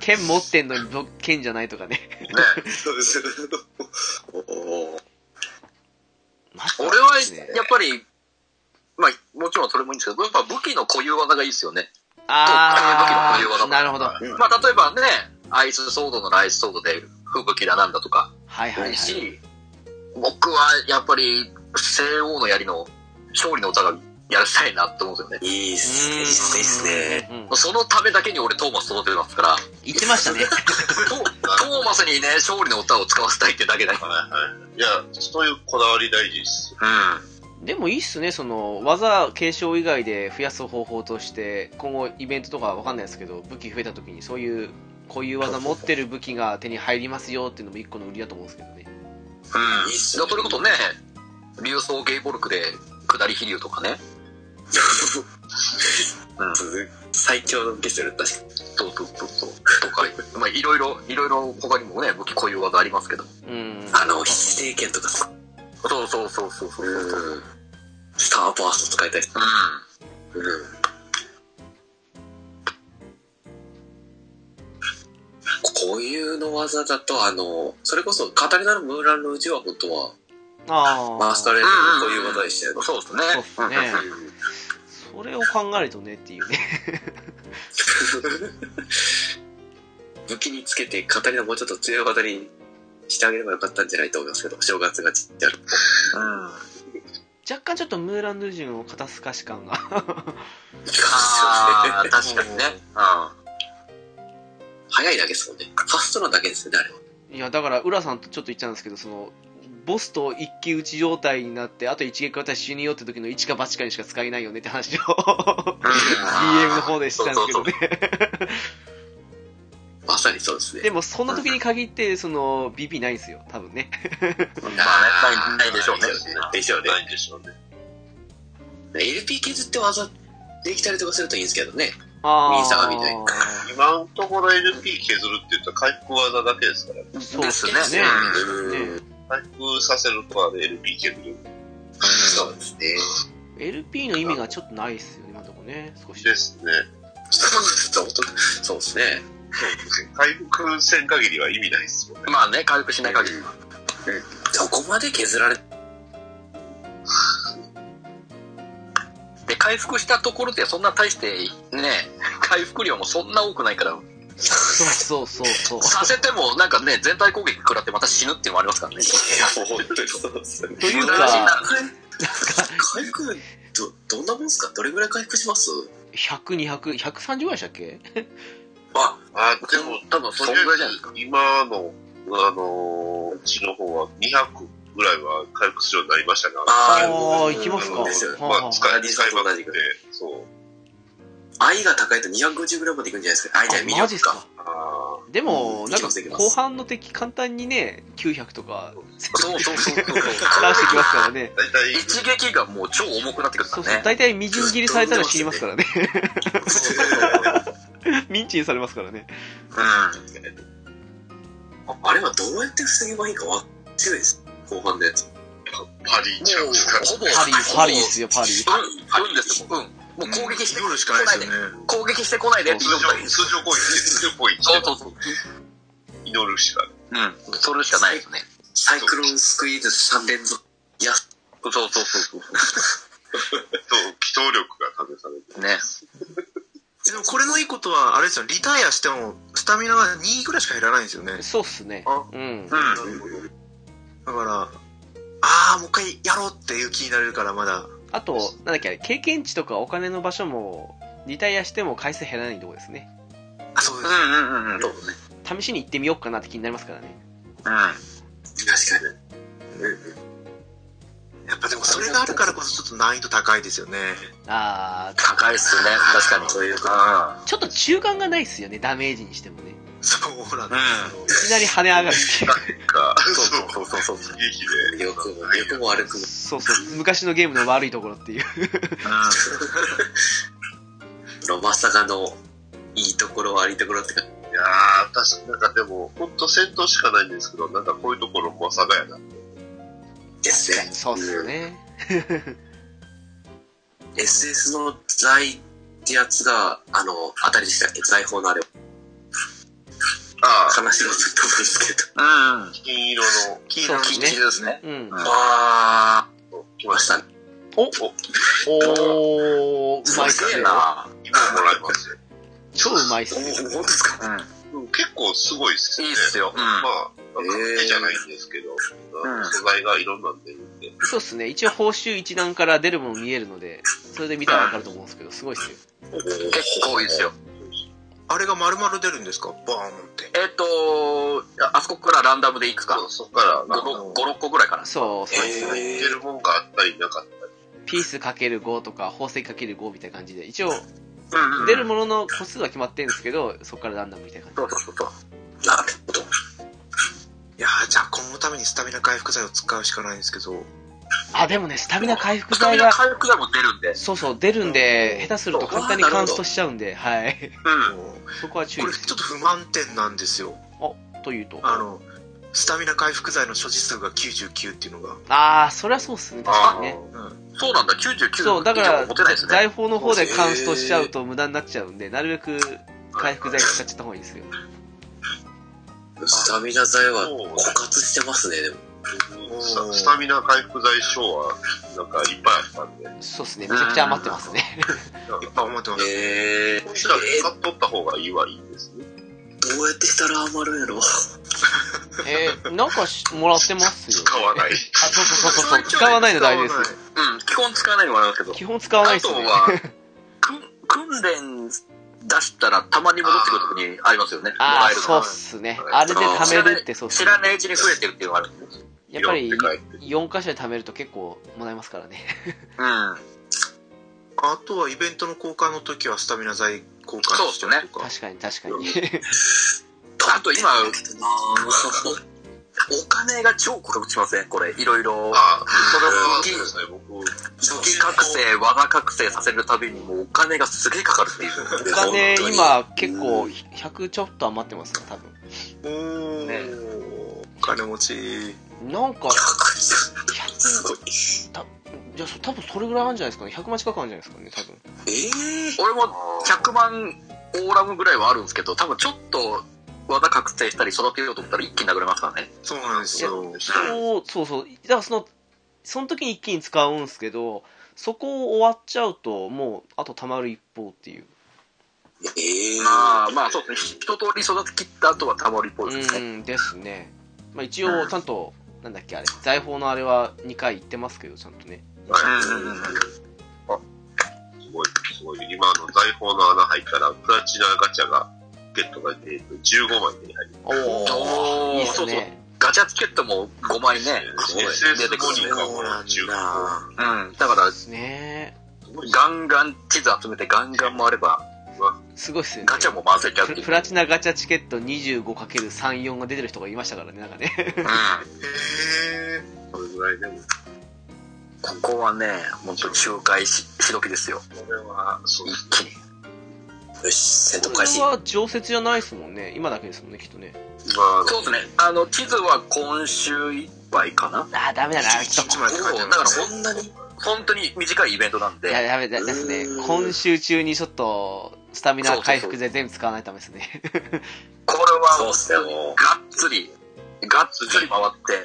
A: 剣持ってんのに、剣じゃないとかね。
E: そうです。おー
A: マジ
B: 俺は
A: ね
B: やっぱりまあもちろんそれもいいんですけどやっぱ武器の固有技がいいですよね、
A: あ
B: というわけ
A: あ、
B: だ
A: なるほど。はい
B: まあ例えばねアイスソードのライスソードで吹雪だなんだとか
A: はいはいい
B: い。し、僕はやっぱり西欧の槍の勝利の歌がやらせたいなって思うんですよね
E: いいっすね、いいっすね、いいっすね。
A: うんうんうん
B: そのためだけに俺トーマス育ててますから
A: 言ってましたね。
B: トトーマスにね、勝利の歌を使わせたいってだけだよ。
D: はいはい。いや、そういうこだわり大事です。
B: うん。
A: でもいいっすね、その、技継承以外で増やす方法として、今後イベントとかわかんないですけど、武器増えた時に、そういう、こういう技持ってる武器が手に入りますよっていうのも一個の売りだと思うんですけどね。
B: うん。
E: いいっす
B: そ
E: ね
B: れこそね、竜装ゲイボルクで、下り飛竜とかね。うん。
E: 最強のゲストル、確かに。
B: そうそうそうそう。とか、まあいろいろ、いろいろ他にもね、武器固有技ありますけど。
A: うん。
E: あの、必定剣とかさ、
B: そうそうそうそうそう。うん。
E: スターバースト使いたいっす。こういうの技だと、あの、それこそ、カタリナのムーランのうちは、本当は、
A: ああ。
E: マースタレードのこういう技でしたよね。
B: そうですね。
A: そうっすね
B: うん
A: それを考えるとねっていうね。
E: 武器につけて語りのもうちょっと強い語りにしてあげればよかったんじゃないと思いますけど、お正月がちってある。
B: うん。
A: 若干ちょっとムーラン・ヌージュンを肩透かし感が。
B: ああ、確かにね。
E: 早いだけですもんね。ファストなだけですよね、あれは。
A: いや、だから、浦さんとちょっと言っちゃうんですけど、その、ボスと一騎打ち状態になって、あと一撃渡し死によって時の一か八かにしか使えないよねって話を、
B: うん。
A: DM の方でしたんですけどね。
E: まさにそうです ね。
A: でも、そんな時に限って、その、BP ないんですよ、多分ね。
B: まあね、ないないでしょうね。
E: でしょうね。
D: ないでしょうね。
E: LP 削って技できたりとかするといいんですけどね。
A: あ
E: ミーサーみたいな
D: 今のところ LP 削るって言ったら回復技だけですから、
A: そうですね。
B: ですね
E: うん
A: ね
D: 回復させるとかで LP 削る
E: そうですね。
A: LP の意味がちょっとないっすよね、今のとこね。少し。
D: ですね。
E: そうですね。
D: 回復せん限りは意味ないですもんね。
B: まあね、回復しない限りは。
E: そこまで削られ
B: で回復したところでそんな大してね回復量もそんな多くないから
A: そうそうそう そ
B: させてもなんかね全体攻撃食らってまた死ぬっていうのもありますからね
E: いや、もう本当にそうですね
A: う。。という
B: 無駄な死ん
A: か、
B: だ
E: 回復、ど、どんなもんですかどれぐらい回復します
A: 100、200、130ぐらいでしたっけ
E: あ、
D: あ、でも、
B: 多分そ
D: と
B: ん
D: りあ
B: ぐらいじゃないですか
D: えず今の、あの、うちの方は200ぐらいは回復するようになりましたが、
A: あ
E: あ
A: あ、行きますか。
E: ですよね
A: はあ
D: ま
A: は
D: あ、
A: あ
D: 使い、使いまくって、そう。
E: 愛が高いと250ぐらいまでいくんじゃないですか。愛じゃない、
A: あ
E: 魅
A: マジっ
E: 力
A: すか。
E: か
D: あ
A: でも、
E: うん
A: なんか
E: できます
A: 後半の敵簡単にね、900とか、
B: そうそう そうそう
A: 倒してきますからね。
D: 大体、
B: 一撃がもう超重くなってくるか
A: そう
B: ら
A: そう、
B: ね
A: 大体みじん切りされたら死にますからね。ミンチにされますからね。
E: あれはどうやって防げばいいかわかんないです。後半のやつ。
D: パリ行っちゃうんですから。
B: ほぼ
A: パリ、
B: ほぼ
A: パリですよ、パリ。
B: うんうんですもんうんもう攻撃して
C: 祈るしかないですよね。
B: 攻撃してこないでって
D: 通
B: 祈ったらい
D: 常、
B: いです
D: 通常攻撃です、通常攻撃
B: そう
D: して
B: そうそう。
D: 祈るしかない。
B: うん。それしかないですね。
E: サイクロンスクイーズ3連続。いや、
B: そうそうそうそ
D: そ
B: う。
D: う、祈祷力が試されてる。
B: ね。
C: でもこれのいいことは、あれですよ、リタイアしても、スタミナが2ぐらいしか減らないんですよね。
A: そうっすね
C: あ。
A: うん。
C: だから、ああ、もう一回やろうっていう気になれるから、まだ。
A: あと、なんだっけ、あれ経験値とかお金の場所も、リタイアしても回数減らないとこですね。
C: あ、そうです。
B: んうんうんうん。
E: そうね。
A: 試しに行ってみようかなって気になりますからね。
E: 確かに。
C: やっぱでも、それがあるからこそ、ちょっと難易度高いですよね。
A: あ
B: 高いっすね。確かに。
E: というか、
B: あ
A: ー、ちょっと中間がないっすよね、ダメージにしてもね。
C: そうなんですよ。
A: いきなり跳ね上がるっていう。
D: か、
B: あ。
D: そ
B: そう
D: う、
B: そうそうそうそう。
D: 悲劇で。
E: よくも、よくも悪くも。
A: そうそう、昔のゲームの悪いところっていう。
E: ロマサガのいいところ悪いところってか、
D: いやー、確かなんかでも、ほんと戦闘しかないんですけど、なんかこういうところもさがやな。
E: ですね。
A: そうっすよね。
E: SS の財ってやつが、あの、当たりでしたっけ財宝のあれ、
D: ああ、
E: 話がずっと思うんですけど。
B: うん。
D: 金色の、
C: 黄色の
A: そう
B: 金
A: ね
B: 利ですね。
A: うん。
E: あ
D: 来
E: ー、ま
D: ま
E: し
D: したた。
E: ね。
A: おおー、うまいっ
E: す
A: す
E: げえ
A: ね。
E: な。
D: 今もらいましたよ
A: 超うまいっす
E: お
A: ね。
E: 本当ですか
D: 結構すごいっす
B: うん。
D: ね。
B: いいっすよ。うん。
D: まあ、手じゃないんですけど、
B: ん
D: 素材がいろんなんで、
A: そうっすね。一応報酬一覧から出るもの見えるので、それで見たらわかると思うんですけど、すごいっすよ。
B: 結構いいっすよ。
C: あれが丸々出るんですかバーンって。
B: えっと、あそこからランダムでいくか。
D: そこからなんか
B: 5、6個ぐらいかな。
A: そう、そうですね。
D: 出るもんがあったりなかったり、
A: ピースかける5とか、宝石かける5みたいな感じで、一応、
B: うん
A: 出るものの個数は決まってるんですけど、そこからランダムみたいな感
B: そうそうそう。
E: なるほど。
C: いやー、じゃあ、このためにスタミナ回復剤を使うしかないんですけど。
A: じ。あ、でもね、スタミナ回復
B: スタ
A: 剤
B: ミナ
A: が、
B: 回復剤も出るんで。
A: そうそう、出るんで、下手すると簡単にカウントしちゃうんで、はい。
B: うん。
C: もう
A: そこは注意
C: こ
A: で
C: れ、
A: す
C: ちょっと不満点なんですよ。
A: というと。
C: あの、スタミナ回復剤の所持数が99っていうのが。
A: あー、そりゃそうっすね、確かにね。
C: うん。
B: そうなんだ、99
A: そう、だから、
B: 持てないですね。
A: 財宝の方でカウントしちゃうと無駄になっちゃうんで、なるべく回復剤使っちゃった方がいいですよ。
E: スタミナ剤は枯渇してますね、でも。
C: おー
D: ススタミナ回復剤賞はなんかいっぱいあったんで、
A: そうっすね、めちゃくちゃ余ってますね。
C: いっぱい思ってます。
E: えー、
D: こいつら使っとった方がいいはいいですね。
E: どうやってしたら余るんやろ
A: えー、なんかしもらってますよ、ね。
D: 使わない。
A: あ、そうそうそうそう、使わないの大事です。
B: うん、基本使わないのもあるけど。
A: 基本使わない
B: あ
A: っす
B: と
A: ね。
B: は、く訓練出したらたまに戻ってくるときにありますよね。
A: あ
B: もらえ
A: あ、
B: るの
A: そうっすね。あれで貯めるってそうっす
B: 知
A: ね
B: ら。ないうちに増えてるっていうのがあるんですね。
A: やっぱり
D: 拾って帰って
A: 4箇所で貯めると結構もらえますからね。
B: うん。
C: あとはイベントの交換の時はスタミナ剤交換しちゃうとか。
A: 確かに確かに。
B: あと今、
E: な
B: お金が超高くしませんこれ、いろいろ。
D: ああ、
B: そ
D: そ
B: れ
D: れ
B: は
D: は
B: そう
D: そう
B: で
D: ですすね、僕、
B: 初期覚醒、技覚醒させるたびにもうお金がすげえかかるっていう。
A: お金
E: 本当に
A: 今結構100ちょっと余ってますよ、多分。
C: おー、
B: ね
C: お金持ち。
A: なんか、
E: すご
A: 100、
E: い。
A: いや、そ多分それぐらいあるんじゃないですかね。100万近くあるんじゃないですかね、多分。
E: えー、
B: 俺も100万オーラムぐらいはあるんですけど、多分ちょっと技覚醒したり育てようと思ったら一気に殴れますからね。
C: そうなんですよ。
A: そう、そうそう。だからその、その時に一気に使うんすけど、そこを終わっちゃうと、もう、あと貯まる一方っていう。
E: えー、
B: まあまあそうですね。一通り育て切った後はタモリっぽいですね。
A: うんですね。まあ一応、ちゃんと、なんだっけ、あれ、財宝のあれは2回行ってますけど、ちゃんとね。
D: はいすごい、すごい、今の財宝の穴入ったら、プラチナガチャが、ゲットが、えっと15枚手に入りま
A: おー
B: お
A: いいっす
B: そうそう。
A: ね。
B: ガチャチケットも5枚ね、
D: すね。
B: 出て
D: SS
B: く
D: モ
B: る
D: ニ
B: ね
D: カも15枚。
B: うん。だから、
A: ですね。
B: ガンガン地図集めてガンガン回れば、
A: すごいっすよね。
B: ガチャも回せちゃうっ
A: プ
B: て
A: ラ
B: いう。
A: プラチナガチャチケット 25×34 が出てる人がいましたからね、なんかね。
B: うん。
C: へー。
D: それぐらいでも、
B: ここはね、もっと仲介し、しどきですよ。
D: これは、そうです
B: 一気に。
E: よし、戦
A: こ
E: 闘
A: れ
E: 開始。
A: は常設じゃないですもんね。今だけですもんね、きっとね。
D: ね。まあ、
B: そうですね。あの、地図は今週いっぱいかな。
A: あー、ダメだな、ちょっ
C: 11枚って書いてあ
B: そ
C: り
B: う
C: ま
B: だか
C: すね。
B: らそんなに本当に短いイベントなん
A: いや、
B: で、
A: やめてですね
E: うー。ん
A: 今週中にちょっと、スタミナ回復で全部使わないとダメですね。
B: これは
E: そうっすねもう
B: がっつり、がっつり回って、結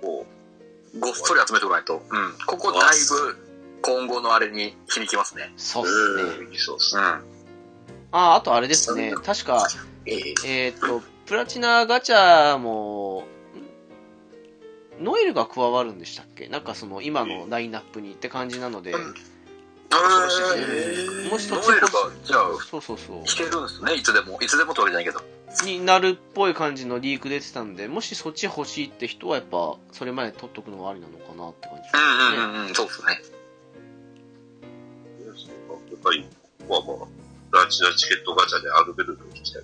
B: 構、ごっそり集めておかないと、うん、ここだいぶ今後のあれに響きますね。
A: そうっすね。
D: うん、そうっす
B: う
D: ね。
B: ん。
A: あ、あとあれですね。確か、
E: ええ
A: えーっと、プラチナガチャも、んノエルが加わるんでしたっけなんかその、今のラインナップにって感じなので、
C: うん
B: うん
E: ー
A: もし途
B: ノ
A: 中
B: エルが、じゃあ、
A: そうそうそう。
B: 弾けるんですね、いつでも。いつでもってわけじゃないけど。
A: になるっぽい感じのリーク出てたんで、もしそっち欲しいって人はやっぱ、それまで取っとくのはありなのかなって感じです
B: うん
A: ね。
B: うんうんうん、そうですね。
D: やっぱり、ここはまあ、ラチナチケットガチャでアルベルトを聞きたい。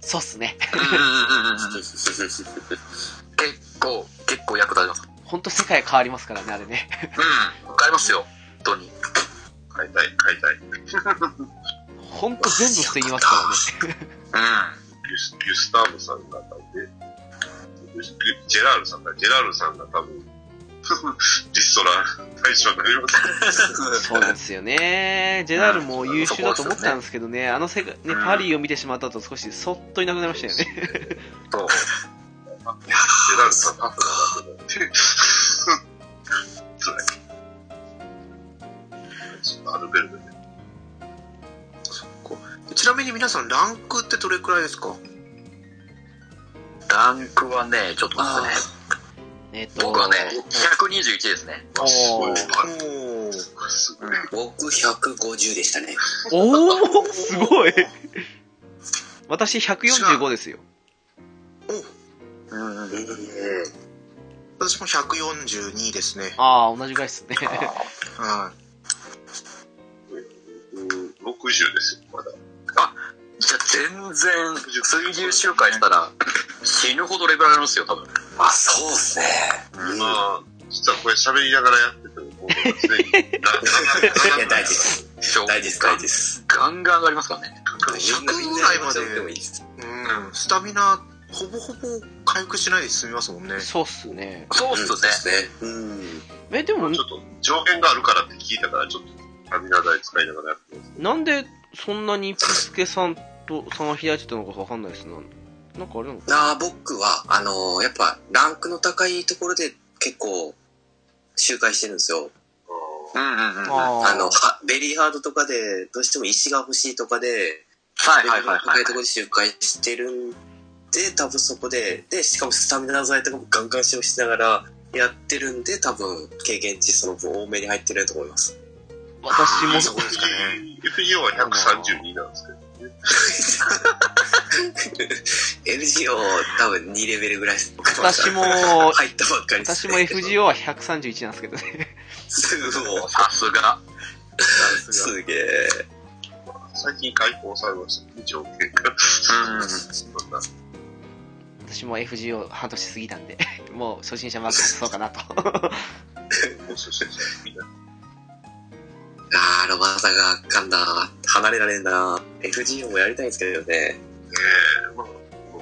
A: そうっすね。
B: うんうんうんうんうん。 結構、結構役立ちます。
A: ほんと世界変わりますからね、あれね。
B: うん、買えますよ、本当に。
D: 買いたい、買いたい。
A: ほんと全部捨てにますからね。
B: う
D: ギュスギュスタームさんが多分ね、ギュジェラールさんが、ジェラールさんが多分、 リストラ対象になりますね。
A: そうなんですよね。ジェダールも優秀だと思ったんですけどね、あの世界、ね、
B: うん
A: パリーを見てしまったと少しそっといなくなりましたよね。
B: ん、そう。
D: ジェラールさんが、辛い。ちょっとアルベルトで。
C: ちなみに皆さん、ランクってどれくらいですか
B: ランクはね、ちょっと待って
A: え
B: ね。
A: っと、
B: 僕はね、121ですね。
A: おー
D: すごいわ。
C: おー
D: すごい。
E: 僕150でしたね。
A: おー、すごい私145ですよ。
B: うんうんうん。
C: 私も142ですね。
A: ああ、同じぐらいっすね。
C: は
D: 60ですよ、まだ。
B: じゃあ全然、水牛周回したら、死ぬほどレベル上がりますよ、多分。
E: あ、そうっすね。うん。
D: まあ、実はこれ喋りながらやってても、もうすでに、な、な、
E: い
D: な、
E: や、大事です。
B: 勝
E: 大事です、大事です。
B: ガンガン上がりますからね。
C: 100ぐらい
E: みんなやっ
C: まで
E: ちゃってもいいです。
C: い。うん。スタミナ、ほぼほぼ回復しないで済みますもんね。
A: そうっすね。
B: そうっすね。
E: うんそうっすね。
A: え、でも、
D: ちょっと上限があるからって聞いたから、ちょっと、タミナ台使いながらやってます。
A: なんでそんなにプスケさんと差が開いてたのかわかんないですな。なんかあれなのか
E: なあ僕は、あのーやっぱ、ランクの高いところで結構、周回してるんですよ。
B: うんうんうん。は
A: あ
E: あの、はベリーハードとかで、どうしても石が欲しいとかで、
B: いはいはい
E: 高
B: はい
E: いところで周回してるんで、多分そこで、で、しかもスタミナ剤とかもガンガン使用しながらやってるんで、多分経験値その分多めに入ってると思います。
A: 私 も、
C: そうですかね。
D: FGO は132なんですけど、
E: LGO 多分2レベルぐらいです。
A: 私も、
E: 入ったばっかりで
A: 私
E: すね、
A: も FGO は131なんですけどね。
E: すごい。
B: さすが。
E: すげえ。
D: 最近解放されました、上限が。
B: うん
D: そんな
A: 私も FGO 半年過ぎたんで、 もう初心者マーク外そうかなと。
D: もうそしてみんな
E: あー、ロマンさんがあかんな。離れられんな。FGO もやりたいんですけどね。
D: まあ、ま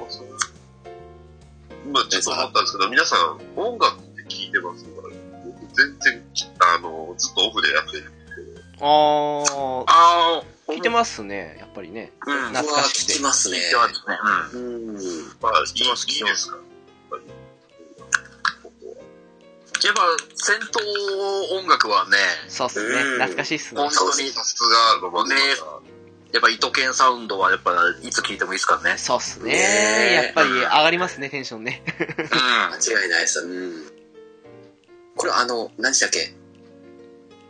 D: あそう今ちょっと思ったんですけど、皆さん、音楽って聞いてますから、僕全然、あの、ずっとオフでやってる。
A: あ
B: あ
A: ー、聞いてますね、やっぱりね。
B: あ、うん。
A: 懐かしく
E: 聞き
A: て。
E: ますね。
B: ではですね、
E: うん。
D: まあ、いい
C: てます
D: いいですかやっぱり
B: うん。やっぱ、戦闘音楽はね、
A: そうっすね
E: うん、
A: 懐かしいっすね
B: 本。当に、
D: さすがロマンスさん。
B: やっぱ、糸剣サウンドは、やっぱ、いつ聴いてもいいですからね。
A: そうっすね
E: ねえ
A: やっぱり上がりますね、テンションね。
B: うん。
E: 間違いないです。うん。これあの、何でしたっけ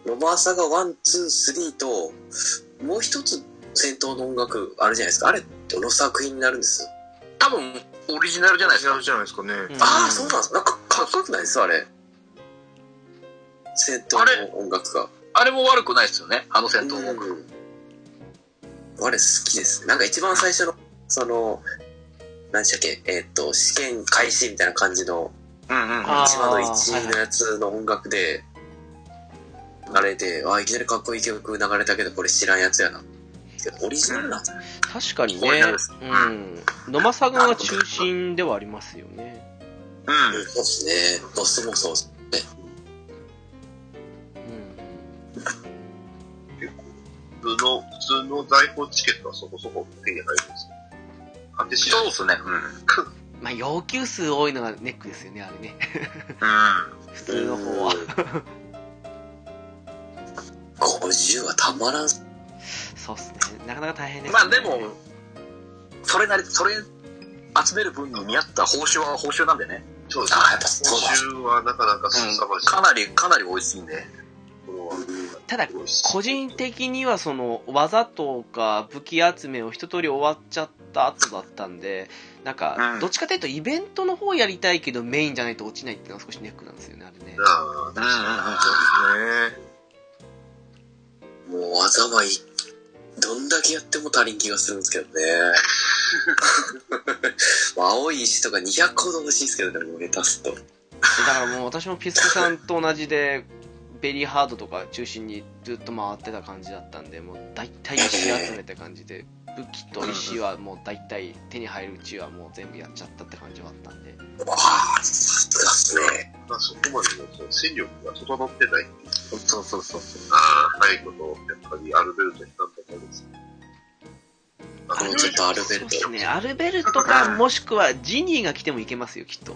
E: ロマンさんがワン、ツー、スリーと、もう一つ戦闘の音楽あるじゃないですか。あれ、どの作品になるんです
B: 多分、オリジナルじゃないです
C: じゃ
B: か。
C: あじゃないですかね。
A: うん
E: ああ、そうなんです。なんかかっこよくないですあれ。戦闘の音楽が。
B: あれも悪くないですよね、あの戦闘音楽。
E: うんあれ好きです。なんか一番最初の、その、何でしたっけ、えーっと、試験開始みたいな感じの、
B: うんうん。
A: あー
E: 一番の1のやつの音楽で、あれで、あ、いきなりかっこいい曲流れたけど、これ知らんやつやな。オリジナルなんですね
A: 確かに
B: こう
A: ね
B: なるっす、
A: うん。野間さんが中心ではありますよね。
B: うん。
E: そうですね。ボスもそうですね。
A: うん。
D: 普通の、普通の在庫チケットはそこそこ手に入るんですよ。果てしな
B: そう
D: い。
B: ですね。うん。
A: まあ、要求数多いのがネックですよね、あれね。
B: う
A: 普通の方は。
E: 50はたまらん。
A: そうっすね。なかなか大変で
B: ん。
A: す、ね。
B: まあでも、それなり、それ集める分に見合った報酬は報酬なんでね。
D: そうですね
E: ああ、やっぱそうだ。
D: 今週はなかなかすさまじいと
B: かなり、かなり美味しいんで。
D: ころは
A: ただ、
D: 多いし
A: 個人的にはその技とか武器集めを一通り終わっちゃった後だったんでなんか
B: うん
A: どっちかというとイベントの方やりたいけどメインじゃないと落ちないっていうのは少しネックなんですよねあれね
D: なあ
B: うんうんうん。
C: ね
E: もう技はいい。どんだけやっても足りん気がするんですけどね。まあ青い石とか200個ほど欲しいですけどね、もう下手すと。
A: だからもう私もピスケさんと同じでベリーハードとか中心にずっと回ってた感じだったんでもう大体石集めって感じで武器と石はもう大体手に入るうちはもう全部やっちゃったって感じはあったんで
E: わあ、さすがっすね。
D: まあそこまでのその戦力が整ってないっていう
B: そうそうそうそう。
D: のは、ないことをやっぱりアルベルトになんとかですね。
E: あの、ちょっとアルベル
A: そう
E: ト
A: で。すね、アルベルトか、もしくはジニーが来てもいけますよ、きっと。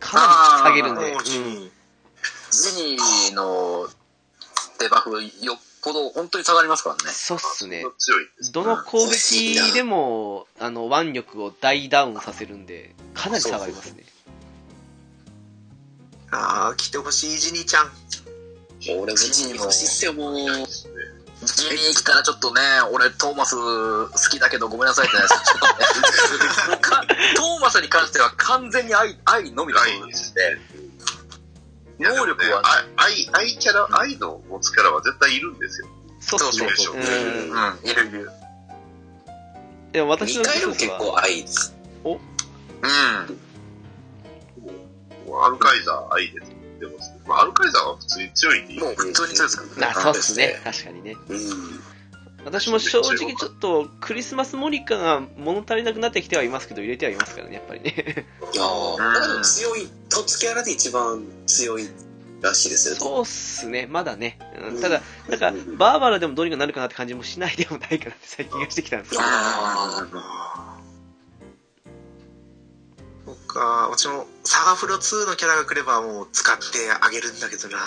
A: かなり引き下げるん
C: も
A: で
C: う。ジニー
B: ジニーのデバフ、よっぽど本当に下がりますからね。
A: そうっすね
D: そん。な強い。
A: どの攻撃でも、あの、腕力を大ダウンさせるんで、かなり下がりますね。
C: ああ来てほしいジニーちゃん
E: もう俺もジニー欲しいっすよ、もう。
D: ですね。
B: ジニー来たらちょっとね、俺トーマス好きだけどごめんなさいってね、ちょっとね かトーマスに関しては完全に愛、愛のみだそう
D: 愛
B: で
D: ですす
B: ね。
D: いや
B: 能力はね
D: あ愛、愛キャラ、愛の持つキャラは絶対いるんですよ。
A: そうっすね
D: そうそうそう。
A: うん。
B: うん、いるいる。
A: でも私
E: 2
A: の
E: 回
A: リ
E: も
A: ソース
E: 結
A: は、
E: 構愛です。
B: うん。
D: もうアルカイザー愛です。でも、まあ、アルカイザーは普通に強いんでいい
B: もう普通に強いですから
A: な
B: ね。
A: そうっすね、確かにね。
E: うん。
A: 私も正直ちょっと、クリスマスモニカが物足りなくなってきてはいますけど、入れてはいますからね、やっぱりね。
E: いやー、だけど強い、とつキャラで一番強いらしいですよ。
A: そうっすね、まだね。うんただ、なんか
E: う、ん
A: バーバラでもどうにかなるかなって感じもしないでもないかなって最近がしてきたんですけど。
E: あ
C: そっか私もサガフロ2のキャラが来ればもう使ってあげるんだけどな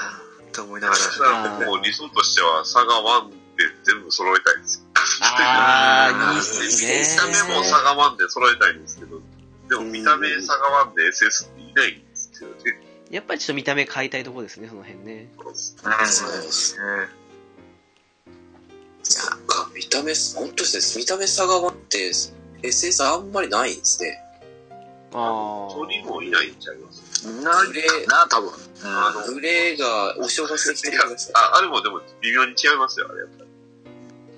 C: と思いながら
D: だからもう理想としては、サガ1で全部揃えたいんですよ。
A: あー、いいっ
D: 見
A: すね。
D: た目もサガ1で揃えたいんですけど、でも見た目サガ1で SS っていないんですよね。
A: やっぱりちょっと見た目変えたいとこですね、その辺ね。
E: あ、そうです。
C: うん
E: そっか、見た目、本当ですね、見た目差があって、SS あんまりないんですね。
A: あ
D: 鳥もいないんちゃいます。
B: うん。な
E: グレー、
B: な、多分。
D: あの、
E: グレーがお正月できて
D: い
E: る
D: や
E: んです、
D: ああれもでも微妙に違いますよ、あれ。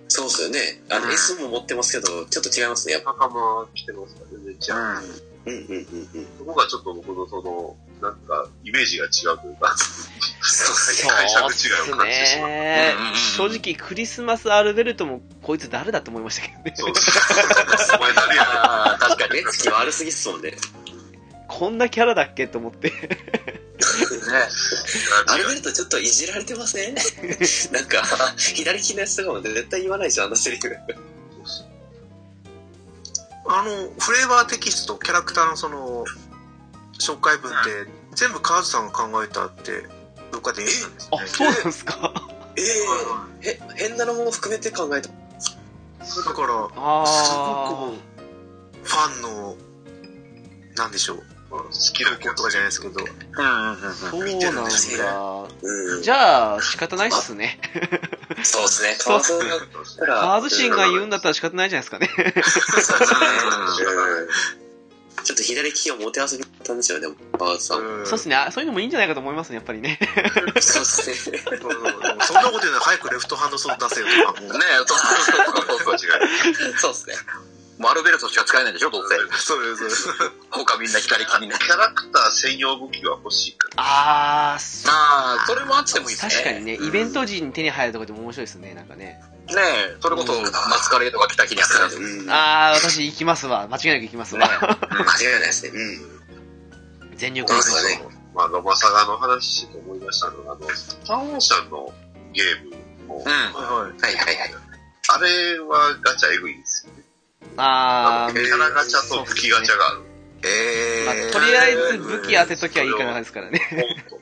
E: そうですよね。あ
B: う
E: の、
B: ん
E: S も持ってますけど、ちょっと違いますね、やっぱ。
D: 仲間来てますから全然違う。
E: う
B: う
E: んうんうんうん。
D: そこがちょっと僕のその、なんか、イメージが違うというか、解
A: そうっ
D: 釈違い
A: す
D: を感じてしまう。
A: ね
B: うんうんうん。
A: 正直、クリスマスアルベルトも、こいつ誰だと思いましたけどね。
D: そうです。お前誰やねん
B: ああ、確か
E: 目つき悪すぎっすもんね。
A: こんなキャラだっけと思って。
B: にね。
E: アルベルトちょっといじられてませんなんか、左利きのやつとかも絶対言わないでしょ、あのセリフ。
C: あのフレーバーテキストキャラクターのその紹介文って全部カーズさんが考えたってどっかで言うんですよ
A: あ、
C: ね
A: そうなんですか。
E: ええへ、変なのも含めて考えた。
C: だから
A: あ
C: ファンのなんでしょう
D: 好きなキャ
C: とかじゃないですけど
B: うんうんうん。
A: ー、そうなんだ。
E: うん。
A: じゃあ、仕方ないっすね。
E: そうですね、
A: そう
E: 川添が来たら。
A: カーズシンが言うんだったら仕方ないじゃないですかね。
E: そうですね
D: う
E: ちょっと左利きを持て遊びだったんですよね、バーさん。
C: うん
A: そうっすね。あそういうのもいいんじゃないかと思いますね、やっぱりね。
E: そうですね。
C: そうそうでもそんなこと言うなら早くレフトハンドソード出せよとかもう
B: ねえ、そうそうそうそう。違う。
E: そうですね。
B: マルベルトしか使えないでしょ、どうせ。
C: そうですそうです
B: 他みんな左利きにね。
D: キャラクター専用武器は欲しいから。
A: あー、そう
B: ああ、それもあってもいいですね。
A: 確かにね、イベント時に手に入るとかでも面白いですね、なんかね。
B: ねえ、それこそ、マスカレーとか来た日にやったら、ね
E: うん。間
A: あー、私行きますわ。間違いなく行きますわ。
E: 違いないですね。うん。
A: 全力
E: そう
A: で
E: ですね。
D: まあ、ロマサガの話して思いましたのが、あの、サンオーシャンのゲームもう
E: うん。は
C: はい
E: いはいはい。
D: あれはガチャエグいんですよね。
A: あ
D: あ
A: ー
D: の、キャラガチャと武器ガチャがある。
A: まあ
C: えー、
A: とりあえず武器当てときゃいいかなですからね。
D: ポンと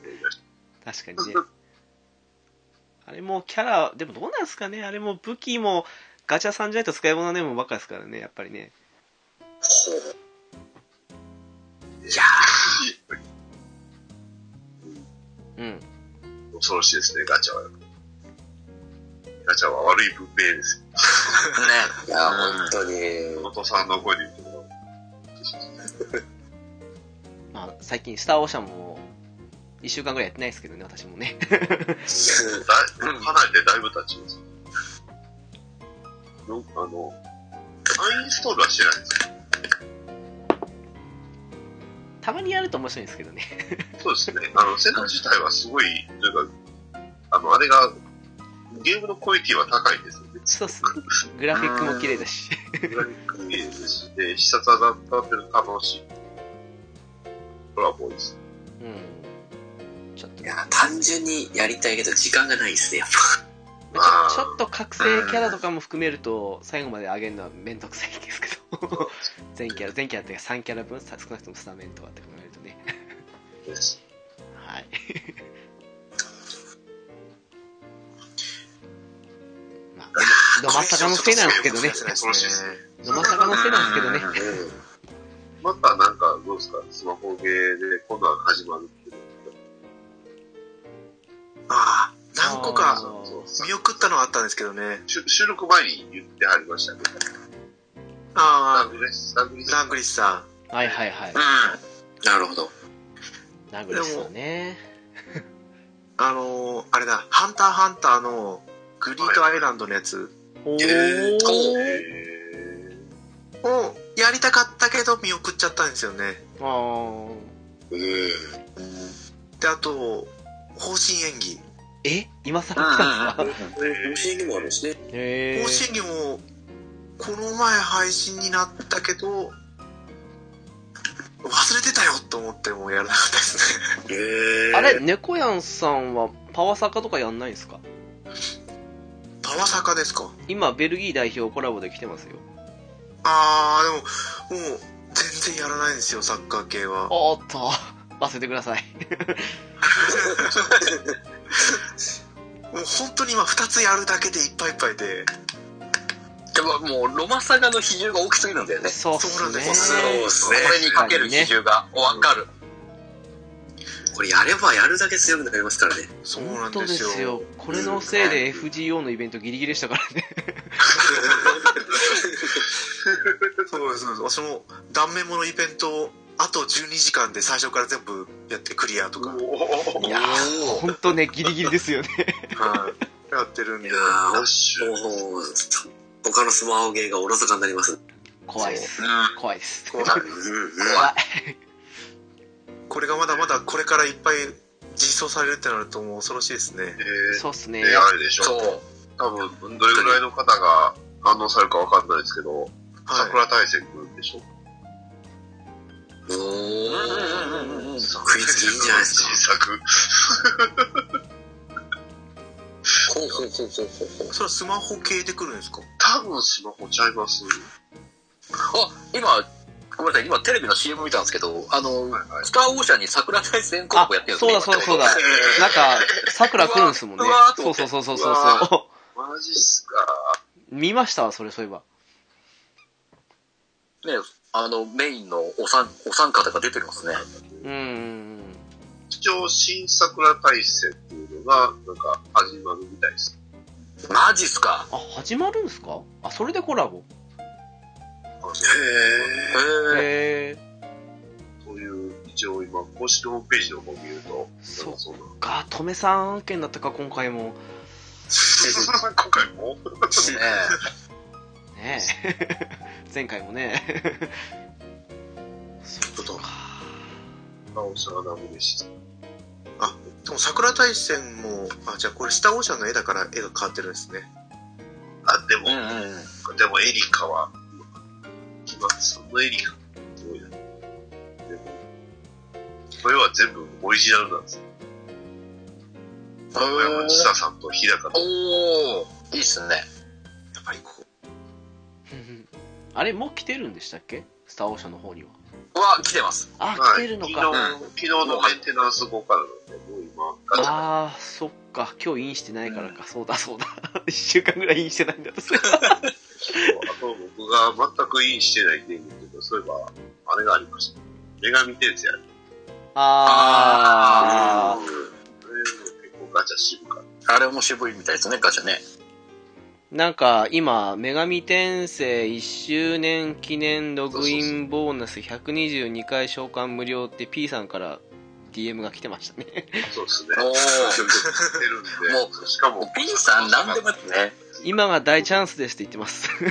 A: 確かにね。 あれもキャラ、でもどうなんですかねあれも武器もガチャさんじゃないと使い物ねもばっかですからね、やっぱりね。うん。
D: 恐ろしいですね、ガチャは。ガチャは悪い文明ですよ。
E: いや、本当に。
D: お父さんの声で言っても
A: まあ、最近、スターオーシャンも、一週間ぐらいやってないですけどね、私もね。
D: だい離れてだいぶ経ちます。のあの、アインストールはしてないんです
A: たまにやると面白いんですけどね。
D: よそうですね。あの、セナ自体はすごい、というか、あの、あれが、ゲームのクオリティは高いんですよね。
A: そうっすね。グラフィックも綺麗だし。
D: で、必殺技だってる楽しい。コラボです。
A: うん。ちょっと
E: い
A: ね、
E: や、単純にやりたいけど、時間がないですね、やっぱ。
A: まあちょちょっと覚醒キャラとかも含めると、最後まで上げるのはめんどくさいんですけ ど。全キャラ、全キャラっていうか3キャラ分、さ少なくともスタメンとかって考えるとね。
D: です
A: はい。まあ、どまさかのせいなんですけどね。
D: 恐ろしいですね。
A: どまさかのせいなんですけどね。
D: またなんか、どうですか、スマホゲーで今度は始まるっていう。
C: ああ、何個
A: あ
C: か
A: ー
C: 見送ったのはあったんですけどね。
D: しゅ収録前に言ってはりましたね。ラ
C: あ
D: ングレス、ラングレ
C: あ、
D: ス。
C: ラングリスさ
A: はいはいはい。
E: なるほど。
A: ラグレスはね。
C: ん。あのー、あれだ、ハンターハンターのグリートアイランドのやつ
A: お
E: えー
A: ー。
E: と
D: え
C: をやりたかったけど見送っちゃったんですよね。
A: あー
C: で、あと、方針演技。
A: え今更来たんですか
E: 不思議もあるしね。
A: えー。
C: 方針演技も、この前配信になったけど、忘れてたよと思ってもうやらなかったですね。
A: あれ、猫やんさんはパワサカとかやんないんですか
C: パワサカですか
A: 今、ベルギー代表コラボで来てますよ。
C: ああ、でも、もう、全然やらないんですよ、サッカー系は。
A: おーっと、忘れてください。
C: もう本当に今2つやるだけでいっぱいいっぱいで。
E: でももう、ロマサガの比重が大きすぎるんだよね。
A: そうっ
C: そう
A: す
C: なん
A: ね
C: で。
E: そ
C: す
E: うですね。
B: これにかける比重が、おわかる。
E: これやればやるだけ強くなりますからね。
C: そうな
A: 本
C: ん
A: 当
C: で
A: です
C: よ。
A: すよ。これのせいで FGO のイベントギリギリでしたからね。
C: そうですそうです。私も断面ものイベントを、あと12時間で最初から全部やってクリアと
A: い
C: か、
A: やー、本当ね、ギリギリですよね。
C: はい、やってるんで。
E: あ
D: シ
E: あ、もう、他のスマホゲーがおろそかになります。
A: 怖いです。怖いです。
C: こう
A: 怖い。
C: これがまだまだこれからいっぱい実装されるってなるともう恐ろしいですね。
D: え
A: そうっすね。
D: ー、あれでし
B: そ
D: ょ。
B: う。
D: 多分、どれぐらいの方が反応されるかわかんないですけど、
C: はい。
D: 桜大戦来るんでしょ。
E: おー。
B: う
E: ク
B: ん
E: イズいいんじゃないですか
D: 新作。
E: ほうほうほうほうほうほう。
C: それはスマホ系で来るんですか
D: 多分スマホちゃいます。
B: あ、今、ごめんなさい、今テレビの CM 見たんですけど、あの、スターオーシャンに桜大戦コラ
A: あ
B: ボやって、るん
A: そうだそうだそうだ。なんか、桜来るんですもんね
B: うわ。ーう
A: そう
B: わ
A: そう
B: ー
A: そうそうそ
D: マジっすか。
A: う。見ましたわ、それ、そういえば。
B: ね、あの、メインのお三、お三方が出てますね。
A: うんうんうん。
D: 一応、新桜大戦っていうのが、なんか、始まるみたいです。
B: マジっすか。
A: あ、始まるんですかあ、それでコラボ。
D: へ
B: へえ。
A: へえ。
D: そういう、一応今、公式ホームページの方を見ると、
A: そう
D: なんかそんな。
A: か、とめさん案件だったか、今回も。
D: 今回も
B: ね
A: ねえ。前回もね。そうか。
D: 直しがダメでした。
C: でも桜大戦も、あ、じゃあこれ下オーシャンの絵だから絵が変わってるんですね。
D: あ、でも、
B: うんうん。
D: でもエリカは、今、そのエリカ、すごいな。でも、これは全部オリジナルなんですよ。
E: う
D: 青山千佐さんと日高と
B: おおいいっすね。
C: やっぱりこう、
A: あれ、もう来てるんでしたっけスターオーシャンの方には。
B: は、来てます。
A: あ、
D: は
A: 来
D: い
A: てるの
D: 昨日
A: か。
D: 昨日のメンテナンス後からなので、もう今、ガチャ
A: ああ、そっか。今日インしてないからか。そうだ、そうだ。一週間ぐらいインしてないんだと。
D: あと僕が全くインしてないゲームっていうか、そういえば、あれがありました。女神転生あれ
A: あ
D: あれ結構ガチャ渋かっ
B: あれも渋いみたいですね、ガチャね。
A: ー。なんか、今、女神転生1周年記念ログインボーナス122回召喚無料って P さんから DM が来てましたね。
D: た。そうですね。
B: おー
D: てるんで。
B: も
D: しかも、
B: B さん、なんでもやってね。
A: 今が大チャンスですって言ってます。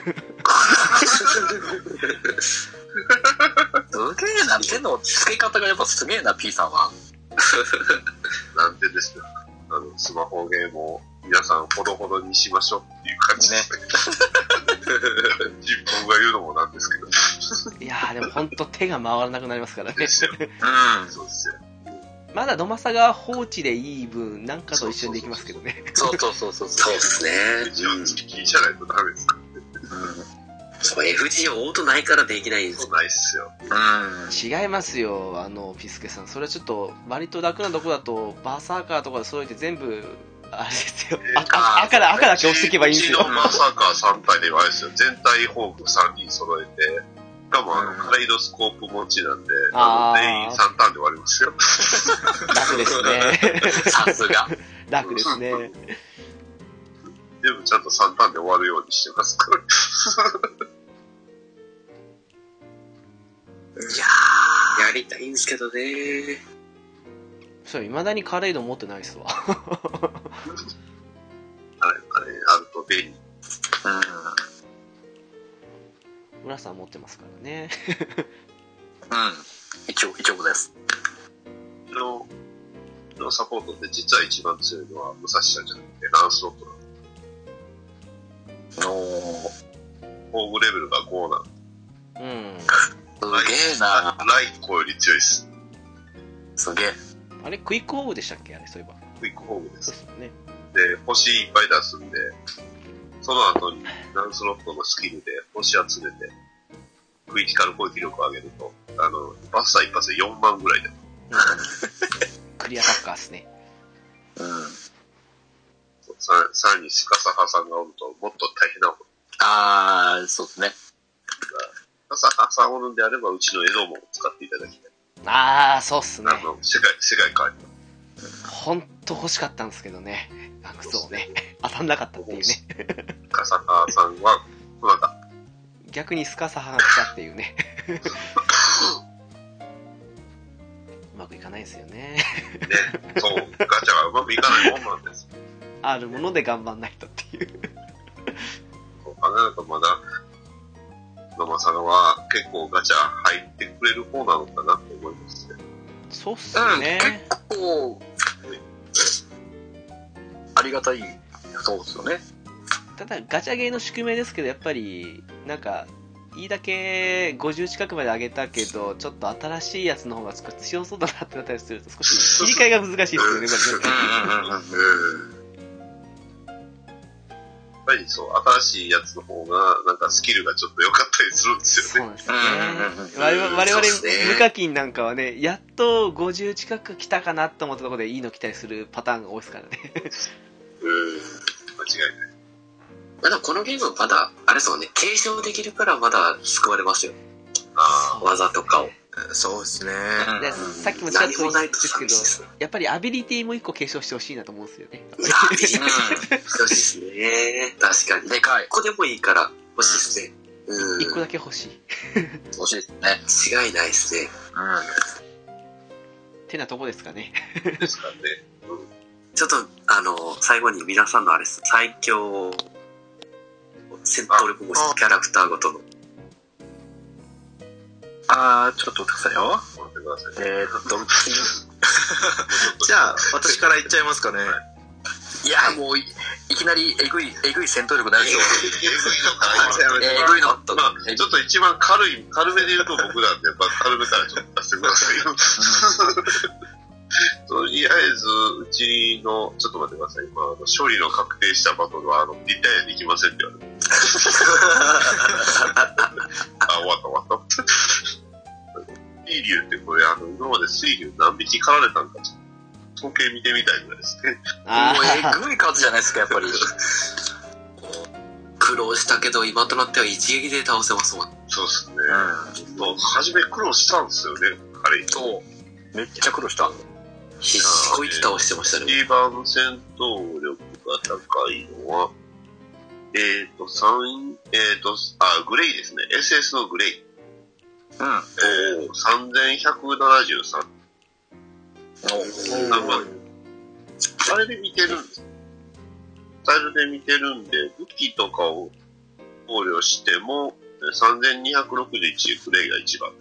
B: すげえな、手の付け方がやっぱすげえな、P さんは。
D: なんでですね。あの、スマホゲームを皆さんほどほどにしましょうっていう感じですね。自分が言うのもなんです けど。
A: いやー、でもほんと手が回らなくなりますからね
D: で。すよ。
B: うん。
D: そうですよ。
A: まだドマサが放置でいい分、なんかと一緒にできますけどね。
B: そうそうそうそう。
E: そうですね。
D: 一
E: う
D: 応
E: ん。
D: 月じゃないとダメですか。
E: そう、FGO オートないからできないんです
D: そうないっすよ。
B: うん。
A: 違いますよ、あの、ピスケさん。それはちょっと、割と楽なとこだと、バーサーカーとかで揃えて全部、あれですよ。赤、
B: あー
A: あ赤だ、赤だけ押していけばいいんですよ
D: う ち。のまさか3体ではあれですよ。全体ホーク3人揃えて、しかもあの、カレイドスコープ持ちなんで、あ
A: あー
D: の全員3ターンで終わりますよ。
A: 楽ですね。
B: さすが。
A: 楽ですね。
D: でもちゃんと3ターンで終わるようにしてます から。
E: やりたいんですけどね。
A: そう、未だにカレード持ってないっすわ。
D: はい、あれ、あると便利。
B: うん。
A: 村さん持ってますからね。
B: うん。一応、一応です。
D: うちの、うちのサポートって実は一番強いのは武蔵さんじゃなくて、ランスロットなの。
B: おー。す
D: ホームレベルが5なの。
A: うん。
B: げえな。
D: ライコより強いです。
B: すげえ。
A: あれ、クイックオーブでしたっけあれ、そういえば。
D: クイックホームで
A: そうっ
D: す。
A: すよね。
D: で、星いっぱい出すんで、その後にランスロットのスキルで星集めて、クイティカル攻撃力を上げると、あの、バッサー一発で4万ぐらいで、
A: うんクリアサッカーっすね。
B: うん。
D: ささらにスカサハさんがおると、もっと大変なこと。
B: あー、そうですね。
D: スカサハさんおるんであれば、うちのエドモンを使っていただきたい。
A: あー、そうっすね
D: あ。の、世界、世界変わります
A: ほんと欲しかったんですけどね。あクソをね。当たんなかったっていうね。
D: スカサハさんは、こなかった
A: 逆にスカサハが来たっていうね うまくいかないですよね
D: ね、そう、ガチャがうまくいかないもんなんです。
A: あるもので頑張んないとっていう
D: あなんかまだ、野間さんは結構ガチャ入ってくれる方なのかなと思いますね。
A: そうっす
B: う
A: よ
B: ん、
A: ね
B: 結、構、ありがたい。そうですよね。
A: ただガチャゲーの宿命ですけどやっぱりなんかいいだけ50近くまで上げたけどちょっと新しいやつの方が少し強そうだなってなったりすると少し切り替えが難しいですよねこれね
B: うんうんうんうん。
D: やっぱりそう、新しいやつの方が、なんかスキルがちょっと良かったりするんです
A: そう
D: よね。
A: なんですよね
B: うんうんうん
A: 我々我
E: そう
A: 々
E: っすね
A: 無課金なんかはねやっと50近く来たかなと思ったところでいいの来たりするパターンが多いですからね
D: うん。間違いない。
E: まあでもこのゲームはまだ、あれですもんね、継承できるからまだ救われますよ。
D: あ
E: 技とかを。
C: そうですね。
A: でさっきもちらっ
E: 何
A: と言
E: も
A: っ
E: な
A: たん
E: い
A: で
E: と寂しいですす
A: け
E: ね
A: ど。、やっぱりアビリティも一個継承してほしいなと思うんですよね。
E: いや、ビジネス欲しいですね。確かに。
B: でかい
E: 1。個でもいいから欲しいですね。うん。
A: 一個だけ欲しい。っ
B: 欲しいですね。
E: 違いないですね。
B: う
A: てなとこですかね。
D: あ、ですからね。
E: ちょっと、あの、最後に皆さんのあれです。最強、戦闘力もキャラクターごとの。
B: ん。あー、ちょっと待ってくださいよ。
D: 待ってくださいね。
B: えーと、ドン
C: じゃあ、私から言っちゃいますかね。
B: いや、もうい、いきなり、えぐい、えぐい戦闘力になるで しょ。
D: えぐいのかな今
B: えぐいのあった
D: ま
B: な。
D: あ、ちょっと一番軽い、軽 めで言うと僕なんで、まあ、軽めからちょっと出してくださいよ。そうりあえず、うちの、ちょっと待ってください。今、あの勝利の確定したバトルは、あの、リタイアできませんって言われて。あ、終わった終わった。 水流ってこれ、あの、今まで水流何匹狩られたんか、ちょっと統計見てみたいぐらいですね。
A: あ
B: もうえぐい数じゃないですか、やっぱり。
E: 苦労したけど、今となっては一撃で倒せますもん。
D: そうですね。そう初め苦労したんですよね、彼。
B: そう。めっちゃ苦労した。
E: 必死こいて倒してましたね。
D: 一番戦闘力が高いのは、えっ、と、三えっ、と、あ、グレイですね。SS のグレイ。
B: うん。
D: えー、3173。
A: ー
D: あまああれで見てるんです。タイルで見てるんで、武器とかを考慮しても、えー3261グレイが一番。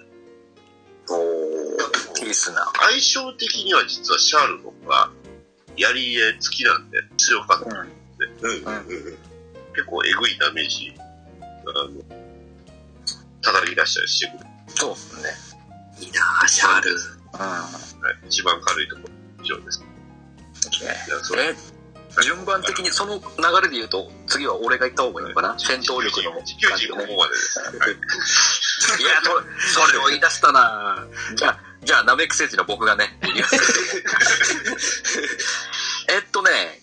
B: キースな。
D: 相性的には実はシャールの方が、槍絵付きなんで強かった。
B: うん。
D: 結構えぐいダメージ、あの、叩き出したりしてくる。
B: そうっすね。
E: いいなぁ、シャール。
B: うん。
D: はい、一番軽いところ以上です。いや、それ、
B: え、順番的にその流れで言うと、次は俺が行った方がいいのかな戦闘力の感じ
D: 地球人こ
B: ね。
D: こまでです。
B: いや、とそれを言い出したなぁじゃあ、じゃあ、ナメック星人の僕がね、言いますえっとね、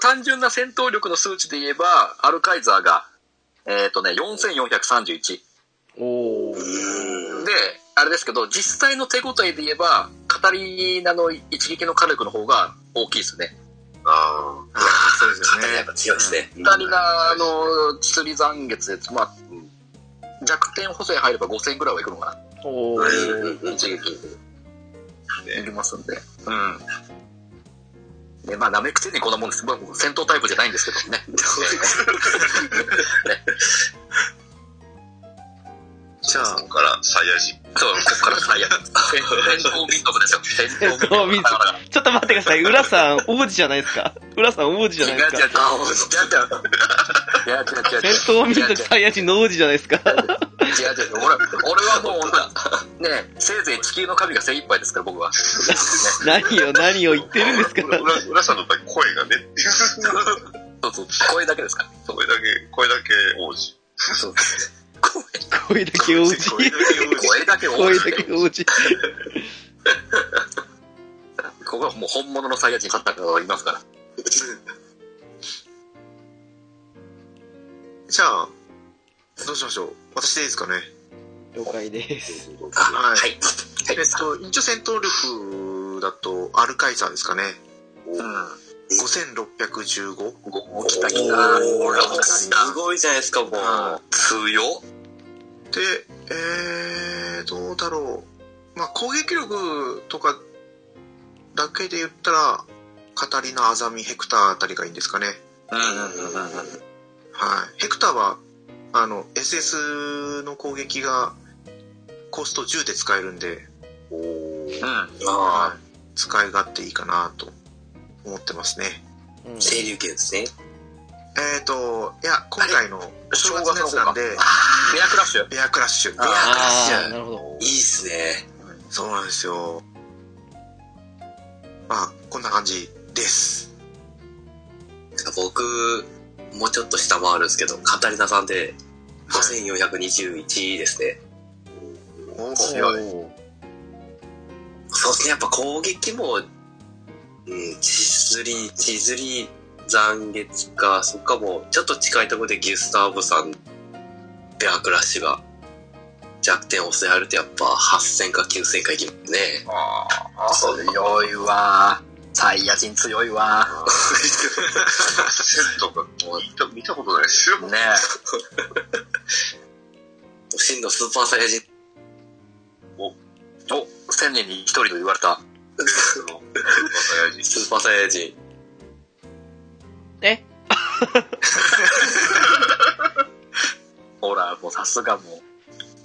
B: 単純な戦闘力の数値で言えば、アルカイザーが、えっとね、4431。
A: おー
B: で、あれですけど、実際の手応えで言えば、カタリーナの一撃の火力の方が大きいですね。
D: ああ、
C: そうですよ
E: 肩がやっ
C: ね。
E: ぱ強いですね。
B: カタリーナあの、釣り残月で、まあ、弱点補正入れば5000ぐらいはいくのかな。
A: おー
B: 一撃。いりますんで。うん。で、まあ、ナメック星人こんなもんです。まあ、僕戦闘タイプじゃないんですけ どね。
C: じゃあ
D: こ、こからサイヤ人。
B: そう、ここから最悪。戦闘民族ですよ。戦
A: えそう見
B: だから、
A: ちょっと待ってください。浦さん、王子じゃないですか。浦さん、王子じゃないですか。
E: あ、おいし
B: 違う違う違う違う違う違う違う違う違う
A: 戦闘民族サイヤ人の王子じゃないです か。
B: 違う俺俺はもう女ねえせいぜい地球の神が精一杯ですから僕は、ね、
A: 何を、何を言ってるんですか。
D: 裏裏裏さんの場合声がねっていう。
B: そうそう声だけですから
D: これだけ、これだけ王子。
B: そう
A: 声だけ王子。
C: これだけ多い
B: 声だけ多
A: 声
B: い
A: だけ王子。
B: ここはもう本物のサイヤ人勝った方がいますから
C: じゃあ、どうしましょう。私でいいですかね。
A: 了解です。
C: はい
E: はい。
C: えっと、一応戦闘力だと、アルカイザーですかね。
B: うん
C: 5615。
B: お来た来た
E: お
B: ほら
E: ーすごいじゃないですか、もう。
B: 強っ
C: で、えー、どうだろう。まあ、攻撃力とかだけで言ったら、カタリナ、アザミ、ヘクターあたりがいいんですかね。
B: うんうんうんうん
C: はい。ヘクターは、あの、SS の攻撃がコスト10で使えるんで、
E: ああ、
C: はい、使い勝手いいかなと思ってますね。
A: うん
E: 清流系ですね。
C: えーと、いや、今回のお正月のやつなんで、
B: レアクラッシュ
C: ベアクラッシュ。
E: あ
A: ああ、なるほど。
E: いいっすね。
C: そうなんですよ。まあ、こんな感じです。
E: 僕、もうちょっと下回るんですけど、カタリナさんで5421ですね。
C: お
A: お
C: 強い。
A: ー
E: そうですね、やっぱ攻撃も、うん、地ずり、地ずり、残月か、そっかもう、ちょっと近いところでギュスターブさん、ベアクラッシュが、弱点を抑えられて、やっぱ8000か9000かいきますね。
B: ああ強いわサイヤ人強いわ
D: セットが聞いた、見たことないですよ。
B: ね
E: 真のスーパーサイヤ人。
B: えお千年に一人と言われた
D: サイヤ人。
E: スーパーサイヤ人。
A: え
B: ほらもうさすがも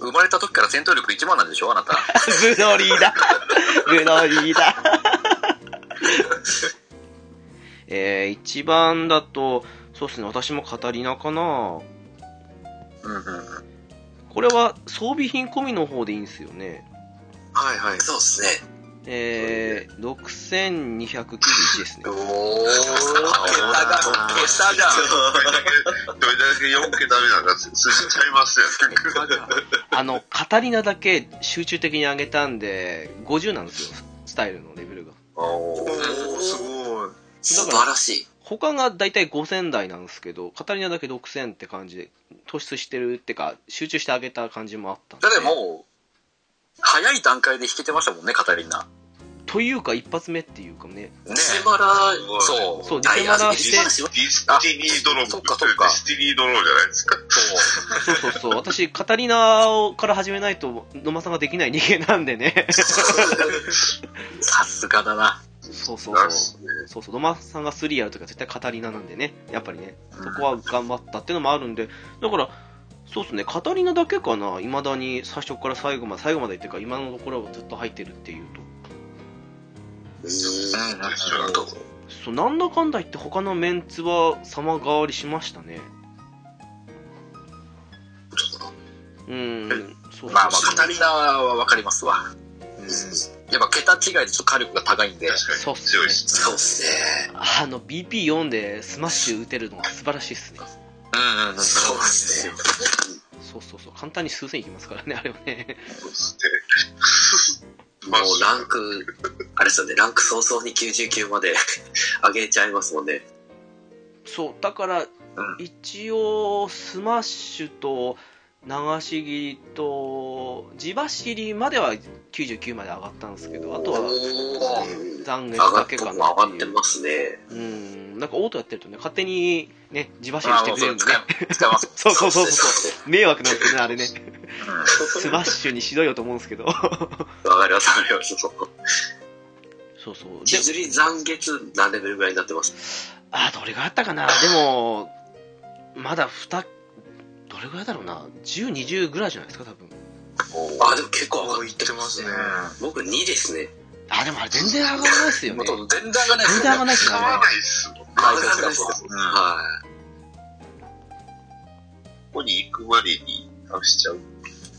B: う生まれた時から戦闘力一番なんでしょあなた
A: ブノリーだ。ブノリー だ。えー、一番だと、そうですね、私もカタリナかな。
B: うんうんうん
A: これは装備品込みの方でいいんですよね。
C: はいはい。
E: そうですね。
A: えー、6291ですね。
E: おー。
B: 下下じゃん。
D: どれだけ、どれだけ4桁目なんか数字ちゃいますよ、
A: あの、カタリナだけ集中的に上げたんで、50なんですよ、スタイルのレベルが。
D: お
C: おー、すごい。
E: 素晴らしい。
A: 他がだいたい5000台なんですけど、カタリナだけ6000って感じで、突出してるってか、集中して上げた感じもあったんで
B: だってもう、早い段階で弾けてましたもんね、カタリンナ。
A: というか、一発目っていうかね、
B: ね
E: リセマラ、
D: そ
B: そうう。
A: そうリセマラして
E: リセマラしま
D: ディスティニードロップ。
B: あそっかそっか
D: ディスティニードローじゃないですか。
B: そう。
A: そうそうそう、私、カタリナをから始めないと、野間さんができない人間なんでね、
B: さすがだな。
A: そうそう
D: な
A: そう。
D: るほどね
A: そうそう、野間さんが3やるときは絶対カタリナなんでね、やっぱりね、そこは頑張ったっていうのもあるんで、だから、そうですね、カタリナだけかな、いまだに最初から最後まで、最後までっていうか、今のところはずっと入ってるっていうと、
E: す。
B: うん
D: 一緒なんだ
A: そうなんだかんだ言って、他のメンツは様変わりしましたね。うん、そうそうそう
B: まあまあ、カタリナはわかりますわ。
C: うん。
B: やっぱ桁違いでちょっと火力が高いんで。
D: 確か
A: そうっ
D: に。
A: すね
D: 強いっす。
E: そうっすね。
A: あの BP4 でスマッシュ打てるのは素晴らしいっすね。
B: うんうんうん。
E: そうっすね。
A: そうそうそう、簡単に数千いきますからね、あれはね。
D: そうっすね
E: もうランク、あれですよね、ランク早々に99まで 上げちゃいますもんね。
A: そう、だから、一応、スマッシュと、流し切りと、地走りまでは99まで上がったんですけど、あと
E: お
A: は
E: ー
A: 残
E: 上
A: 月
E: が
A: だ
E: っ
A: け
E: て、
A: か
E: 上
A: な
E: が
A: っ
E: ってて
A: いう。
E: ますね。
A: うん、なんかオートやってるとね、勝手にね、地走り
B: ま
A: し
B: あ
A: て
B: もう
A: くれ
B: そ
A: る
B: れ
A: んで
B: 使
A: ね
B: い。使います。
A: そうそうそう
E: そう
A: そ
E: そう
A: う。迷惑なんですよね、あれね。
B: うん
A: スマッシュにしどいよと思うんですけど。
E: わかります、わかります。
A: そうそう。で
E: 地、釣り残月何レベルぐらいになってます
A: あ、どれがあったかなでも、まだ2、どれぐらいだろうな ?10、20ぐらいじゃないですか、多分。
E: あ、でも結構上
C: こ
E: が
C: う
E: っ
C: 言ってて
E: ま
C: ますす
E: ね
C: ね。。
E: 僕2ですね。
A: あ、でもあれ全然上がらないですよね。
B: もう前段がね、
A: 全然上がらないです
D: 使
A: よね。
D: わないっすもん。こ
E: 大会がそう。
B: うん
E: はい。
D: こに行くまでに倒しちゃう。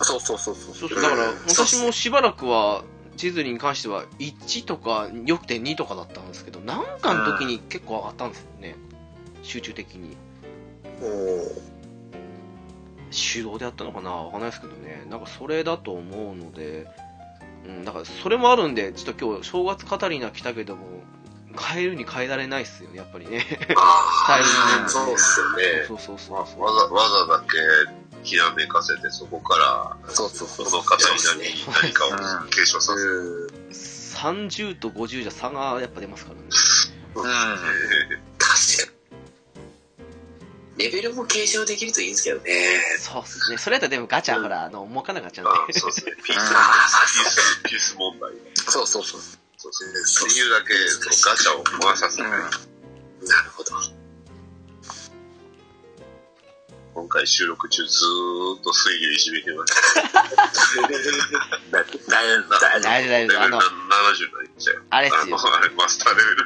B: そうそうそうそう。
A: そうそう、だから
E: うん
A: 私もしばらくは、地図に関しては1とか4.2とかだったんですけど、なんかの時に結構上がったんですよね。集中的に。
C: おお。
A: 手動でやったのかなわかんないですけどね。なんかそれだと思うので、うん、だからそれもあるんで、ちょっと今日正月語りな来たけども、変えるに変えられないっすよね、やっぱり ね。
E: あ
A: うん
E: あ、そうっすよね。
A: そうそうそう
D: わ
A: そう。
D: ざ、わざだけ、ひらめかせて、そこから、
B: そうそうそ
D: こ
B: う。
D: の方に何何かを継承させる。
A: 30と50じゃ差がやっぱ出ますからね。
B: うん。
E: 確かに。レベルも継承できるといいんですけどね。
A: そうっすね。それやったらでもガチャ、ほら、あの、もうかなガチャね。
D: あそうですね。ピース、ピース、ピース問題。
B: そうそうそう。
D: そうですね。声優だけ、ガチャを回させる。
E: なるほど。
D: 今回収録中ずーっと水牛いじめてました。
B: だ、だ、だ、
A: 大丈夫大丈
D: レベ
A: 夫。あ
D: ル
A: の
D: な、70になっちゃう。
A: あれっ
D: あ
A: すよ。
D: の、あれ、マスターレベルが。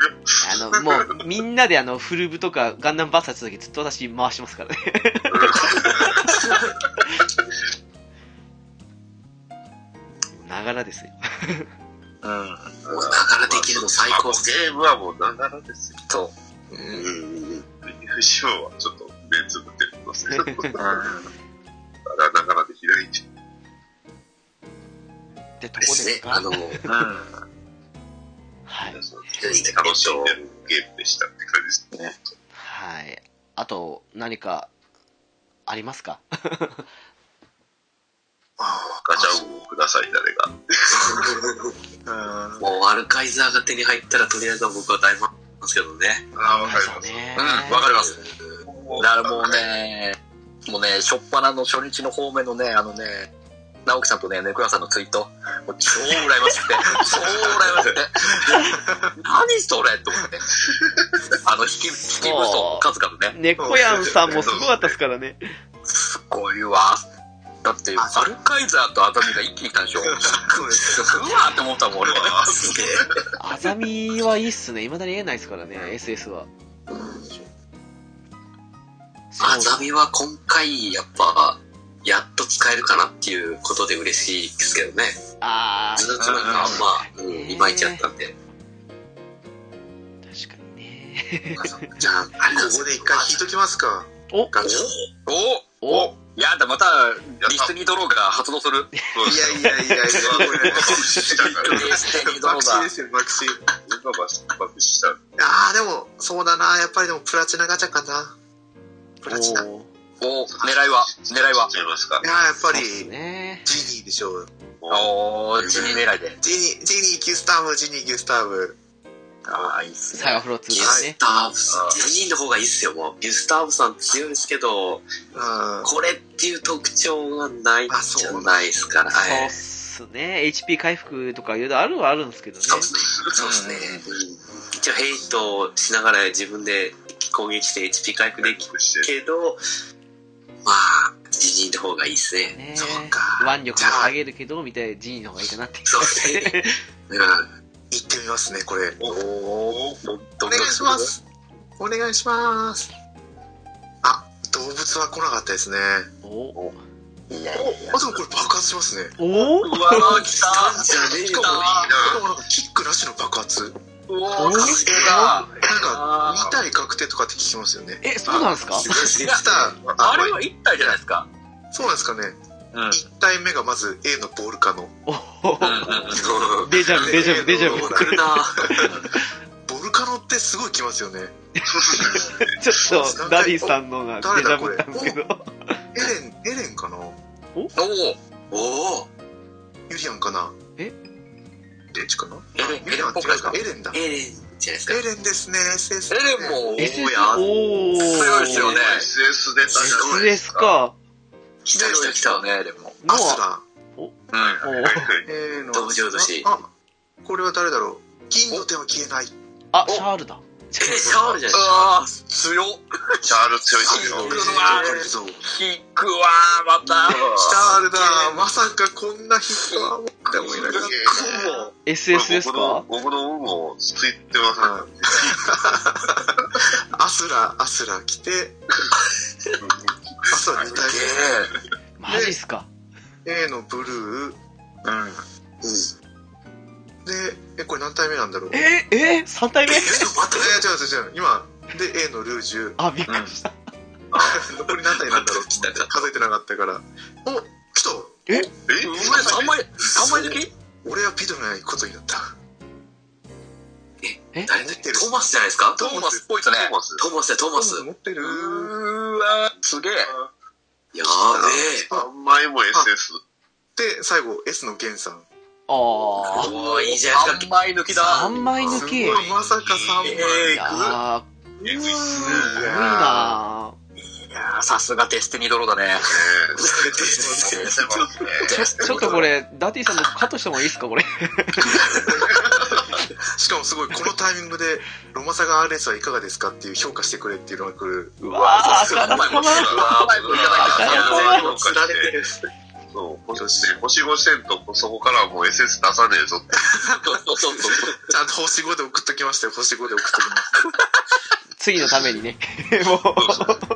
A: あの、もう、みんなであの、フルブとかガンダムバーサスの時ずっと私回してますからね。ながらですよ。
B: うん。
E: もうながらできるの最高っすね。
D: ゲームはもうながらですよ。
B: そう。
E: うんうんうん。
D: 不死鳥はちょっと目つぶってますけど、な
B: う
D: がらできないんで。
A: ってと
E: で
A: こ
E: す
A: です
E: ね。
A: か
E: あの、
B: ん。うん。
A: はい。
D: 楽しんでるゲームでしたって感じです。
A: はい。あと、何か、ありますか
C: あ
D: ガチャをください、誰が。
C: あ。うん。
E: もうアルカイザーが手に入ったらとりあえずは僕は大満足なんですけどね。
D: ああ、わかり
A: そ
D: ま
A: う
D: す。
A: ね。
B: うん、わかります。だからもう
D: ね、
B: ね、もうね、しょっぱなの初日の方面のね、あのね、直樹さんとね、猫屋さんのツイート、もう超羨ましくて、超羨ましくて、何それと思って、あの、引き、引き武装の数々ね、
A: 猫やんさんもすごかったですからね。
B: すごいわ。だって、
C: あそう
B: アルカイザーとアザミが一気に来たんでしょ。うわ
C: そうです。
B: ーって思ったもん、俺は。すげえ。
A: あざみはいいっすね。未だに得ないですからね、SS は。そう
E: アザミは今回やっぱやっと使えるかなっていうことで嬉しいですけどね。
A: ああ、
E: ずっとなんかあんま、うん、いまいちやったんで。
A: 確かにね。
C: じゃあ、ここで一回引いときますか。
A: お
C: ガチ
B: おおおやだ、また、リスニードローが発動する。
D: そうですよ
C: いやいやいやいや、これ、
D: したからね。
E: リスニードロ
C: 爆
E: ー
C: 死
E: が
C: で。すよ、爆死。
D: 今バスバスした。
C: ああ、でも、そうだな。やっぱりでも、プラチナガチャかな。プラチナ。い
A: おー
B: お狙いは狙いは
D: ちゃいますか。
C: やー、やっぱ
A: そう
C: り、
A: っす
C: ジニ
A: ね。
C: ーでしょう。
D: お
B: おー、地に狙いで。
C: ジニー、ジニー、ギュスターブ、ジニー、ギュスターブ。
B: ああ、いいっす
A: サガフロ2
E: ギュ
A: です
E: ス
A: ね。
E: ターブス、ジニーの方がいいっすよ、もう。ギュスターブさん強いですけど、
C: うん。あ
E: これっていう特徴がないじゃないですか。
A: そう
E: は
A: っ
E: い。
A: すね。HP 回復とかいろいろあるはあるんですけどね。
E: そうですね。そうですね。一応ヘイトしながら自分で攻撃して HP 回復できる
D: して。
E: けど、まあ、ジニーの方がいいですね。
A: ね
C: そうか
A: 腕力も下げるけど、みたいな G の方がいいかなって。
E: そうですね。うん。
C: 行ってみますね、これ。
D: おお。
C: お願いします。お願いします。あ、動物は来なかったですね。
A: おお
B: いや
C: あ、でもこれ爆発しますね。
A: お
B: うわー、来た
E: じゃねえ
C: し
E: よ
C: かも、
B: あ
C: しかもなんかキックなしの爆発。
B: うお
A: お
B: ー、さすが
C: なんか、
B: あ
C: 2体確定とかって聞きますよね。
A: え、そうなんですか
E: すごいです
C: ギ
E: ね
C: ュ。スター、
B: あれは1体じゃないですか。
C: そうなんですかね。
B: うん。
C: 1体目がまず A のボール化の。
A: お
E: うん
A: デジャブ、デジャブ、デジャブ。
E: 来るな
C: ボルカノってすごい来ますよね。
A: ちょっと、ダディさんのがデジ
C: 誰だ
A: ャ
C: こ
A: ブ
C: れ
A: なんですけど。
C: エレン、エレンかな
B: おお
E: おお
C: ユリアンかな
A: え
C: どっちかな
E: エレン
C: ユリアンは違うか。エレンだ。エ
E: エレンじゃないですか。
C: レンですね、SS
B: エ
C: ね
B: レンも、
A: SS
B: や
A: おー
B: 強いですよね。
D: SS 出たじゃない
A: SS。か。
E: 来た
B: 強い
E: 来た
B: 人
E: 来た。
B: 来たね、でも。
A: の
C: アスラ
B: うん。
A: おー
D: はい
C: ー。えーの。
E: 同情年
C: あ、あこれは誰だろう銀の手は消えない。
A: あ、シャールだ。
E: え、シャールじゃないですか。
B: あー、強っ。
D: チャール強いですよ。
B: うわ
C: シ
B: 引くわー、また。
C: タールだまさかこんな人は思ってもいなかっ
B: もう
A: SS ですか
D: 僕の運をついてません。
C: た。アスラ、アスラ来て、アスラ2体
A: マジっすか。
C: 目。A のブルー。
B: うん。
C: で、え、これ何体目なんだろうえ、
A: えー、えー、3体目
C: また違う違う違う。今、で、A のルージュ。
A: あ、びっくりした。
C: 残り何体なんだろう
E: 来たか
C: 数えてなかったから。お来た
D: え
B: うまい、3枚、3枚抜き
C: 俺はピドないことになった。
A: え
E: 誰だっけトーマスじゃないですか
B: ト
E: ト
B: ーマスっぽいですね。
E: ーマスだよ、トーマス。や
C: 持ってる
B: うーわー、すげえ。
E: べえ。
D: ?3 枚も SS。
C: で、最後、S のゲンさん。
A: あ
E: おおいいじゃないですか。
B: 3枚抜きだ。
A: ー、3枚抜
C: すご
A: き。
C: い
A: いや、
C: まさか3枚。
B: えー、い
A: ー、
D: えぐいっす
A: す
D: ね。
A: ごいな
B: やーさすがデスティニードローだね。
A: ーちょっとこれ、ダティさんのカットしてもいいですか、これ。
C: しかもすごい、このタイミングで、ロマサガ RS はいかがですかっていう評価してくれっていうのが来る。
A: うわー、
B: 3枚
A: 神様
B: 抜きだ。3枚抜きだ。
D: 全部
C: 釣られてる。
D: そう、星5してんと、そこからもう SS 出さねえぞって。
E: そうそうそう
C: ちゃんと星5で送っときましたよ。星5で送っときまし
A: 次のためにね。 もう、
C: た。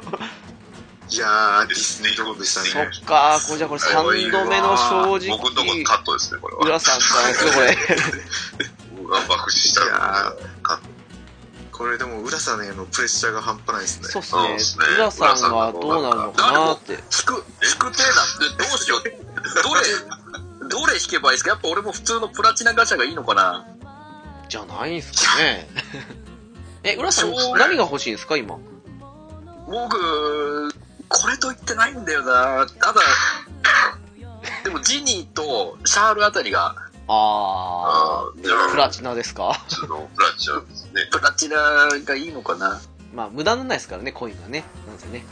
C: いやー、ディスネイドローでした
A: そ
C: ね。
A: っかー、これじゃあこれ3度目の正直
D: 僕。のとこカットですね、これは。
A: 浦さんじゃないですか、これ。
D: 僕が爆死した
C: いやー、かこれでも、浦さんへのプレッシャーが半端ないですね。
A: そうっす
D: そう
A: ね
D: っすね。
A: 浦さんはどうなるのかなーって。
B: つく、つく手なんてどうしよう。どれ、どれ引けばいいですかやっぱ俺も普通のプラチナガチャがいいのかな
A: じゃないんすかね。え、浦さん
B: そうっす、ね
A: 何が欲しいんですか、今。
B: 僕、これと言ってないんだよな。ただ、でもジニーとシャールあたりが
A: あ
D: あじゃ
A: ー、プラチナですか。
D: 普通のプラチナですね。
B: プラチナがいいのかな
A: まあ、無駄にならないですからね、コインがね。なんせね。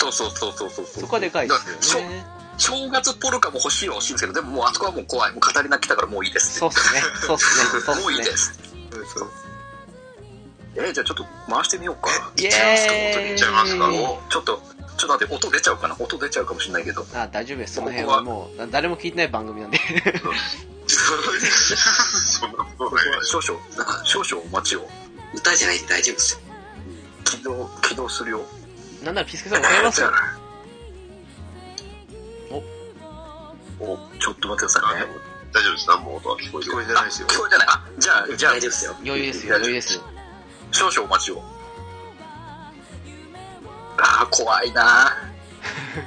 B: そうそうそうそうそう。
A: そこはでかいですよね。
B: 正月ポルカも欲しいは欲しいんですけど、でももうあそこはもう怖い。もう語りなきたからもういいです。
A: そうっすね。そうっすね。そうっ
B: もういいです
A: ね。
B: す。
C: そう
B: えーじゃあちょっと回してみようか。
A: イエーイ
D: 行っちゃいますか
B: おちょっと、ちょっと待って、音出ちゃうかな音出ちゃうかもしれない けど。
A: あ大丈夫です。その辺はもう、誰も聞いてない番組なんで。
D: そんなことない。
B: 少々、少々お待ちを。
E: 歌じゃないんで大丈夫ですよ。
B: 起動、起動するよ。
A: なんならピスケさんわかりますよ。
D: お
E: ちょっと待ってくださいね。
D: 大丈夫です。何も音は聞こえて
C: 聞こ
D: る。
C: えてないですよ
B: 聞こえてない。あ、じゃあ、じゃあ
E: 大、丈夫ですよ。
A: 余裕ですよ、余裕ですよ。
B: 少々お待ちを。ああ、怖いな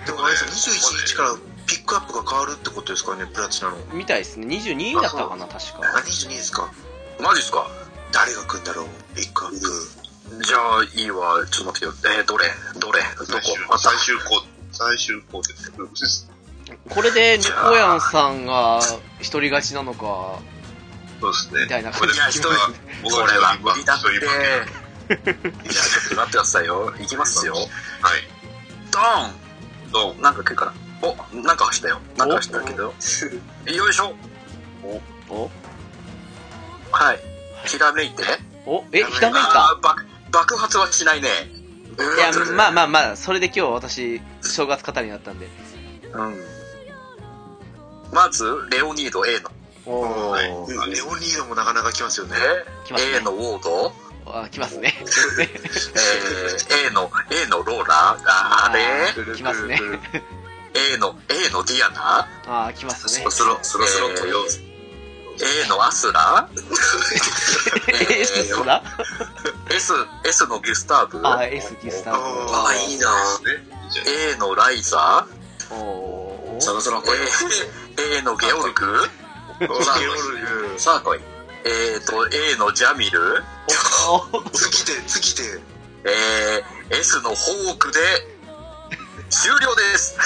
C: でもあれですよ21日からピックアップが変わるってことですからねプラチナの
A: みたいですね。22だったかな、確
C: あ
A: か。
C: 22ですか
B: マジっすか
C: 誰が来るんだろうピックアップ
B: じゃあ、いいわ。ちょっと待ってよ。えー、どれどれど
D: 最終
B: こあ、
D: 最終工程。最終工程ってうんそう
A: これで、猫やんさんが一人勝ちなのか、
D: ですね。
A: みたいな感じ
D: これで僕が僕
B: これは無
D: が
B: 理だって。い
D: 一
B: や、
D: 人負
B: ち
D: け
B: ょっと待ってくださいよ。いきますよ。
D: はい。
B: ドー
D: どう
B: ンなんか来るかなお、なんか走ったよ。なんか走ったけど。よいしょ
A: お
B: はい。ひらめいて。
A: おえ、ひらめいた
B: あー爆爆発はしないね。
A: いや、まあまあまあ、それで今日私、正月語りになったんで。
B: うん。まず、レオニード A の。
A: おー、
D: はい
C: うんあレオニードもなかなか来ますよね
A: 来ますね
B: A のウォード、
A: あ来ますね。
B: えー A の、A のローラー、あれ
A: 来ますね。
B: ?A の、A のディアナ
A: あー、来ますね。
E: スロ、スロスロット用
B: ?A のアスラ
A: え、S すら
B: ?S、S のギュスターブ
A: あー、S ギスター
C: あ
E: ああ、いいな
D: ですね。
B: ?A のライザ
A: ト。お
E: そ
A: ー、
E: ろそろこれ。
B: ー ?A のゲオルグ
C: ゲオルグ
B: さあ来い。えーと、A のジャミル
A: おお
C: 次で次で。
B: えー、S のホークで、終了です。
D: あ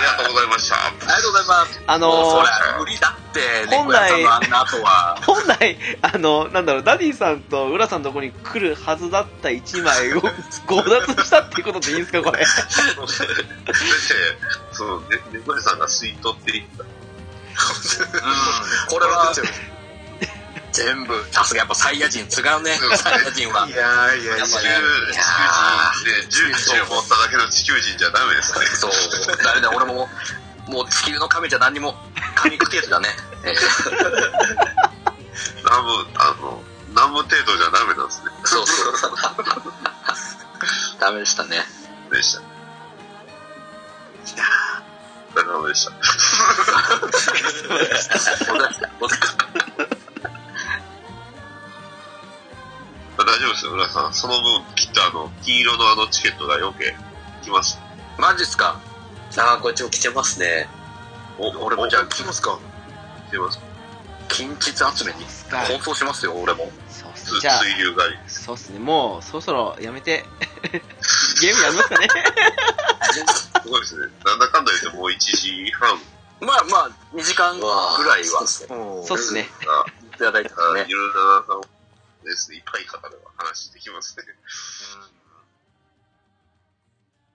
D: りがとうございました。
B: ありがとうございます。
A: あの
B: そ
A: ー
B: り、ゃ無理だって、
A: 本
B: 猫
A: 来
B: 屋さんのあんな後は。
A: 本来、あの、なんだろう、ダディさんと浦さんのとこに来るはずだった1枚 を強奪したっていうことでいいんですか、これ。
D: だって、そう、ね、猫屋さんが吸い取っていった。
B: うん、これは全部、さすがやっぱサイヤ人違うね
D: そうで、すね
B: サイヤ人はい
C: やーいやいや
B: やっぱ
D: 地球、地球
B: ね
D: 人で、10、10持っただけの地球人じゃダメですね。
B: そう、だめだ、俺も、もう地球の神じゃ何にも、神くけずだね。えー
D: 南部、あの、南部程度じゃダメなんですね。
B: そう そうそう。ダメでしたね。
D: でした。お疲れ様でした。
B: おだおだ
D: 大丈夫ですよ、浦さん。その分、きっとあの、金色のあのチケットが余計来ます。
B: マジっすか
E: ああ、こっちも来てますね。
D: お、
B: 俺もじゃあ、
C: 来ますか
D: 来てます。
B: 近日集めに、放送しますよ、俺も。
A: そうっすね、
D: 水
A: じゃあ、
D: 流狩り。
A: そうっすね、もうそろそろやめて、 ゲームやりますかね。
D: すごいですね。なんだかんだ言ってもう1時半
B: まあまあ、2時間ぐら
E: わあ
B: い
E: そう
B: は
E: っ、すね
C: もう
A: そうっすね。
D: が、
B: いただいた
D: あ
B: ね
D: い。ろいろな、あのですね、いっぱい方では話できますね。